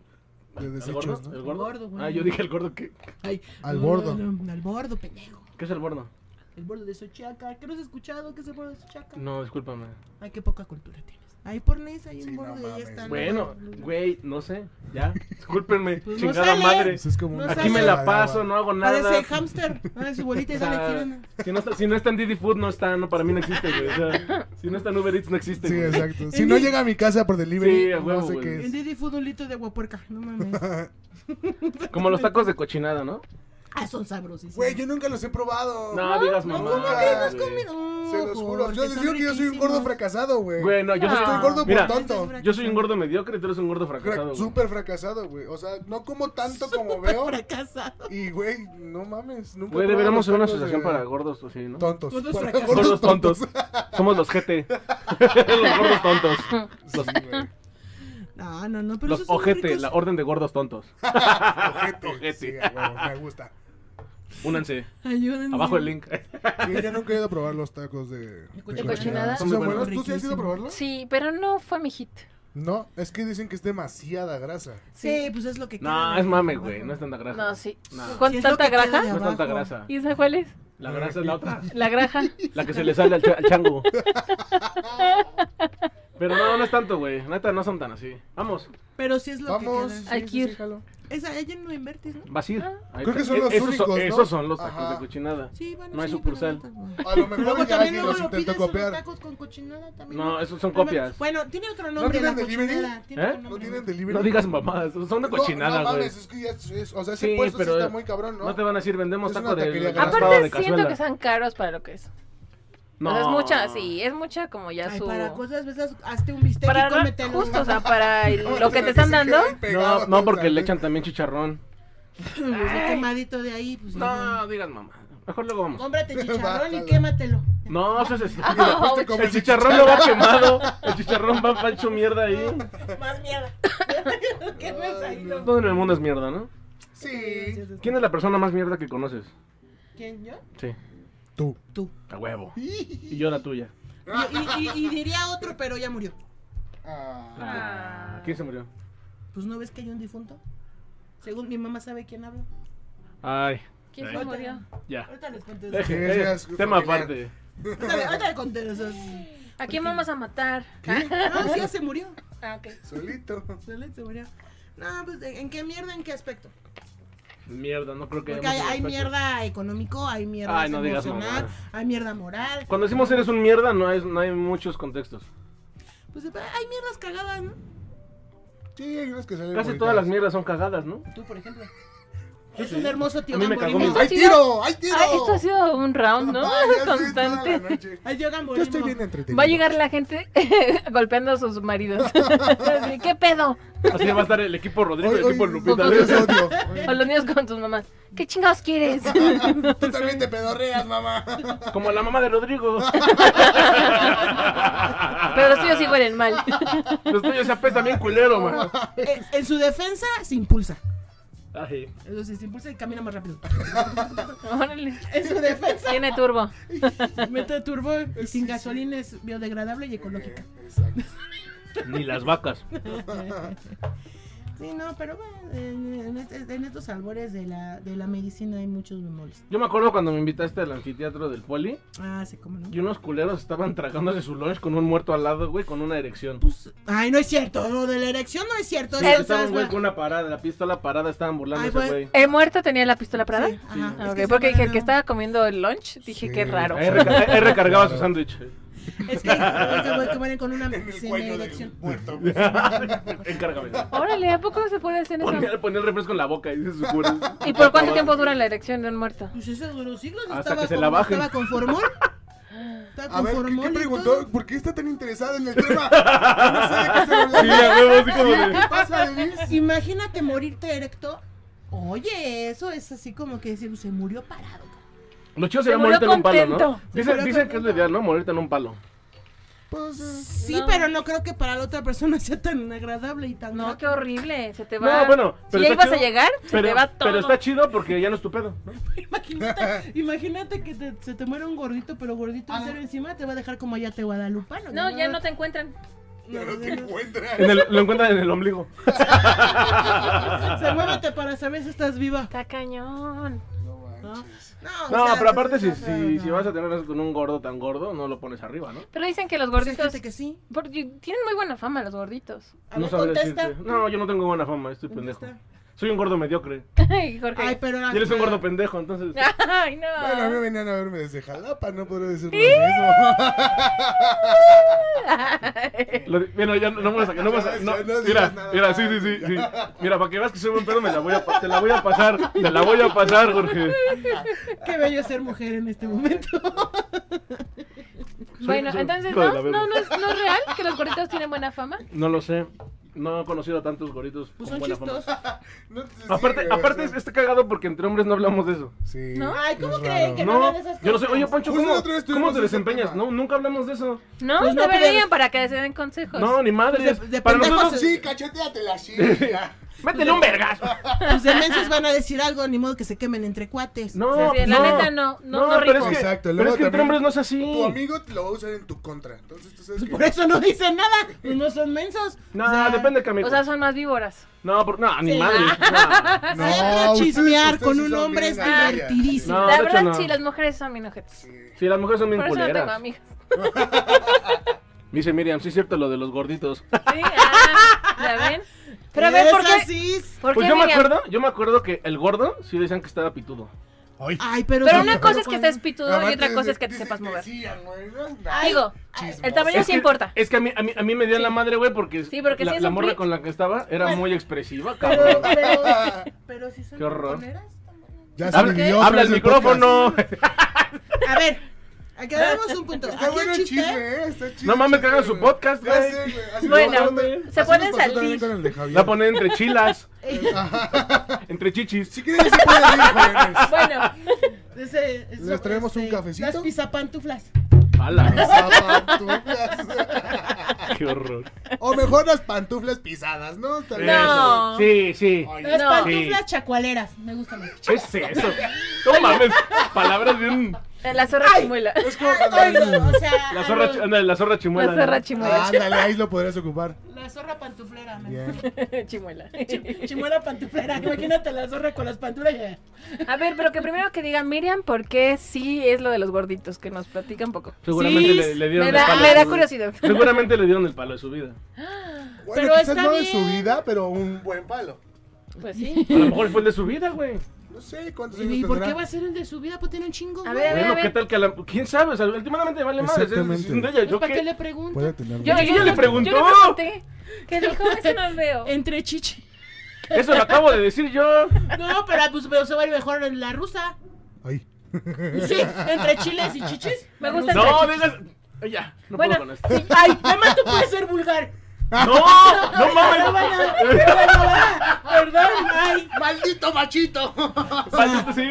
Speaker 4: de
Speaker 3: ¿El
Speaker 4: desechos,
Speaker 3: gordo? ¿El
Speaker 4: ¿no?
Speaker 3: gordo?
Speaker 5: El gordo, güey.
Speaker 3: Ah, yo dije el gordo. ¿Qué,
Speaker 5: Ay,
Speaker 4: Al
Speaker 5: no,
Speaker 4: bordo.
Speaker 5: no, no, al bordo, pendejo.
Speaker 3: qué es el bordo?
Speaker 5: El bordo de Xochaca. ¿Qué no has escuchado? ¿Qué es el bordo de Xochaca?
Speaker 3: No, discúlpame.
Speaker 5: Ay, qué poca cultura tienes. Ahí por Nes hay un
Speaker 4: Sí, no
Speaker 5: borde y ahí
Speaker 4: mames.
Speaker 5: está. la-
Speaker 3: Bueno, güey, no sé, ya. Discúlpenme,
Speaker 5: Pues no
Speaker 3: chingada
Speaker 5: sale.
Speaker 3: madre.
Speaker 4: Pues es como
Speaker 5: No
Speaker 4: una
Speaker 5: sale.
Speaker 3: Aquí me la
Speaker 4: cuchara de
Speaker 3: paso,
Speaker 4: agua.
Speaker 3: no hago nada.
Speaker 5: Parece hámster. Ah, su bolita y
Speaker 3: O sea,
Speaker 5: sale tirando.
Speaker 3: si, no está, si no está en Didi Food, no está, no, para mí no existe, güey. O sea, si no está en Uber Eats, no existe.
Speaker 4: Sí,
Speaker 3: güey.
Speaker 4: exacto. Si no llega a mi casa por delivery,
Speaker 3: Sí, a huevo,
Speaker 4: no sé
Speaker 3: güey.
Speaker 4: qué
Speaker 5: En
Speaker 4: es.
Speaker 5: Didi Food un litro de agua puerca. No mames.
Speaker 3: Como los tacos de cochinada, ¿no?
Speaker 5: Ah, son sabrosísimos.
Speaker 4: Güey, yo nunca los he probado.
Speaker 3: No, digas
Speaker 5: No,
Speaker 3: mamá.
Speaker 5: ¿cómo crees? No has
Speaker 3: güey.
Speaker 5: comido.
Speaker 4: Se los
Speaker 5: Ojo,
Speaker 4: juro. Yo
Speaker 5: porque
Speaker 4: les
Speaker 5: son
Speaker 4: digo que yo soy un gordo
Speaker 5: riquísimos.
Speaker 4: fracasado, güey.
Speaker 3: Güey, no, yo
Speaker 2: Ah.
Speaker 4: Estoy gordo
Speaker 3: Mira,
Speaker 4: por tonto.
Speaker 3: Yo soy un gordo mediocre y tú eres un gordo
Speaker 4: Fra-
Speaker 3: fracasado. güey.
Speaker 4: Súper fracasado, güey. O sea, no como tanto como veo.
Speaker 5: Fracasado.
Speaker 4: Y, güey, no mames. Nunca
Speaker 3: Güey,
Speaker 4: he probado
Speaker 3: deberíamos hacer
Speaker 4: los
Speaker 3: una
Speaker 4: tacos
Speaker 3: asociación
Speaker 4: de-
Speaker 3: para gordos, así, ¿no?
Speaker 4: Tontos.
Speaker 5: Gordos
Speaker 4: Para
Speaker 5: fracasados.
Speaker 3: Son los tontos. Somos los GT. los gordos tontos. Los,
Speaker 4: Sí, güey.
Speaker 5: No, no, no, pero
Speaker 3: los
Speaker 5: esos son
Speaker 3: ojete,
Speaker 5: ricos.
Speaker 3: la orden de gordos tontos.
Speaker 4: Ojete.
Speaker 3: Ojete.
Speaker 4: Sí, a huevo, me gusta.
Speaker 3: Únanse.
Speaker 5: Ayúdenme.
Speaker 3: Abajo el link.
Speaker 4: Sí, yo nunca he ido a probar los tacos de,
Speaker 5: cochinada.
Speaker 2: cochinada.
Speaker 4: ¿Sí son
Speaker 3: Son muy
Speaker 4: buenos? ¿Tú sí has ido a
Speaker 5: Riquísimo.
Speaker 4: probarlos?
Speaker 2: Sí, pero no fue mi hit.
Speaker 4: No, es que dicen que es demasiada grasa.
Speaker 5: Sí, pues es lo que
Speaker 3: No, es mame, güey. No es tanta grasa.
Speaker 2: No, sí.
Speaker 3: No.
Speaker 2: ¿Con
Speaker 5: Sí, es lo
Speaker 2: tanta
Speaker 5: que queda
Speaker 2: graja?
Speaker 5: de
Speaker 3: No es tanta
Speaker 5: abajo.
Speaker 3: grasa.
Speaker 2: ¿Y esa cuál es?
Speaker 3: La grasa es la otra.
Speaker 2: La graja.
Speaker 3: La que se le sale al, cha- al chango. Pero no, no es tanto, güey. Neta, no son tan así. Vamos,
Speaker 5: Pero sí es lo
Speaker 4: Vamos.
Speaker 5: que
Speaker 4: sí,
Speaker 5: queda.
Speaker 2: Al
Speaker 4: sí,
Speaker 2: Kir.
Speaker 4: sí, jalo.
Speaker 5: Esa, ella no invertes, ¿no?
Speaker 3: Basir.
Speaker 2: Ah.
Speaker 4: Creo que son los
Speaker 3: E-, esos
Speaker 4: únicos,
Speaker 3: Son,
Speaker 4: ¿no?
Speaker 3: esos son los tacos
Speaker 4: Ajá.
Speaker 3: de cochinada.
Speaker 5: Sí, bueno,
Speaker 3: No hay
Speaker 5: sí,
Speaker 3: sucursal.
Speaker 5: pero no tanto.
Speaker 4: A lo mejor
Speaker 5: Luego
Speaker 4: ya
Speaker 5: también
Speaker 4: alguien
Speaker 5: luego
Speaker 4: los
Speaker 5: lo
Speaker 4: intentó
Speaker 5: pides son los
Speaker 4: copiar.
Speaker 5: tacos con cochinada también.
Speaker 3: No, esos son
Speaker 5: Ah, bueno,
Speaker 3: copias.
Speaker 5: Bueno, tiene otro nombre
Speaker 4: tienen
Speaker 5: la
Speaker 4: delivery?
Speaker 5: cochinada. Tiene
Speaker 3: ¿Eh?
Speaker 5: otro
Speaker 4: No
Speaker 5: nombre.
Speaker 4: tienen delivery.
Speaker 3: No digas mamadas, son de
Speaker 4: No,
Speaker 3: cochinada,
Speaker 4: no
Speaker 3: güey.
Speaker 4: mames, es que ya es- es- o sea, ese puesto sí está muy cabrón, ¿no?
Speaker 3: No te van a decir, vendemos
Speaker 4: Es
Speaker 3: taco
Speaker 4: una
Speaker 3: de,
Speaker 4: taquería grande.
Speaker 3: raspado
Speaker 2: Aparte
Speaker 3: de
Speaker 2: siento que
Speaker 3: cazuela.
Speaker 2: están caros para lo que es. O
Speaker 3: No.
Speaker 2: sea, es mucha, sí, es mucha como ya
Speaker 5: Ay,
Speaker 2: su...
Speaker 5: para cosas de esas, hazte un bistec
Speaker 2: Para
Speaker 5: y
Speaker 2: no-
Speaker 5: cómetelo.
Speaker 2: justo, o sea, para el-
Speaker 4: No,
Speaker 2: lo que te
Speaker 4: se queda
Speaker 2: están dando.
Speaker 4: ahí pegado,
Speaker 3: No, no, porque le
Speaker 4: también.
Speaker 3: echan también chicharrón.
Speaker 5: Pues, lo quemadito de ahí, pues. ya.
Speaker 3: No, digas mamá. Mejor luego vamos.
Speaker 5: Cómprate chicharrón
Speaker 4: Bájalo.
Speaker 5: y quématelo.
Speaker 3: No, eso es así.
Speaker 2: No,
Speaker 4: Te comes
Speaker 3: El
Speaker 4: el
Speaker 3: chicharrón no va quemado. El chicharrón va pa' hecho mierda ahí.
Speaker 5: Más mierda. ¿Qué me ha salido?
Speaker 3: Todo en el mundo es mierda, ¿no?
Speaker 4: Sí.
Speaker 3: ¿Quién es la persona más mierda que conoces?
Speaker 5: ¿Quién, yo?
Speaker 3: Sí.
Speaker 4: Tú.
Speaker 5: Tú.
Speaker 3: A huevo. Y yo la tuya.
Speaker 5: Y, y- y- y diría otro, pero ya murió.
Speaker 4: Ah.
Speaker 3: Ah, ¿Quién se murió?
Speaker 5: Pues no ves que hay un difunto. Según mi mamá sabe quién habla.
Speaker 3: Ay,
Speaker 2: ¿Quién
Speaker 3: Ahí.
Speaker 2: se murió?
Speaker 3: ya.
Speaker 5: Ahorita les contesto.
Speaker 3: Deje,
Speaker 4: Sí,
Speaker 3: eh,
Speaker 4: es-
Speaker 3: tema
Speaker 4: familiar.
Speaker 3: aparte.
Speaker 5: Ahorita, ahorita les contesto. esos.
Speaker 2: ¿A quién vamos a matar?
Speaker 5: No, sí, ya se murió.
Speaker 2: Ah, ok.
Speaker 4: Solito.
Speaker 5: Sale, se murió. No, pues ¿en en qué mierda? ¿En qué aspecto?
Speaker 3: Mierda, no creo que
Speaker 5: Porque
Speaker 3: hayamos
Speaker 5: hay, hay
Speaker 3: respecto.
Speaker 5: mierda económico, hay mierda
Speaker 3: Ay, no digas
Speaker 5: emocional,
Speaker 3: mamada.
Speaker 5: hay mierda moral.
Speaker 3: Cuando decimos eres un mierda, no, es, no hay muchos contextos.
Speaker 5: Pues hay mierdas cagadas, ¿no?
Speaker 4: Sí, hay unas que salen
Speaker 3: Casi
Speaker 4: bonitas.
Speaker 3: todas las mierdas son cagadas, ¿no?
Speaker 5: Tú, por ejemplo. Es un hermoso tío
Speaker 3: A mí me cagó
Speaker 5: gambolino.
Speaker 3: mi-
Speaker 4: ¡Hay tiro! ¡Hay tiro!
Speaker 2: Ah, esto ha sido un round, ¿no?
Speaker 4: Ay, ya sé, toda la
Speaker 2: Constante.
Speaker 4: noche.
Speaker 5: Ay, yo
Speaker 4: Yo
Speaker 5: gambolino.
Speaker 4: estoy bien entretenido.
Speaker 2: Va a llegar la gente golpeando a sus maridos. Así, ¿Qué pedo?
Speaker 3: Así va a estar el equipo Rodrigo y
Speaker 4: Hoy,
Speaker 3: el equipo
Speaker 4: hoy,
Speaker 3: Lupita.
Speaker 4: hoy es odio.
Speaker 2: O los niños con sus mamás. ¿Qué chingados quieres?
Speaker 4: Tú también te pedorreas, mamá.
Speaker 3: Como la mamá de Rodrigo.
Speaker 2: Pero los tuyos sí huelen mal.
Speaker 3: Los tuyos se apestan bien culero, man.
Speaker 5: Eh, en su defensa se impulsa.
Speaker 3: Ay,
Speaker 5: Eso sí, se impulsa y camina más rápido.
Speaker 2: Órale.
Speaker 5: En su defensa
Speaker 2: Tiene turbo.
Speaker 5: mete turbo y sin gasolina es biodegradable y ecológica.
Speaker 4: Exacto.
Speaker 3: ni las vacas.
Speaker 5: Sí, no, pero bueno, en, en este- en estos albores de la, de la medicina hay muchos memorias.
Speaker 3: Yo me acuerdo cuando me invitaste al anfiteatro del poli
Speaker 5: Ah, sí, cómo no.
Speaker 3: y unos culeros estaban tragándose su lunch con un muerto al lado, güey, con una erección.
Speaker 5: Pues, ay, no es cierto, lo de la erección no es cierto.
Speaker 3: Sí,
Speaker 5: esas
Speaker 3: estaba un güey
Speaker 5: cosas,
Speaker 3: con una parada, la pistola parada, estaban burlando
Speaker 5: Ay,
Speaker 3: ese
Speaker 5: güey.
Speaker 3: güey.
Speaker 2: ¿El muerto tenía la pistola
Speaker 5: Sí,
Speaker 2: parada?
Speaker 5: ajá,
Speaker 2: Ah,
Speaker 5: es
Speaker 2: ok,
Speaker 5: que esa
Speaker 2: porque dije,
Speaker 5: madre
Speaker 2: el que
Speaker 5: no.
Speaker 2: estaba comiendo el lunch, dije,
Speaker 4: Sí.
Speaker 2: qué raro.
Speaker 3: Ahí, Ah. reca- ahí recargaba su sándwich.
Speaker 5: Es que ese güey que muere con una
Speaker 4: En el
Speaker 5: sin
Speaker 4: cuello del
Speaker 5: erección.
Speaker 4: muerto. güey.
Speaker 3: Encárgame.
Speaker 2: Órale, ¿a poco se puede hacer eso?
Speaker 3: Ponía, ponía el refresco en la boca y se supone.
Speaker 2: ¿Y por cuánto tiempo dura la erección de un muerto?
Speaker 5: Pues ese duró siglos.
Speaker 3: Hasta
Speaker 5: estaba
Speaker 3: que se
Speaker 5: con-
Speaker 3: la bajen.
Speaker 5: Estaba con formol. Estaba
Speaker 4: A
Speaker 5: con
Speaker 4: ver, ¿qué-
Speaker 5: formol
Speaker 4: ¿qué
Speaker 5: y
Speaker 4: preguntó?
Speaker 5: todo.
Speaker 4: ¿Por qué está tan interesada en el tema? Yo No sé de qué están hablando. ¿Qué pasa, Denise?
Speaker 5: Imagínate morirte erecto. Oye, eso es así como que decir, se murió parado.
Speaker 3: Lo chido
Speaker 2: Se
Speaker 3: sería
Speaker 2: murió
Speaker 3: morirte en un palo, ¿no?
Speaker 2: contento.
Speaker 3: Dicen,
Speaker 5: murió
Speaker 3: dicen que es lo
Speaker 5: contento.
Speaker 3: ideal, ¿no? Morirte en un palo.
Speaker 5: Sí, pero no creo que para la otra persona sea tan agradable y tan.
Speaker 2: No,
Speaker 5: grato.
Speaker 2: qué horrible, se te
Speaker 3: No,
Speaker 2: va.
Speaker 3: bueno, pero
Speaker 2: si
Speaker 3: está
Speaker 2: ya ibas a
Speaker 3: chido.
Speaker 2: llegar, se
Speaker 3: Pero,
Speaker 2: te va todo.
Speaker 3: pero está chido porque ya no es tu pedo. ¿no?
Speaker 5: Imagínate, imagínate que te- se te muera un gordito, pero gordito de
Speaker 4: Ah.
Speaker 5: cero encima te va a dejar como allá te guadalupano.
Speaker 2: No, ya no te encuentran.
Speaker 4: Ya no te encuentran.
Speaker 3: En el- lo encuentran en el ombligo.
Speaker 5: Se muévete para saber si estás viva.
Speaker 2: Está cañón.
Speaker 4: No,
Speaker 5: ¿no? No,
Speaker 4: manches.
Speaker 5: o
Speaker 3: No,
Speaker 5: sea,
Speaker 3: pero aparte, si,
Speaker 5: o sea,
Speaker 3: si,
Speaker 5: no.
Speaker 3: si vas a tener eso con un gordo tan gordo, no lo pones arriba, ¿no?
Speaker 2: Pero dicen que los
Speaker 5: Pues hay
Speaker 2: gorditos.
Speaker 5: gente que sí.
Speaker 2: por- tienen muy buena fama los gorditos.
Speaker 5: A
Speaker 3: no
Speaker 5: ver,
Speaker 3: sabría
Speaker 5: contesta.
Speaker 3: decirte. No, yo no tengo buena fama, estoy pendejo.
Speaker 5: Contesta.
Speaker 3: Soy un gordo mediocre.
Speaker 2: Ay, Jorge.
Speaker 5: Ay, pero la-
Speaker 3: Y eres un gordo pendejo, entonces.
Speaker 5: Ah.
Speaker 2: Ay, no.
Speaker 4: Bueno, a mí venían a verme desde Jalapa, no podré decir lo mismo.
Speaker 3: Lo, bueno, ya no, no me lo saqué, no me lo saqué.
Speaker 4: No
Speaker 3: No,
Speaker 4: digas
Speaker 3: mira,
Speaker 4: nada
Speaker 3: mira,
Speaker 4: más.
Speaker 3: sí, sí, sí, sí. Mira, para que veas que soy buen pedo, me la voy a, pa- te la voy a pasar. Te la voy a pasar, Jorge.
Speaker 5: Qué bello ser mujer en este momento.
Speaker 2: Bueno,
Speaker 3: soy
Speaker 2: entonces,
Speaker 3: hijo de
Speaker 2: ¿no?
Speaker 3: la
Speaker 2: ¿No,
Speaker 3: verga.
Speaker 2: no, es, ¿no es real que los gorditos tienen buena fama?
Speaker 3: No lo sé. No he conocido a tantos gorditos
Speaker 5: Pues
Speaker 3: con
Speaker 5: son
Speaker 3: buena fama.
Speaker 5: chistos.
Speaker 4: No te- sí,
Speaker 3: Aparte,
Speaker 4: güey,
Speaker 3: aparte
Speaker 4: o
Speaker 3: es-
Speaker 4: sea,
Speaker 3: está cagado porque entre hombres no hablamos de eso.
Speaker 4: sí,
Speaker 2: ¿No?
Speaker 5: Ay, ¿cómo
Speaker 4: es
Speaker 5: creen
Speaker 4: raro.
Speaker 5: que-
Speaker 3: No,
Speaker 5: hablan de esas
Speaker 3: yo no sé,
Speaker 5: cosas.
Speaker 3: oye Pancho,
Speaker 4: Justo
Speaker 3: ¿cómo,
Speaker 4: otra vez
Speaker 3: ¿cómo
Speaker 4: Pues tuvimos
Speaker 3: te
Speaker 4: ese
Speaker 3: desempeñas?
Speaker 4: tema.
Speaker 3: No, nunca hablamos de eso.
Speaker 2: No,
Speaker 5: Pues no,
Speaker 2: no
Speaker 5: pero-
Speaker 2: deberían para que se den consejos.
Speaker 3: No, ni madre.
Speaker 5: Pues de- de
Speaker 3: Para
Speaker 5: pendejos
Speaker 3: nosotros,
Speaker 4: Sí, cacheteatela, sí. ya.
Speaker 3: métele un vergazo.
Speaker 5: Los demencias van a decir algo, ni modo que se quemen entre cuates.
Speaker 3: No,
Speaker 2: Sí, sí, la
Speaker 3: no.
Speaker 2: neta no, no, no
Speaker 3: pero es
Speaker 2: rico.
Speaker 3: que,
Speaker 4: Exacto,
Speaker 3: pero
Speaker 4: luego
Speaker 3: es que entre
Speaker 4: también-
Speaker 3: hombres no es así.
Speaker 4: Tu amigo te lo va a usar en tu contra. Entonces tú sabes que.
Speaker 5: pues Por eso no dicen nada. Y no son mensos.
Speaker 3: No,
Speaker 5: O sea,
Speaker 3: depende que amigo.
Speaker 2: O sea, son más víboras.
Speaker 3: no, por, no, ni
Speaker 5: Sí.
Speaker 3: madre. No.
Speaker 4: No,
Speaker 5: Siempre
Speaker 4: ustedes-
Speaker 5: chismear
Speaker 4: ustedes
Speaker 5: con
Speaker 4: sí
Speaker 5: un
Speaker 4: son
Speaker 5: hombre
Speaker 4: bien
Speaker 5: es
Speaker 4: gandallas.
Speaker 5: divertidísimo.
Speaker 3: No, de
Speaker 2: la
Speaker 3: hecho,
Speaker 2: verdad,
Speaker 3: no.
Speaker 2: sí, las mujeres son bien ojetes.
Speaker 3: Sí, las mujeres son bien
Speaker 2: Por eso no tengo
Speaker 3: culeras.
Speaker 2: amigas.
Speaker 3: Dice Miriam, sí es cierto lo de los gorditos.
Speaker 2: Sí, ah, ¿ya ven? Pero a ver, ¿por
Speaker 5: Esas
Speaker 2: qué?
Speaker 5: sí.
Speaker 2: ¿Por
Speaker 3: Pues
Speaker 2: qué
Speaker 3: yo me
Speaker 2: Miriam?
Speaker 3: acuerdo, yo me acuerdo que el gordo sí decían que estaba pitudo.
Speaker 4: Ay.
Speaker 5: Ay, pero.
Speaker 2: Pero
Speaker 5: sí,
Speaker 2: una cosa es que
Speaker 5: cuando-
Speaker 2: estés pitudo y
Speaker 4: Aparte,
Speaker 2: otra cosa es que te
Speaker 4: dicen-
Speaker 2: sepas mover.
Speaker 4: decían, güey, no,
Speaker 2: Digo,
Speaker 4: chismoso.
Speaker 2: el tamaño
Speaker 3: Es
Speaker 2: sí
Speaker 3: que-
Speaker 2: importa.
Speaker 3: Es que a mí, a mí, a mí me dieron
Speaker 2: Sí.
Speaker 3: la madre, güey, porque,
Speaker 2: Sí, porque
Speaker 3: la,
Speaker 2: sí es
Speaker 3: la
Speaker 2: un
Speaker 3: morra
Speaker 2: pit.
Speaker 3: con la que estaba era
Speaker 5: Bueno.
Speaker 3: muy expresiva, cabrón.
Speaker 5: Pero, pero, pero sí son
Speaker 3: Qué horror.
Speaker 5: mariconeras.
Speaker 4: Ya
Speaker 3: Habla,
Speaker 4: se dividió
Speaker 3: habla
Speaker 4: otra vez
Speaker 3: el micrófono.
Speaker 5: A ver, aclaramos un punto.
Speaker 4: podcast.
Speaker 5: Aquí
Speaker 4: Está
Speaker 5: el
Speaker 4: bueno el
Speaker 5: chiste-
Speaker 4: chisme, ¿eh? Está chido.
Speaker 3: No mames, que hagan su podcast,
Speaker 4: Ya
Speaker 3: güey.
Speaker 4: sé, güey. Así
Speaker 2: Bueno,
Speaker 4: nos pasó-
Speaker 3: se
Speaker 4: así nos
Speaker 2: pueden
Speaker 4: pasó también
Speaker 2: saltir.
Speaker 4: con el de Javier.
Speaker 3: La ponen entre chilas.
Speaker 4: Ah.
Speaker 3: entre chichis.
Speaker 4: Si quieren, ya se pueden ir, jóvenes.
Speaker 2: Bueno,
Speaker 5: Ese- eso,
Speaker 4: ¿Les traemos un cafecito?
Speaker 5: este, Las pisapantuflas.
Speaker 3: Ala,
Speaker 4: Las pantuflas.
Speaker 3: qué horror.
Speaker 4: O mejor las pantuflas pisadas, ¿no? También eso.
Speaker 2: No.
Speaker 3: Sí, sí.
Speaker 4: Ay,
Speaker 5: Las
Speaker 2: No.
Speaker 5: pantuflas chacualeras. Me gusta más.
Speaker 3: ¿Qué es eso? No mames, palabras de un...
Speaker 2: la zorra chimuela.
Speaker 4: Es como
Speaker 5: Ay,
Speaker 4: cuando...
Speaker 5: no, Ah, o sea,
Speaker 3: La zorra,
Speaker 5: ay,
Speaker 3: chi- ándale, la zorra chimuela.
Speaker 2: La zorra
Speaker 3: ¿no?
Speaker 2: chimuela.
Speaker 4: Ándale, ahí lo podrías ocupar.
Speaker 5: la zorra pantuflera. me
Speaker 4: Bien.
Speaker 2: Ah. chimuela.
Speaker 5: gusta. Chimuela pantuflera. Imagínate la zorra con las panturas.
Speaker 2: A ver, pero que primero que diga Miriam, ¿por qué sí es lo de los gorditos? Que nos platica un poco.
Speaker 3: Seguramente
Speaker 5: Sí,
Speaker 3: le, le dieron
Speaker 2: Me
Speaker 3: el
Speaker 2: da,
Speaker 3: palo.
Speaker 2: me da
Speaker 3: güey.
Speaker 2: curiosidad.
Speaker 3: Seguramente le dieron el palo de su vida.
Speaker 4: Bueno,
Speaker 5: Pero
Speaker 4: quizás
Speaker 5: está
Speaker 4: no de su
Speaker 5: bien.
Speaker 4: vida, pero un buen palo.
Speaker 2: Pues sí.
Speaker 3: A lo mejor fue el de su vida, güey.
Speaker 4: No sé cuántos años
Speaker 5: ¿Y por qué
Speaker 4: tendrá.
Speaker 5: va a ser el de su vida? Pues tiene un chingo.
Speaker 2: A
Speaker 5: güey.
Speaker 2: ver,
Speaker 3: Bueno, ¿qué tal que a la... ¿Quién sabe? O sea, últimamente vale más. Es decisión de ella.
Speaker 5: Pues,
Speaker 3: Yo
Speaker 5: ¿Para qué
Speaker 3: qué...
Speaker 5: le pregunto?
Speaker 4: Puede tener.
Speaker 2: Yo,
Speaker 3: Ella le preguntó.
Speaker 2: Yo le pregunté. Que dijo, eso no veo.
Speaker 5: Entre chichi.
Speaker 3: Eso lo acabo de decir yo.
Speaker 5: No, pero, pues, pero se va a ir mejor en la rusa.
Speaker 4: Ay.
Speaker 5: Sí, entre chiles y chichis.
Speaker 2: Me gusta el
Speaker 3: No,
Speaker 2: cachito.
Speaker 3: digas... Ya, no
Speaker 2: Bueno,
Speaker 3: puedo con esto.
Speaker 2: sí,
Speaker 5: Ay, además tú puedes ser vulgar.
Speaker 3: ¡No! ¡No mames!
Speaker 5: Bueno, bueno, va, perdón, ay.
Speaker 4: ¡Maldito machito!
Speaker 3: Maldito, sí.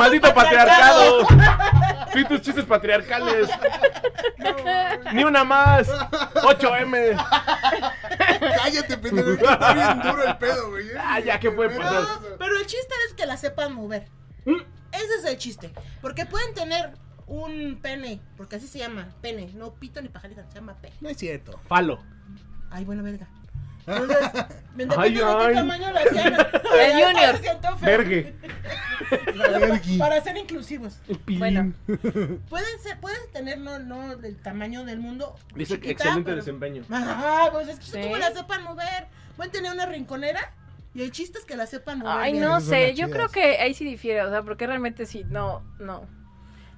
Speaker 3: Maldito patriarcado. Sí, tus chistes patriarcales. Ni una más. 8M.
Speaker 4: Cállate, pendejo. que Está bien duro el pedo, güey.
Speaker 3: Ah, ya, ¿qué puede
Speaker 5: No,
Speaker 3: pasar?
Speaker 5: pero el chiste es que la sepan mover.
Speaker 3: ¿Mm?
Speaker 5: Ese es el chiste. Porque pueden tener un pene, porque así se llama, pene, no pito ni pajarita, se llama pene.
Speaker 4: No es cierto.
Speaker 3: Falo.
Speaker 5: Ay, bueno, verga. Entonces, depende
Speaker 3: Ay,
Speaker 5: de qué
Speaker 3: ay.
Speaker 5: tamaño la quieran.
Speaker 2: El
Speaker 5: Ay,
Speaker 2: Junior.
Speaker 5: se siento feo.
Speaker 3: Vergue.
Speaker 4: Vergui.
Speaker 5: Para ser inclusivos.
Speaker 2: Bueno,
Speaker 5: Pueden ser, puedes tener no, no del tamaño del mundo.
Speaker 3: Dice que
Speaker 5: chiquita,
Speaker 3: excelente
Speaker 5: pero-
Speaker 3: desempeño.
Speaker 5: Ah, pues es que
Speaker 2: Sí.
Speaker 5: como la sepan mover. Pueden tener una rinconera y el chiste es que la sepan mover.
Speaker 2: ay,
Speaker 5: bien.
Speaker 2: no
Speaker 4: esas son
Speaker 2: sé.
Speaker 4: las
Speaker 2: Yo
Speaker 4: chidas.
Speaker 2: creo que ahí sí difiere. O sea, porque realmente sí, no, no.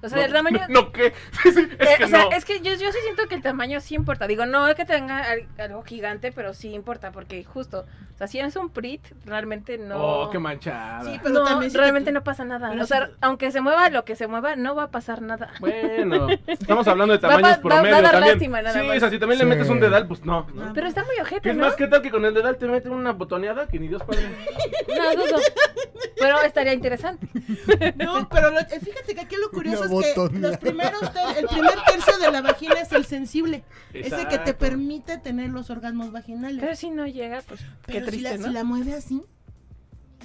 Speaker 2: O sea,
Speaker 3: No,
Speaker 2: el tamaño.
Speaker 3: No, no, ¿qué? Sí, sí,
Speaker 2: Eh,
Speaker 3: Es que
Speaker 2: o sea,
Speaker 3: no.
Speaker 2: es que yo, yo sí siento que el tamaño sí importa. Digo, no es que tenga al- algo gigante, pero sí importa, porque justo, o sea, si es un prit, realmente no.
Speaker 3: Oh, qué manchada.
Speaker 5: Sí, pero
Speaker 2: no,
Speaker 5: también si te-
Speaker 2: realmente no pasa nada.
Speaker 5: Pero
Speaker 2: O sea,
Speaker 5: sí-
Speaker 2: aunque se mueva lo que se mueva, no va a pasar nada.
Speaker 3: Bueno, estamos hablando de
Speaker 2: Va- va-
Speaker 3: tamaños
Speaker 2: va- va a
Speaker 3: promedio
Speaker 2: dar
Speaker 3: también.
Speaker 2: lástima nada
Speaker 3: sí,
Speaker 2: más.
Speaker 3: o sea, si también
Speaker 4: Sí.
Speaker 3: le metes un dedal, pues no. ¿no?
Speaker 2: Pero está muy
Speaker 3: ¿Qué
Speaker 2: ojete,
Speaker 3: es
Speaker 2: ¿no?
Speaker 3: más? ¿Qué tal que con el dedal te meten una botoneada que ni Dios padre?
Speaker 2: No dudo. Pero estaría interesante.
Speaker 5: No, pero lo- eh, fíjate que aquí lo curioso
Speaker 4: Una
Speaker 5: es que
Speaker 4: botonera.
Speaker 5: los primeros ter- el primer tercio de la vagina es el sensible, ese que te
Speaker 3: Exacto.
Speaker 5: permite tener los orgasmos vaginales.
Speaker 2: Pero si no llega, pues qué
Speaker 5: Pero si
Speaker 2: triste,
Speaker 5: la-
Speaker 2: ¿no?
Speaker 5: si la mueve así,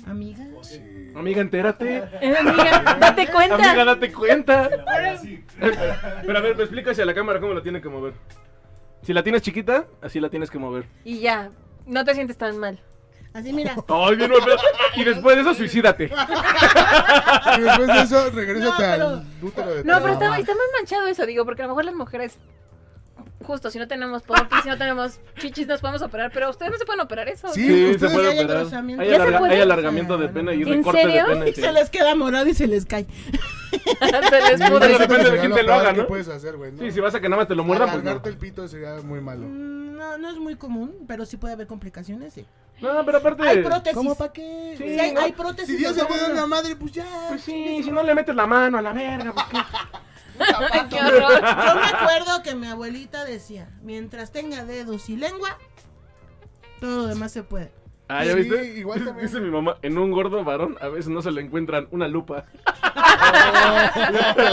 Speaker 5: amiga.
Speaker 4: Sí.
Speaker 3: Amiga, entérate.
Speaker 2: Eh, amiga, date cuenta.
Speaker 3: Amiga, date cuenta.
Speaker 1: Así.
Speaker 3: Pero a ver, me explicas a la cámara cómo la tiene que mover. Si la tienes chiquita, así la tienes que mover.
Speaker 2: Y ya, no te sientes tan mal.
Speaker 5: Así mira.
Speaker 6: Ay, bien, bueno, y después de eso, suicídate.
Speaker 4: Y después de eso, regrésate
Speaker 5: No, pero-
Speaker 4: al útero de
Speaker 2: No,
Speaker 4: tu
Speaker 2: pero
Speaker 4: mamá.
Speaker 2: está, está más manchado eso, digo, porque a lo mejor las mujeres, justo, si no tenemos pompis, si no tenemos chichis, nos podemos operar, pero ustedes no se pueden operar eso.
Speaker 4: Sí,
Speaker 3: Sí, se
Speaker 4: ustedes-
Speaker 3: puede
Speaker 5: ya hay
Speaker 3: operar.
Speaker 5: engrosamiento.
Speaker 3: Hay,
Speaker 2: ¿Ya se
Speaker 3: alarga-
Speaker 2: puede?
Speaker 3: hay alargamiento de
Speaker 5: Ah,
Speaker 3: pena
Speaker 5: no.
Speaker 3: y
Speaker 2: ¿En
Speaker 3: recorte de
Speaker 2: serio?
Speaker 3: pena.
Speaker 5: Y
Speaker 3: sí.
Speaker 5: se les queda morado y se les cae.
Speaker 2: Se les
Speaker 4: Sí,
Speaker 2: pudre.
Speaker 3: de repente
Speaker 4: sería
Speaker 3: de quién te lo
Speaker 4: peor
Speaker 3: haga,
Speaker 4: que
Speaker 3: ¿no?
Speaker 4: puedes hacer, güey? ¿no?
Speaker 3: Sí, si vas a que nada más te lo muerda, pues no.
Speaker 4: Alargarte el pito sería muy malo.
Speaker 5: Mm, No, no es muy común, pero sí puede haber complicaciones, sí.
Speaker 3: No, pero aparte.
Speaker 5: Hay prótesis.
Speaker 4: qué?
Speaker 3: Sí,
Speaker 5: Sí, hay,
Speaker 3: no.
Speaker 5: hay prótesis.
Speaker 4: Si Dios
Speaker 5: de
Speaker 4: se te da
Speaker 5: huevo.
Speaker 4: una madre, pues ya.
Speaker 3: Pues sí, si no le metes la mano a la verga, pues qué.
Speaker 2: Ay, qué horror.
Speaker 5: Yo me acuerdo que mi abuelita decía, mientras tenga dedos y lengua, todo lo demás se puede.
Speaker 3: Ah, ¿ya
Speaker 4: Sí,
Speaker 3: viste?
Speaker 4: igual
Speaker 3: dice,
Speaker 4: también.
Speaker 3: dice mi mamá, en un gordo varón a veces no se le encuentran una lupa. Este,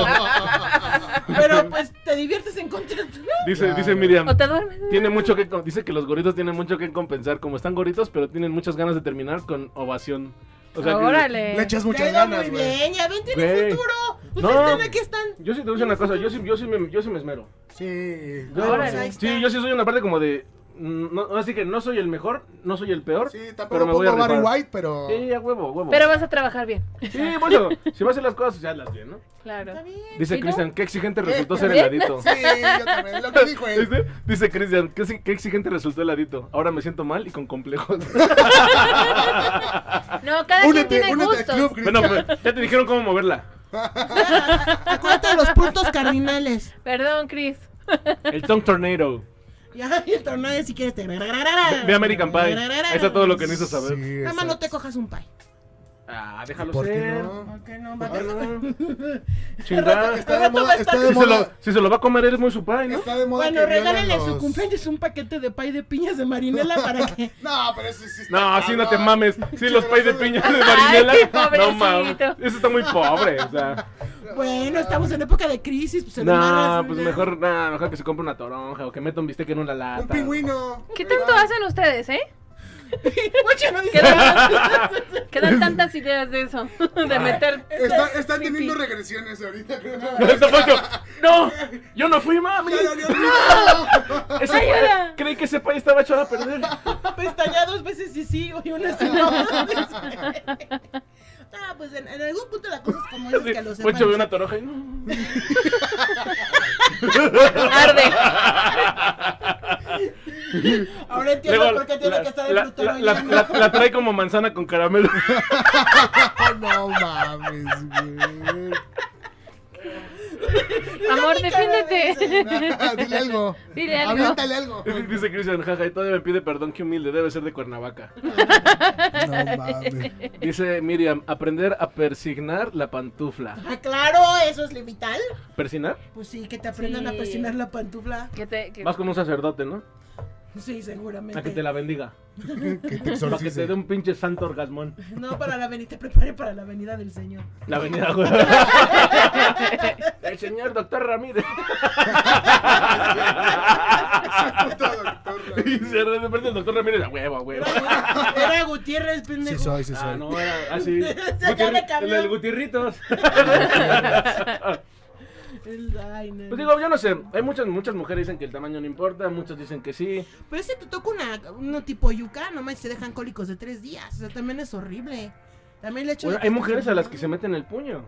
Speaker 5: Pero pues te diviertes en contrato.
Speaker 3: Dice,
Speaker 4: Claro.
Speaker 3: dice Miriam.
Speaker 2: O te duermes.
Speaker 3: Tiene mucho que com- dice que los gorritos tienen mucho que compensar, como están gorritos, pero tienen muchas ganas de terminar con ovación. O sea que-
Speaker 2: Órale.
Speaker 4: Le echas
Speaker 5: Te ha
Speaker 4: muchas
Speaker 5: ido muy
Speaker 4: ganas, güey.
Speaker 5: bien, ya ven,
Speaker 3: Güey.
Speaker 5: tiene futuro. Ustedes
Speaker 3: No.
Speaker 5: están aquí, están.
Speaker 3: yo sí te voy a decir una cosa, yo sí, yo sí me, yo sí me esmero.
Speaker 4: Sí.
Speaker 3: Yo-
Speaker 5: Ahora, ahí está.
Speaker 3: sí, yo sí soy una parte como de mm, no- así que no soy el mejor, no soy el peor,
Speaker 4: Sí,
Speaker 3: pero
Speaker 4: tampoco
Speaker 3: me voy a
Speaker 4: pongo Barry
Speaker 3: rifar.
Speaker 4: White, pero.
Speaker 3: Sí, a huevo, a huevo.
Speaker 2: Pero vas a trabajar bien.
Speaker 3: Sí, bueno, si vas a hacer las cosas, ya las bien, ¿no?
Speaker 5: Está
Speaker 2: Claro.
Speaker 5: bien.
Speaker 3: Dice
Speaker 2: ¿Y no?
Speaker 3: Cristian, qué exigente resultó ser
Speaker 2: ¿También?
Speaker 3: heladito.
Speaker 4: Sí, yo también. Lo que dijo él.
Speaker 3: ¿Viste? Dice Cristian, qué, ex- qué exigente resultó heladito. Ahora me siento mal y con complejos.
Speaker 2: No, cada quien
Speaker 4: Únete,
Speaker 2: tiene
Speaker 4: únete al
Speaker 2: gustos.
Speaker 4: club,
Speaker 3: bueno,
Speaker 4: Cristian.
Speaker 3: pues, ya te dijeron cómo moverla.
Speaker 5: Acuérdate de los puntos cardinales.
Speaker 2: Perdón, Chris.
Speaker 3: El Tongue Tornado.
Speaker 5: Ya, y el tornado de si quieres te.
Speaker 3: Ve, ve American Pie. Ahí está todo lo que necesitas saber.
Speaker 4: Sí,
Speaker 5: Nada más
Speaker 4: exacto.
Speaker 5: no te cojas un pie.
Speaker 3: Ah, déjalo
Speaker 4: ¿Por qué
Speaker 3: ser.
Speaker 4: no?
Speaker 5: Ok, no,
Speaker 3: Ah,
Speaker 5: va
Speaker 3: Chingada.
Speaker 4: Está de moda. Está de
Speaker 3: Si se, lo,
Speaker 4: moda.
Speaker 3: si se lo va a comer, eres muy su pai, ¿no?
Speaker 4: Está de moda.
Speaker 5: Bueno,
Speaker 4: que violan
Speaker 5: regálenle a su
Speaker 4: los-
Speaker 5: cumpleaños un paquete de pie de piñas de marinela para que.
Speaker 4: No, pero eso sí. está
Speaker 3: No, así no te
Speaker 4: cabrón.
Speaker 3: mames. Sí, los pais de piña de marinela.
Speaker 2: Ay, qué
Speaker 3: no
Speaker 2: pobrecito.
Speaker 3: mames. Eso está muy pobre. O sea.
Speaker 5: Bueno, estamos en época de crisis, pues se
Speaker 3: No,
Speaker 5: embarras,
Speaker 3: pues
Speaker 5: ¿no?
Speaker 3: mejor, nah, mejor que se compre una toronja o que meta un bistec en una lata.
Speaker 4: Un pingüino.
Speaker 2: ¿Qué tanto
Speaker 4: haces?
Speaker 2: hacen ustedes, eh?
Speaker 5: Mucho no dice
Speaker 2: ¿Qué
Speaker 5: nada.
Speaker 2: dan, que dan tantas ideas de eso? De meter.
Speaker 4: están
Speaker 2: pipí.
Speaker 4: teniendo regresiones ahorita. creo.
Speaker 3: No, está Poncho. ¡No! ¡Yo no fui, mami!
Speaker 4: Ya, ya, ya, ya.
Speaker 3: Ese pay-
Speaker 2: Ayuda.
Speaker 3: creí que ese país estaba echado a perder.
Speaker 5: Pestañea dos veces y sí, y una sí no. Ah, pues en, en algún punto la cosa es como es que los
Speaker 3: Poncho ve
Speaker 5: hermanos.
Speaker 3: una toronja y no.
Speaker 2: Arde.
Speaker 5: "Ah, Ahora entiendo
Speaker 3: Luego,
Speaker 5: por qué tiene
Speaker 3: la-
Speaker 5: que estar el
Speaker 3: la-
Speaker 5: frutero
Speaker 3: la- la-
Speaker 5: lleno.
Speaker 3: la- la trae como manzana con caramelo.
Speaker 4: No mames, güey.
Speaker 2: Amor,
Speaker 5: Ya ni cabe
Speaker 2: defiéndete.
Speaker 4: Nah, Ah, Dile algo.
Speaker 2: Dile algo.
Speaker 4: Aviéntale algo.
Speaker 3: Dice Cristian, jaja, y todavía me pide perdón, qué humilde, debe ser de Cuernavaca.
Speaker 4: No mames.
Speaker 3: Dice Miriam, aprender a persignar la pantufla.
Speaker 5: Ah, claro, eso es vital.
Speaker 3: ¿Persignar?
Speaker 5: Pues sí, que te aprendan
Speaker 2: Sí.
Speaker 5: a presionar la pantufla.
Speaker 2: Que te, que-
Speaker 3: Vas con un sacerdote, ¿no?
Speaker 5: Sí, seguramente.
Speaker 3: A que te la bendiga.
Speaker 4: Que te
Speaker 3: Para que te
Speaker 4: exorcice.
Speaker 3: dé un pinche santo orgasmón.
Speaker 5: No, para la venida, te prepare para la venida del Señor.
Speaker 3: La avenida, güey. El señor doctor Ramírez.
Speaker 4: Puto doctor,
Speaker 3: Y
Speaker 4: güey.
Speaker 3: se re- de repente el doctor Ramírez, a huevo, a huevo.
Speaker 5: Era Gutiérrez, pendejo.
Speaker 4: Sí soy, sí
Speaker 3: Ah,
Speaker 4: soy.
Speaker 3: no, era así.
Speaker 5: ya me
Speaker 3: Gutirri-
Speaker 5: cambió.
Speaker 3: El del Gutirritos.
Speaker 5: El- Ay, no.
Speaker 3: Pues digo, yo no sé. Hay muchas, muchas mujeres dicen que el tamaño no importa, muchas dicen que sí.
Speaker 5: Pero ese te toca una, uno tipo yuca, nomás te dejan cólicos de tres días. O sea, también es horrible. También le hecho.
Speaker 3: Bueno, Pues, hay mujeres a las que se meten el puño.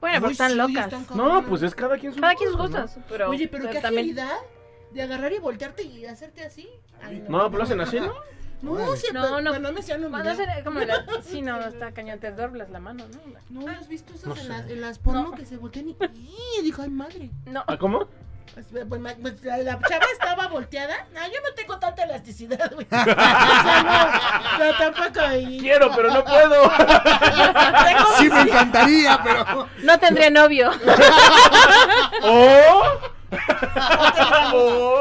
Speaker 2: Bueno, porque están locas.
Speaker 3: No, pues es cada quien sus
Speaker 2: Cada quien sus
Speaker 3: gustos, ¿no?
Speaker 2: gustos. Pero,
Speaker 5: Oye, pero qué
Speaker 2: también-
Speaker 5: agilidad de agarrar y voltearte y hacerte así. Ay,
Speaker 3: No, pero lo hacen así, ¿no?
Speaker 5: No, sí,
Speaker 2: No,
Speaker 5: pero-
Speaker 2: no.
Speaker 5: pero no me hicieron un
Speaker 2: Cuando
Speaker 5: video.
Speaker 2: se, como la, sí, no, está cañón, te doblas la mano, ¿no?
Speaker 5: No, ¿has visto esas
Speaker 3: No
Speaker 5: en,
Speaker 3: sé.
Speaker 5: las, en las porno
Speaker 2: No.
Speaker 5: que se voltean y... y dijo, ay, madre.
Speaker 2: No,
Speaker 3: ¿Ah, cómo?
Speaker 5: Pues, pues, ma- pues, la, la chava estaba volteada. No, yo no tengo tanta elasticidad, güey. O sea, no, no, tampoco. y-
Speaker 3: Quiero, pero no puedo.
Speaker 5: Tengo-
Speaker 4: Sí me encantaría, pero.
Speaker 2: no tendría novio.
Speaker 3: O. O.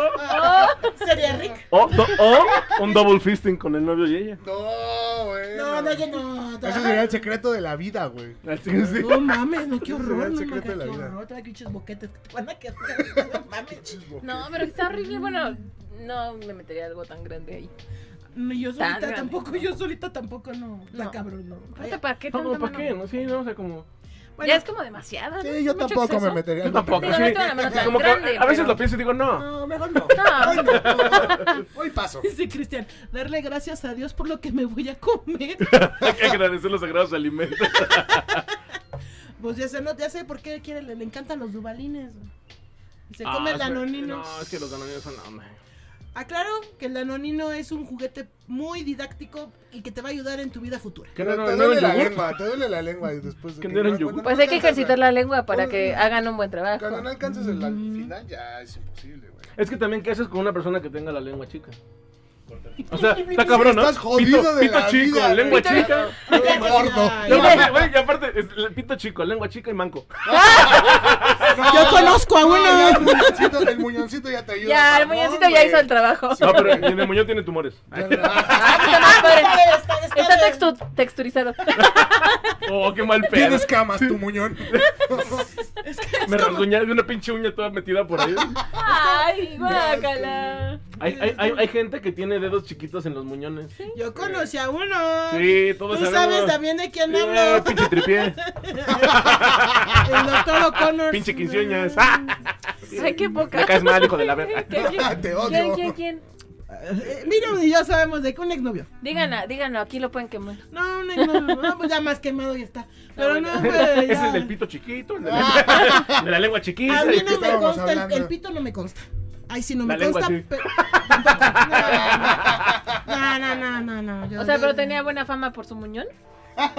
Speaker 5: Sería rica.
Speaker 3: O, do- o un double fisting con el novio y ella.
Speaker 4: No, güey.
Speaker 5: No, no, yo no.
Speaker 4: Eso sería el secreto de la vida, güey.
Speaker 3: Así que sí.
Speaker 5: No mames, no, qué
Speaker 4: Ese
Speaker 5: horror,
Speaker 4: será el
Speaker 5: no,
Speaker 4: secreto
Speaker 5: mames, qué
Speaker 4: de la vida.
Speaker 5: horror, trae pinches boquetes que te van a quedar, no mames.
Speaker 2: No, pero está horrible. Bueno, no me metería algo tan grande ahí.
Speaker 5: No, yo solita
Speaker 2: grande.
Speaker 5: tampoco, yo solita tampoco, no, la
Speaker 2: No.
Speaker 5: cabrón, no.
Speaker 2: Aparte, ¿para qué
Speaker 3: No,
Speaker 2: tanta
Speaker 3: ¿para
Speaker 2: mano?
Speaker 3: qué? No, sí, no, o sea, como.
Speaker 5: Bueno,
Speaker 2: ya es como demasiada. ¿no?
Speaker 4: Sí, yo
Speaker 2: Mucho
Speaker 4: tampoco me
Speaker 2: exceso.
Speaker 4: metería. en
Speaker 3: Yo tampoco,
Speaker 2: Digo,
Speaker 3: sí.
Speaker 2: no tengo la mano tan
Speaker 3: Como que
Speaker 2: grande,
Speaker 3: a veces
Speaker 2: pero-
Speaker 3: lo pienso y digo, no.
Speaker 4: No, mejor no.
Speaker 2: No.
Speaker 4: Hoy no. Hoy paso.
Speaker 5: Dice Cristian, darle gracias a Dios por lo que me voy a comer.
Speaker 3: Hay que agradecer los sagrados alimentos.
Speaker 5: Pues ya sé, no, ya sé por qué quiere, le, le encantan los dubalines. Se
Speaker 7: Ah,
Speaker 5: come el
Speaker 7: espera,
Speaker 5: danonino.
Speaker 7: No, es que los danoninos son la onda.
Speaker 5: Aclaro que el danonino es un juguete muy didáctico y que te va a ayudar en tu vida futura.
Speaker 7: Que no, no,
Speaker 4: te
Speaker 7: no
Speaker 4: duele
Speaker 7: era
Speaker 4: la
Speaker 7: el yogur.
Speaker 4: lengua, te duele la lengua y después de
Speaker 7: Que no era un yogur.
Speaker 4: cuando
Speaker 2: Pues
Speaker 4: no
Speaker 2: hay que
Speaker 4: alcanzas
Speaker 2: ejercitar la lengua para que
Speaker 4: Uy.
Speaker 2: hagan un buen trabajo.
Speaker 4: Cuando no alcanzas el al final ya es imposible, güey.
Speaker 7: Es que también, ¿qué haces con una persona que tenga la lengua chica? O sea, está cabrón, ¿no?
Speaker 4: Estás jodido
Speaker 3: Pito-
Speaker 4: de
Speaker 3: pito
Speaker 4: la
Speaker 3: chico,
Speaker 4: vida,
Speaker 3: lengua
Speaker 4: güey.
Speaker 3: chica.
Speaker 4: Todo gordo.
Speaker 5: Ay,
Speaker 3: No, mames, güey, y aparte, es el pito chico, lengua chica y manco.
Speaker 5: Yo conozco a
Speaker 4: No, ya el
Speaker 5: uno.
Speaker 4: muñoncito, el muñoncito ya te ayuda.
Speaker 2: Ya, el
Speaker 4: cabrón,
Speaker 2: muñoncito ya
Speaker 4: güey.
Speaker 2: hizo el trabajo.
Speaker 3: No, pero en el muñón tiene tumores.
Speaker 2: Ah, está más padre.
Speaker 5: Está- está
Speaker 2: Está
Speaker 5: bien.
Speaker 2: textu- texturizado.
Speaker 3: Oh, qué mal pedo.
Speaker 4: Tienes camas, tu muñón.
Speaker 3: Me rasguñaron de una pinche uña toda metida por ahí.
Speaker 2: Ay, guácala.
Speaker 7: Hay, hay, hay, hay gente que tiene dedos chiquitos en los muñones. Sí,
Speaker 5: Yo conocí a uno.
Speaker 7: todos
Speaker 5: Tú sabes
Speaker 7: sabemos.
Speaker 5: también de quién
Speaker 3: Eh,
Speaker 5: hablo.
Speaker 3: pinche tripié,
Speaker 5: El doctor O'Connor.
Speaker 3: pinche quinceoñas. Ah,
Speaker 2: Ay, qué poca.
Speaker 3: Me caes mal, hijo de la verga.
Speaker 2: ¿Quién, quién,
Speaker 4: Te odio.
Speaker 2: quién, quién, quién?
Speaker 5: Eh, Miriam y yo sabemos de que un exnovio. Mm.
Speaker 2: Díganlo, díganlo, aquí lo pueden quemar.
Speaker 5: No, un exnovio. No, pues ya más quemado y está. Pero no, pues, fue.
Speaker 3: Es el del pito chiquito, el de la, el de la lengua chiquita.
Speaker 5: A
Speaker 3: el
Speaker 5: mí
Speaker 3: que
Speaker 5: no
Speaker 3: está-
Speaker 5: me
Speaker 4: estábamos
Speaker 5: consta, el,
Speaker 4: hablando.
Speaker 5: el pito no me consta. Ay, sí, no
Speaker 3: La
Speaker 5: me
Speaker 3: lengua,
Speaker 5: consta.
Speaker 3: sí.
Speaker 5: pero- tampoco. No, no, no, no, no. yo-
Speaker 2: O sea, pero
Speaker 5: yo-
Speaker 2: tenía buena fama por su muñón.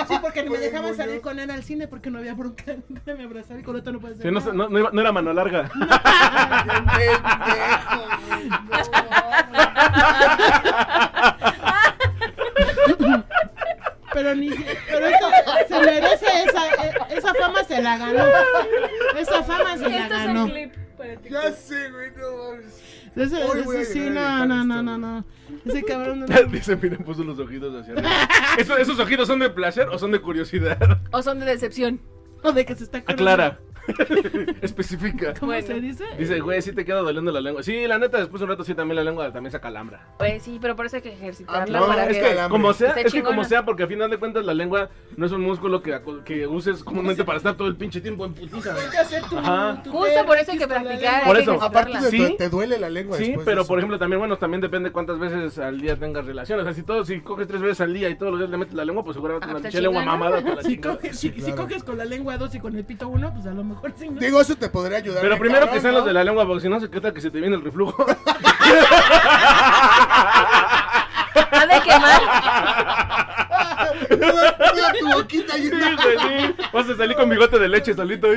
Speaker 5: Sí, porque me
Speaker 4: Por el
Speaker 5: dejaban salir
Speaker 4: muñón.
Speaker 5: con él al cine porque no había bronca. Nunca me abrazaba y con otro no puedes
Speaker 3: Sí, no, sé, no- no iba- no era mano larga.
Speaker 4: Pendejo, güey, no.
Speaker 5: Pero ni pero esto se merece esa, e- esa fama se la ganó. Esa fama se
Speaker 2: Esto
Speaker 5: la
Speaker 2: Este es
Speaker 5: ganó.
Speaker 2: un clip para ti.
Speaker 4: Ya sé, güey, no mames.
Speaker 5: Ese-
Speaker 4: Hoy voy a
Speaker 5: ese sí,
Speaker 4: llegar a editar
Speaker 5: no, no, no,
Speaker 4: esto,
Speaker 5: no, no. Ese cabrón no.
Speaker 3: Dice, miren, puso los ojitos hacia arriba. ¿Esos, esos ojitos son de placer o son de curiosidad?
Speaker 2: O son de decepción.
Speaker 5: no, de que se está acordando.
Speaker 3: Aclara. Especifica.
Speaker 5: ¿Cómo
Speaker 2: Bueno.
Speaker 5: se dice?
Speaker 3: Dice, güey, sí te queda doliendo la lengua. Sí, la neta, después de un rato sí también la lengua también se calambra.
Speaker 2: Pues sí, pero por eso hay que ejercitarla
Speaker 4: No,
Speaker 2: para
Speaker 3: Ah, es
Speaker 2: que...
Speaker 3: que
Speaker 4: calambre.
Speaker 3: como sea,
Speaker 2: Está
Speaker 3: es que
Speaker 2: chingona.
Speaker 3: como sea, porque a final de cuentas la lengua no es un músculo que, acu- que uses comúnmente para estar todo el pinche tiempo en putiza, güey.
Speaker 5: Hay que hacer tu-
Speaker 3: Ajá.
Speaker 5: tu
Speaker 2: Justo por eso hay que
Speaker 5: perro, la
Speaker 2: practicar,
Speaker 5: lengua.
Speaker 3: Por
Speaker 2: hay
Speaker 3: eso.
Speaker 2: que
Speaker 4: Aparte de
Speaker 2: ejercitarla.
Speaker 3: Sí.
Speaker 4: te- te duele la lengua
Speaker 3: Sí,
Speaker 4: después de
Speaker 3: pero
Speaker 4: pues, eso.
Speaker 3: por ejemplo también, bueno, también depende cuántas veces al día tengas relaciones. O sea, si todos, si coges tres veces al día y todos los días le metes la lengua, pues seguramente
Speaker 2: Ah,
Speaker 3: una
Speaker 2: pues,
Speaker 3: pinche lengua
Speaker 2: chingada.
Speaker 3: mamada te la
Speaker 5: Si
Speaker 3: chingada.
Speaker 5: coges, si, si
Speaker 4: claro.
Speaker 5: coges con la lengua dos y con el pito uno, pues a lo mejor sí. ¿no?
Speaker 4: Digo, eso te podría ayudar.
Speaker 3: Pero
Speaker 4: bien
Speaker 3: primero que
Speaker 4: cabrón,
Speaker 3: sean
Speaker 4: ¿no?
Speaker 3: los de la lengua, porque si no se queda que se te viene el reflujo.
Speaker 2: Ha de quemar.
Speaker 4: Mira, mira tu boquita ahí
Speaker 3: Sí,
Speaker 4: está.
Speaker 3: güey, sí. Vas a salir con bigote de leche solito ¿eh?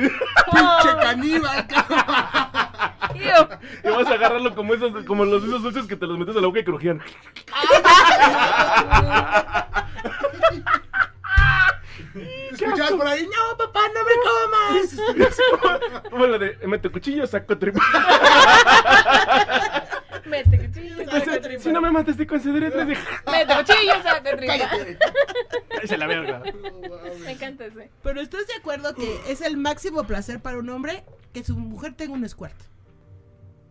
Speaker 4: Pinche caníbal, cabrón.
Speaker 2: Tío.
Speaker 3: y vas a agarrarlo como esos, como los esos dulces que te los metes a la boca y crujían.
Speaker 4: Escuchabas por ahí, no, papá, no me comas.
Speaker 3: Como la de mete cuchillo, saco tripa.
Speaker 2: Mete cuchillo, saca tripa.
Speaker 3: Si no me matas te concederé tres de
Speaker 2: Mete cuchillo, saca tripa.
Speaker 4: Cállate.
Speaker 3: Cállese la verga.
Speaker 2: Me encanta ese.
Speaker 5: Pero ¿estás de acuerdo que es el máximo placer para un hombre que su mujer tenga un squirt?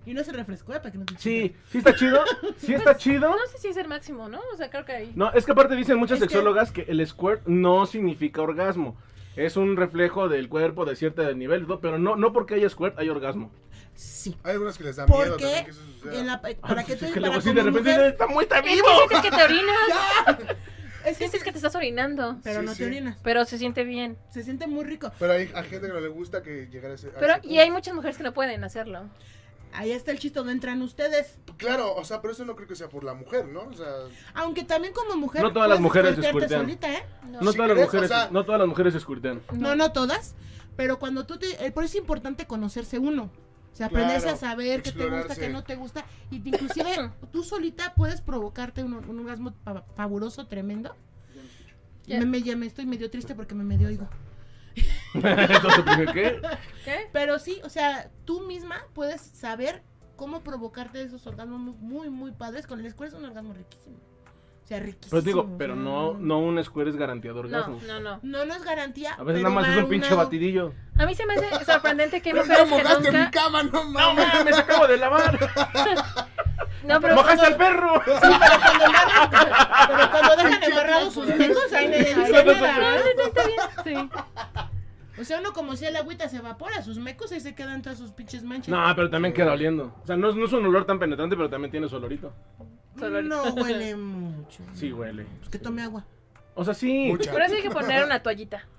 Speaker 5: Y no se refrescó, ¿eh? para que no te
Speaker 3: Sí, sí está chido. Sí está chido.
Speaker 2: Pues No sé si es el máximo, ¿no? O sea, creo que ahí.
Speaker 3: No, es que aparte dicen muchas
Speaker 5: Es que-
Speaker 3: sexólogas que... el squirt no significa orgasmo. Es un reflejo del cuerpo de cierto nivel, ¿no? pero no, no porque haya squirt hay orgasmo.
Speaker 5: Sí.
Speaker 4: Hay algunos que les da miedo también
Speaker 5: Porque
Speaker 4: que eso suceda.
Speaker 5: en la, para que tú
Speaker 3: Ah, pues Es que
Speaker 5: para
Speaker 3: luego sí,
Speaker 5: como
Speaker 3: de repente
Speaker 5: mujer-
Speaker 3: está muy está
Speaker 2: Es que
Speaker 3: vivo.
Speaker 2: sientes que te orinas.
Speaker 5: es que
Speaker 2: Sientes que te estás orinando.
Speaker 5: pero
Speaker 4: Sí,
Speaker 5: no
Speaker 4: sí.
Speaker 5: te orinas.
Speaker 2: Pero se siente bien.
Speaker 5: Se siente muy rico.
Speaker 4: Pero hay, hay gente que no le gusta que llegara a ese. a
Speaker 2: Pero,
Speaker 4: ese
Speaker 2: y hay muchas mujeres que no pueden hacerlo.
Speaker 5: Ahí está el chiste donde entran ustedes.
Speaker 4: punto. Claro, o sea, pero eso no creo que sea por la mujer, ¿no? O sea,
Speaker 5: Aunque también como mujer.
Speaker 3: No todas las
Speaker 5: puedes
Speaker 3: mujeres se
Speaker 5: squirtearte
Speaker 3: squirtean.
Speaker 5: solita, ¿eh?
Speaker 3: No todas
Speaker 4: Si
Speaker 3: las
Speaker 4: crees,
Speaker 3: mujeres,
Speaker 4: o sea-
Speaker 3: no todas las mujeres se squirtean.
Speaker 5: No, no todas. Pero cuando tú te. eh, por eso es importante conocerse uno. O sea, aprenderse
Speaker 4: Claro,
Speaker 5: a saber qué te gusta,
Speaker 4: explorarse.
Speaker 5: qué no te gusta. Y te- inclusive tú solita puedes provocarte un, un orgasmo fa- fabuloso, tremendo.
Speaker 2: Ya.
Speaker 5: Me, me, ya me estoy medio triste porque me medio oigo.
Speaker 3: Entonces, ¿por ¿qué?
Speaker 2: ¿Qué?
Speaker 5: Pero sí, o sea, tú misma puedes saber cómo provocarte esos orgasmos muy, muy, muy padres. Con el squirt es un orgasmo riquísimo. O sea,
Speaker 3: Pero te
Speaker 5: riquísimo. o
Speaker 3: Pues digo,
Speaker 5: sea,
Speaker 3: pero no, no un squirt es garantía de
Speaker 2: No,
Speaker 3: orgasmo.
Speaker 2: no, no.
Speaker 5: No nos garantía.
Speaker 3: A veces
Speaker 5: pero
Speaker 3: nada más
Speaker 5: va
Speaker 3: es un pinche
Speaker 5: aunado.
Speaker 3: batidillo.
Speaker 2: A mí se me hace sorprendente que hay
Speaker 4: pero ya
Speaker 2: mujeres que
Speaker 4: mojaste
Speaker 2: nunca.
Speaker 4: mi cama, no mames.
Speaker 3: ¡No mames, acabo de lavar!
Speaker 2: No, pero.
Speaker 3: ¡Mojaste al perro!
Speaker 5: Pero cuando dejan embarrados sus pecos, ahí no
Speaker 2: No,
Speaker 5: hay
Speaker 2: no, no, está bien. Sí.
Speaker 5: O sea, uno como sea la agüita se evapora, sus mecos ahí se quedan todas sus pinches manchas.
Speaker 3: No, pero también queda oliendo. O sea, no, es- no es un olor tan penetrante, pero también tiene su olorito.
Speaker 2: Solo-
Speaker 5: Mm, No huele mucho.
Speaker 3: Sí, huele.
Speaker 5: Pues que tome agua.
Speaker 3: O sea, sí.
Speaker 4: Mucha.
Speaker 2: Por eso hay que poner una toallita.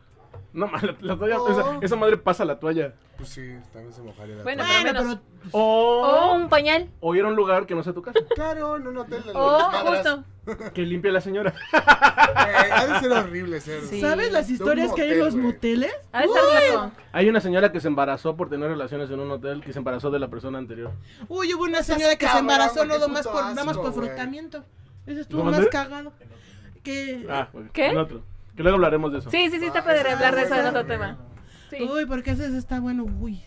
Speaker 3: No, ma, la, la toalla, esa,
Speaker 2: Oh.
Speaker 3: esa madre pasa la toalla.
Speaker 4: Pues sí, también se mojaría la
Speaker 2: Bueno,
Speaker 4: toalla.
Speaker 2: pero
Speaker 5: Bueno,
Speaker 2: menos.
Speaker 5: pero
Speaker 2: O
Speaker 3: O,
Speaker 2: un pañal.
Speaker 3: Oh. o ir a un lugar que no sea tu casa.
Speaker 4: Claro, en un hotel de
Speaker 2: O
Speaker 4: las madras.
Speaker 2: Oh, justo.
Speaker 3: Que limpie la señora.
Speaker 4: Eh, ha de ser horrible ser.
Speaker 2: Sí.
Speaker 5: ¿sabes las
Speaker 4: De un
Speaker 5: historias que hay en
Speaker 4: motel,
Speaker 5: los
Speaker 4: güey.
Speaker 5: moteles?
Speaker 2: Ha de estar flaco.
Speaker 3: Hay una señora que se embarazó por tener relaciones en un hotel que se embarazó de la persona anterior.
Speaker 5: Uy, hubo una señora que se
Speaker 4: cabrón,
Speaker 5: embarazó
Speaker 4: güey, qué
Speaker 5: nada más
Speaker 4: puto
Speaker 5: por, nada más
Speaker 4: asco,
Speaker 5: por
Speaker 4: güey.
Speaker 5: frotamiento. Ese estuvo
Speaker 3: ¿Dónde?
Speaker 5: más cagado. Que.
Speaker 3: Ah, ok,
Speaker 2: ¿Qué?
Speaker 3: en otro. Que luego hablaremos de eso.
Speaker 2: Sí, sí, sí, está
Speaker 4: Ah,
Speaker 2: padre
Speaker 4: está
Speaker 2: hablar de eso en
Speaker 4: bueno,
Speaker 2: otro
Speaker 4: güey.
Speaker 2: tema. Sí.
Speaker 5: Uy, porque ese está bueno, uy.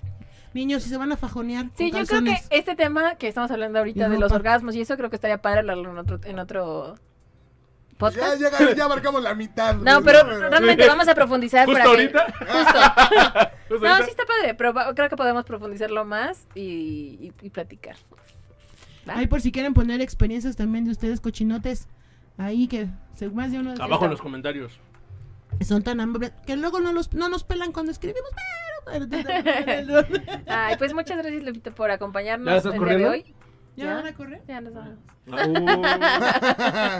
Speaker 5: Niños, si se van a fajonear.
Speaker 2: Sí,
Speaker 5: con
Speaker 2: yo creo que
Speaker 5: calzones.
Speaker 2: este tema que estamos hablando ahorita
Speaker 5: Y
Speaker 2: de los
Speaker 5: ropa.
Speaker 2: orgasmos y eso creo que estaría padre hablarlo en otro, en otro
Speaker 4: Ya,
Speaker 2: podcast.
Speaker 4: ya, ya marcamos la mitad.
Speaker 2: No,
Speaker 4: güey,
Speaker 2: pero
Speaker 4: pero-
Speaker 2: realmente vamos a profundizar.
Speaker 3: ¿Justo
Speaker 2: para que-
Speaker 3: ahorita?
Speaker 2: Justo.
Speaker 3: Pues
Speaker 2: No,
Speaker 3: ahorita-
Speaker 2: sí está padre, pero va- creo que podemos profundizarlo más y, y- y platicar. ¿Va?
Speaker 5: Ahí por si quieren poner experiencias también de ustedes, cochinotes. Ahí que se- más de uno de
Speaker 3: Abajo en los comentarios.
Speaker 5: ustedes son tan amables que luego no, los, no nos pelan cuando escribimos. Pero, pero-
Speaker 2: Ay, pues muchas gracias, Lupita, por acompañarnos
Speaker 3: ¿Ya estás
Speaker 2: el
Speaker 3: corriendo?
Speaker 2: día de hoy.
Speaker 5: ¿Ya van a correr?
Speaker 2: Ya nos vamos.
Speaker 3: Uh,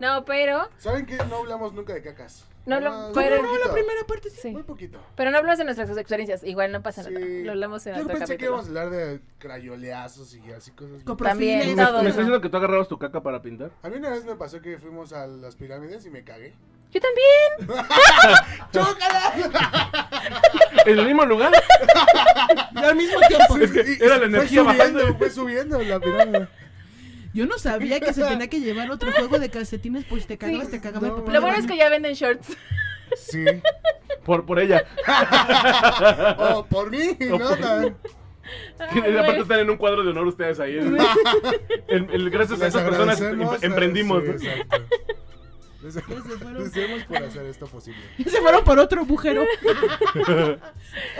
Speaker 2: No, pero
Speaker 4: ¿Saben qué? No hablamos nunca de cacas.
Speaker 2: No, lo-
Speaker 4: Hablamos
Speaker 2: pero-
Speaker 4: muy
Speaker 5: No, la
Speaker 4: poquito,
Speaker 5: primera parte sí.
Speaker 2: sí.
Speaker 4: Muy poquito.
Speaker 2: Pero no hablamos de nuestras experiencias, igual no pasa
Speaker 4: Sí.
Speaker 2: nada. Lo hablamos en
Speaker 4: Yo
Speaker 2: otro
Speaker 4: pensé que íbamos
Speaker 2: capítulo.
Speaker 4: a hablar de crayoleazos y así cosas.
Speaker 5: Coprofiles.
Speaker 2: También,
Speaker 3: ¿Me,
Speaker 2: todo.
Speaker 3: me estás diciendo que tú agarrabas tu caca para pintar?
Speaker 4: A mí una vez me pasó que fuimos a las pirámides y me cagué.
Speaker 2: Yo también.
Speaker 3: ¿En el mismo lugar?
Speaker 5: Y al mismo tiempo.
Speaker 4: Es que
Speaker 3: era la energía
Speaker 4: fue subiendo,
Speaker 3: bajando.
Speaker 4: Fue subiendo la pirámide.
Speaker 5: Yo no sabía que se tenía que llevar otro juego de calcetines, pues te cagabas, te cagaba el
Speaker 4: no,
Speaker 5: papel.
Speaker 2: Lo bueno es que ya venden shorts.
Speaker 4: Sí.
Speaker 3: Por, por ella.
Speaker 4: O Oh, por mí,
Speaker 3: O
Speaker 4: ¿no?
Speaker 3: por-
Speaker 4: También.
Speaker 2: Ay,
Speaker 3: Que de- aparte
Speaker 2: güey.
Speaker 3: están en un cuadro de honor ustedes ahí. ¿eh? El- el- gracias a
Speaker 4: Les
Speaker 3: esas personas
Speaker 4: agradecemos, eh,
Speaker 3: em- emprendimos.
Speaker 4: sí,
Speaker 3: ¿no?
Speaker 4: exacto. Les
Speaker 5: fueron.
Speaker 4: agradecemos por hacer esto posible.
Speaker 5: Se fueron por otro agujero.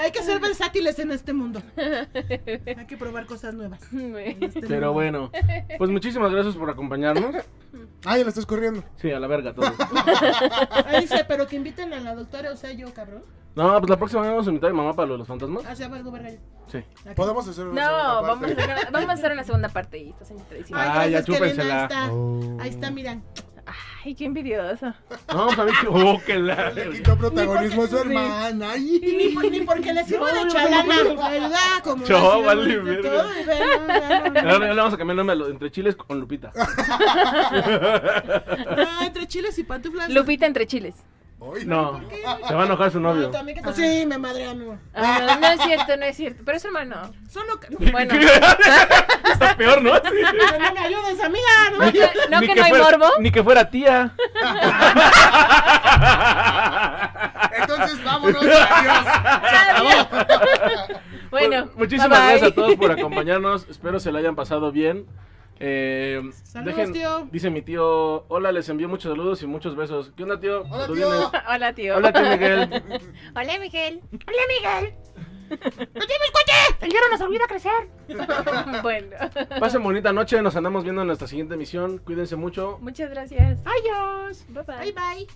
Speaker 5: Hay que ser versátiles en este mundo. Hay que probar cosas nuevas. en este
Speaker 3: Pero bueno,
Speaker 5: mundo.
Speaker 3: pues muchísimas gracias por acompañarnos.
Speaker 4: Ah, ya lo estás corriendo.
Speaker 3: Sí, a la verga todo.
Speaker 5: Ahí dice, pero que inviten a la doctora, o sea, yo, cabrón.
Speaker 3: No, pues la próxima vez vamos a invitar a mi mamá para lo de los fantasmas.
Speaker 5: Hacia algo verga.
Speaker 3: Sí.
Speaker 5: Acá.
Speaker 4: Podemos hacer una
Speaker 2: No,
Speaker 4: segunda
Speaker 2: vamos a,
Speaker 4: parte?
Speaker 2: hacer una, vamos a hacer una segunda parte y estás entradísima.
Speaker 3: Ah,
Speaker 5: Ay,
Speaker 3: ya
Speaker 5: gracias, Karina,
Speaker 3: chúpensela.
Speaker 5: ahí está.
Speaker 4: Oh.
Speaker 5: Ahí está, mira.
Speaker 2: Ay, qué envidioso.
Speaker 3: No, pues a mí que- oh, que la-
Speaker 4: Le quitó protagonismo a su hermana.
Speaker 5: Y
Speaker 4: ay.
Speaker 5: ni, por- ni porque le sirvo de chalana, ¿verdad? Como
Speaker 3: Yo,
Speaker 5: así,
Speaker 3: vale,
Speaker 5: todo,
Speaker 3: verga.
Speaker 5: todo, y ve, no, no, no, no.
Speaker 3: Ahora le vamos a cambiar el nombre a lo- entre chiles con Lupita.
Speaker 5: Ah, entre chiles y pantuflas.
Speaker 2: Lupita entre chiles.
Speaker 4: Ay,
Speaker 3: No, se va a enojar su novio.
Speaker 5: No, también que- Sí, me madrean. no.
Speaker 2: Ah, no, no es cierto, no es cierto. Pero es hermano.
Speaker 5: Solo que...
Speaker 2: Bueno,
Speaker 3: Está peor, ¿no? Sí.
Speaker 5: Pero no me ayudes, amiga, ¿no?
Speaker 2: no que no,
Speaker 3: Ni
Speaker 2: que no hay
Speaker 3: fuera-
Speaker 2: morbo.
Speaker 3: Ni que fuera tía.
Speaker 4: Entonces vámonos, adiós.
Speaker 2: Bueno,
Speaker 3: Pues, muchísimas
Speaker 2: bye, bye.
Speaker 3: gracias a todos por acompañarnos. Espero se la hayan pasado bien. Eh,
Speaker 5: Saludos, tío.
Speaker 3: Dice mi tío, hola, les envío muchos saludos y muchos besos. ¿Qué onda, tío?
Speaker 4: Hola,
Speaker 3: ¿Tú
Speaker 4: tío.
Speaker 3: vienes?
Speaker 2: Hola, tío.
Speaker 3: Hola, tío Miguel.
Speaker 2: Hola, Miguel.
Speaker 8: El hierro nos olvida crecer.
Speaker 2: Bueno,
Speaker 3: Pasen bonita noche, nos andamos viendo en nuestra siguiente emisión. Cuídense mucho.
Speaker 2: muchas gracias.
Speaker 8: Adiós.
Speaker 2: Bye bye.
Speaker 5: Bye, bye.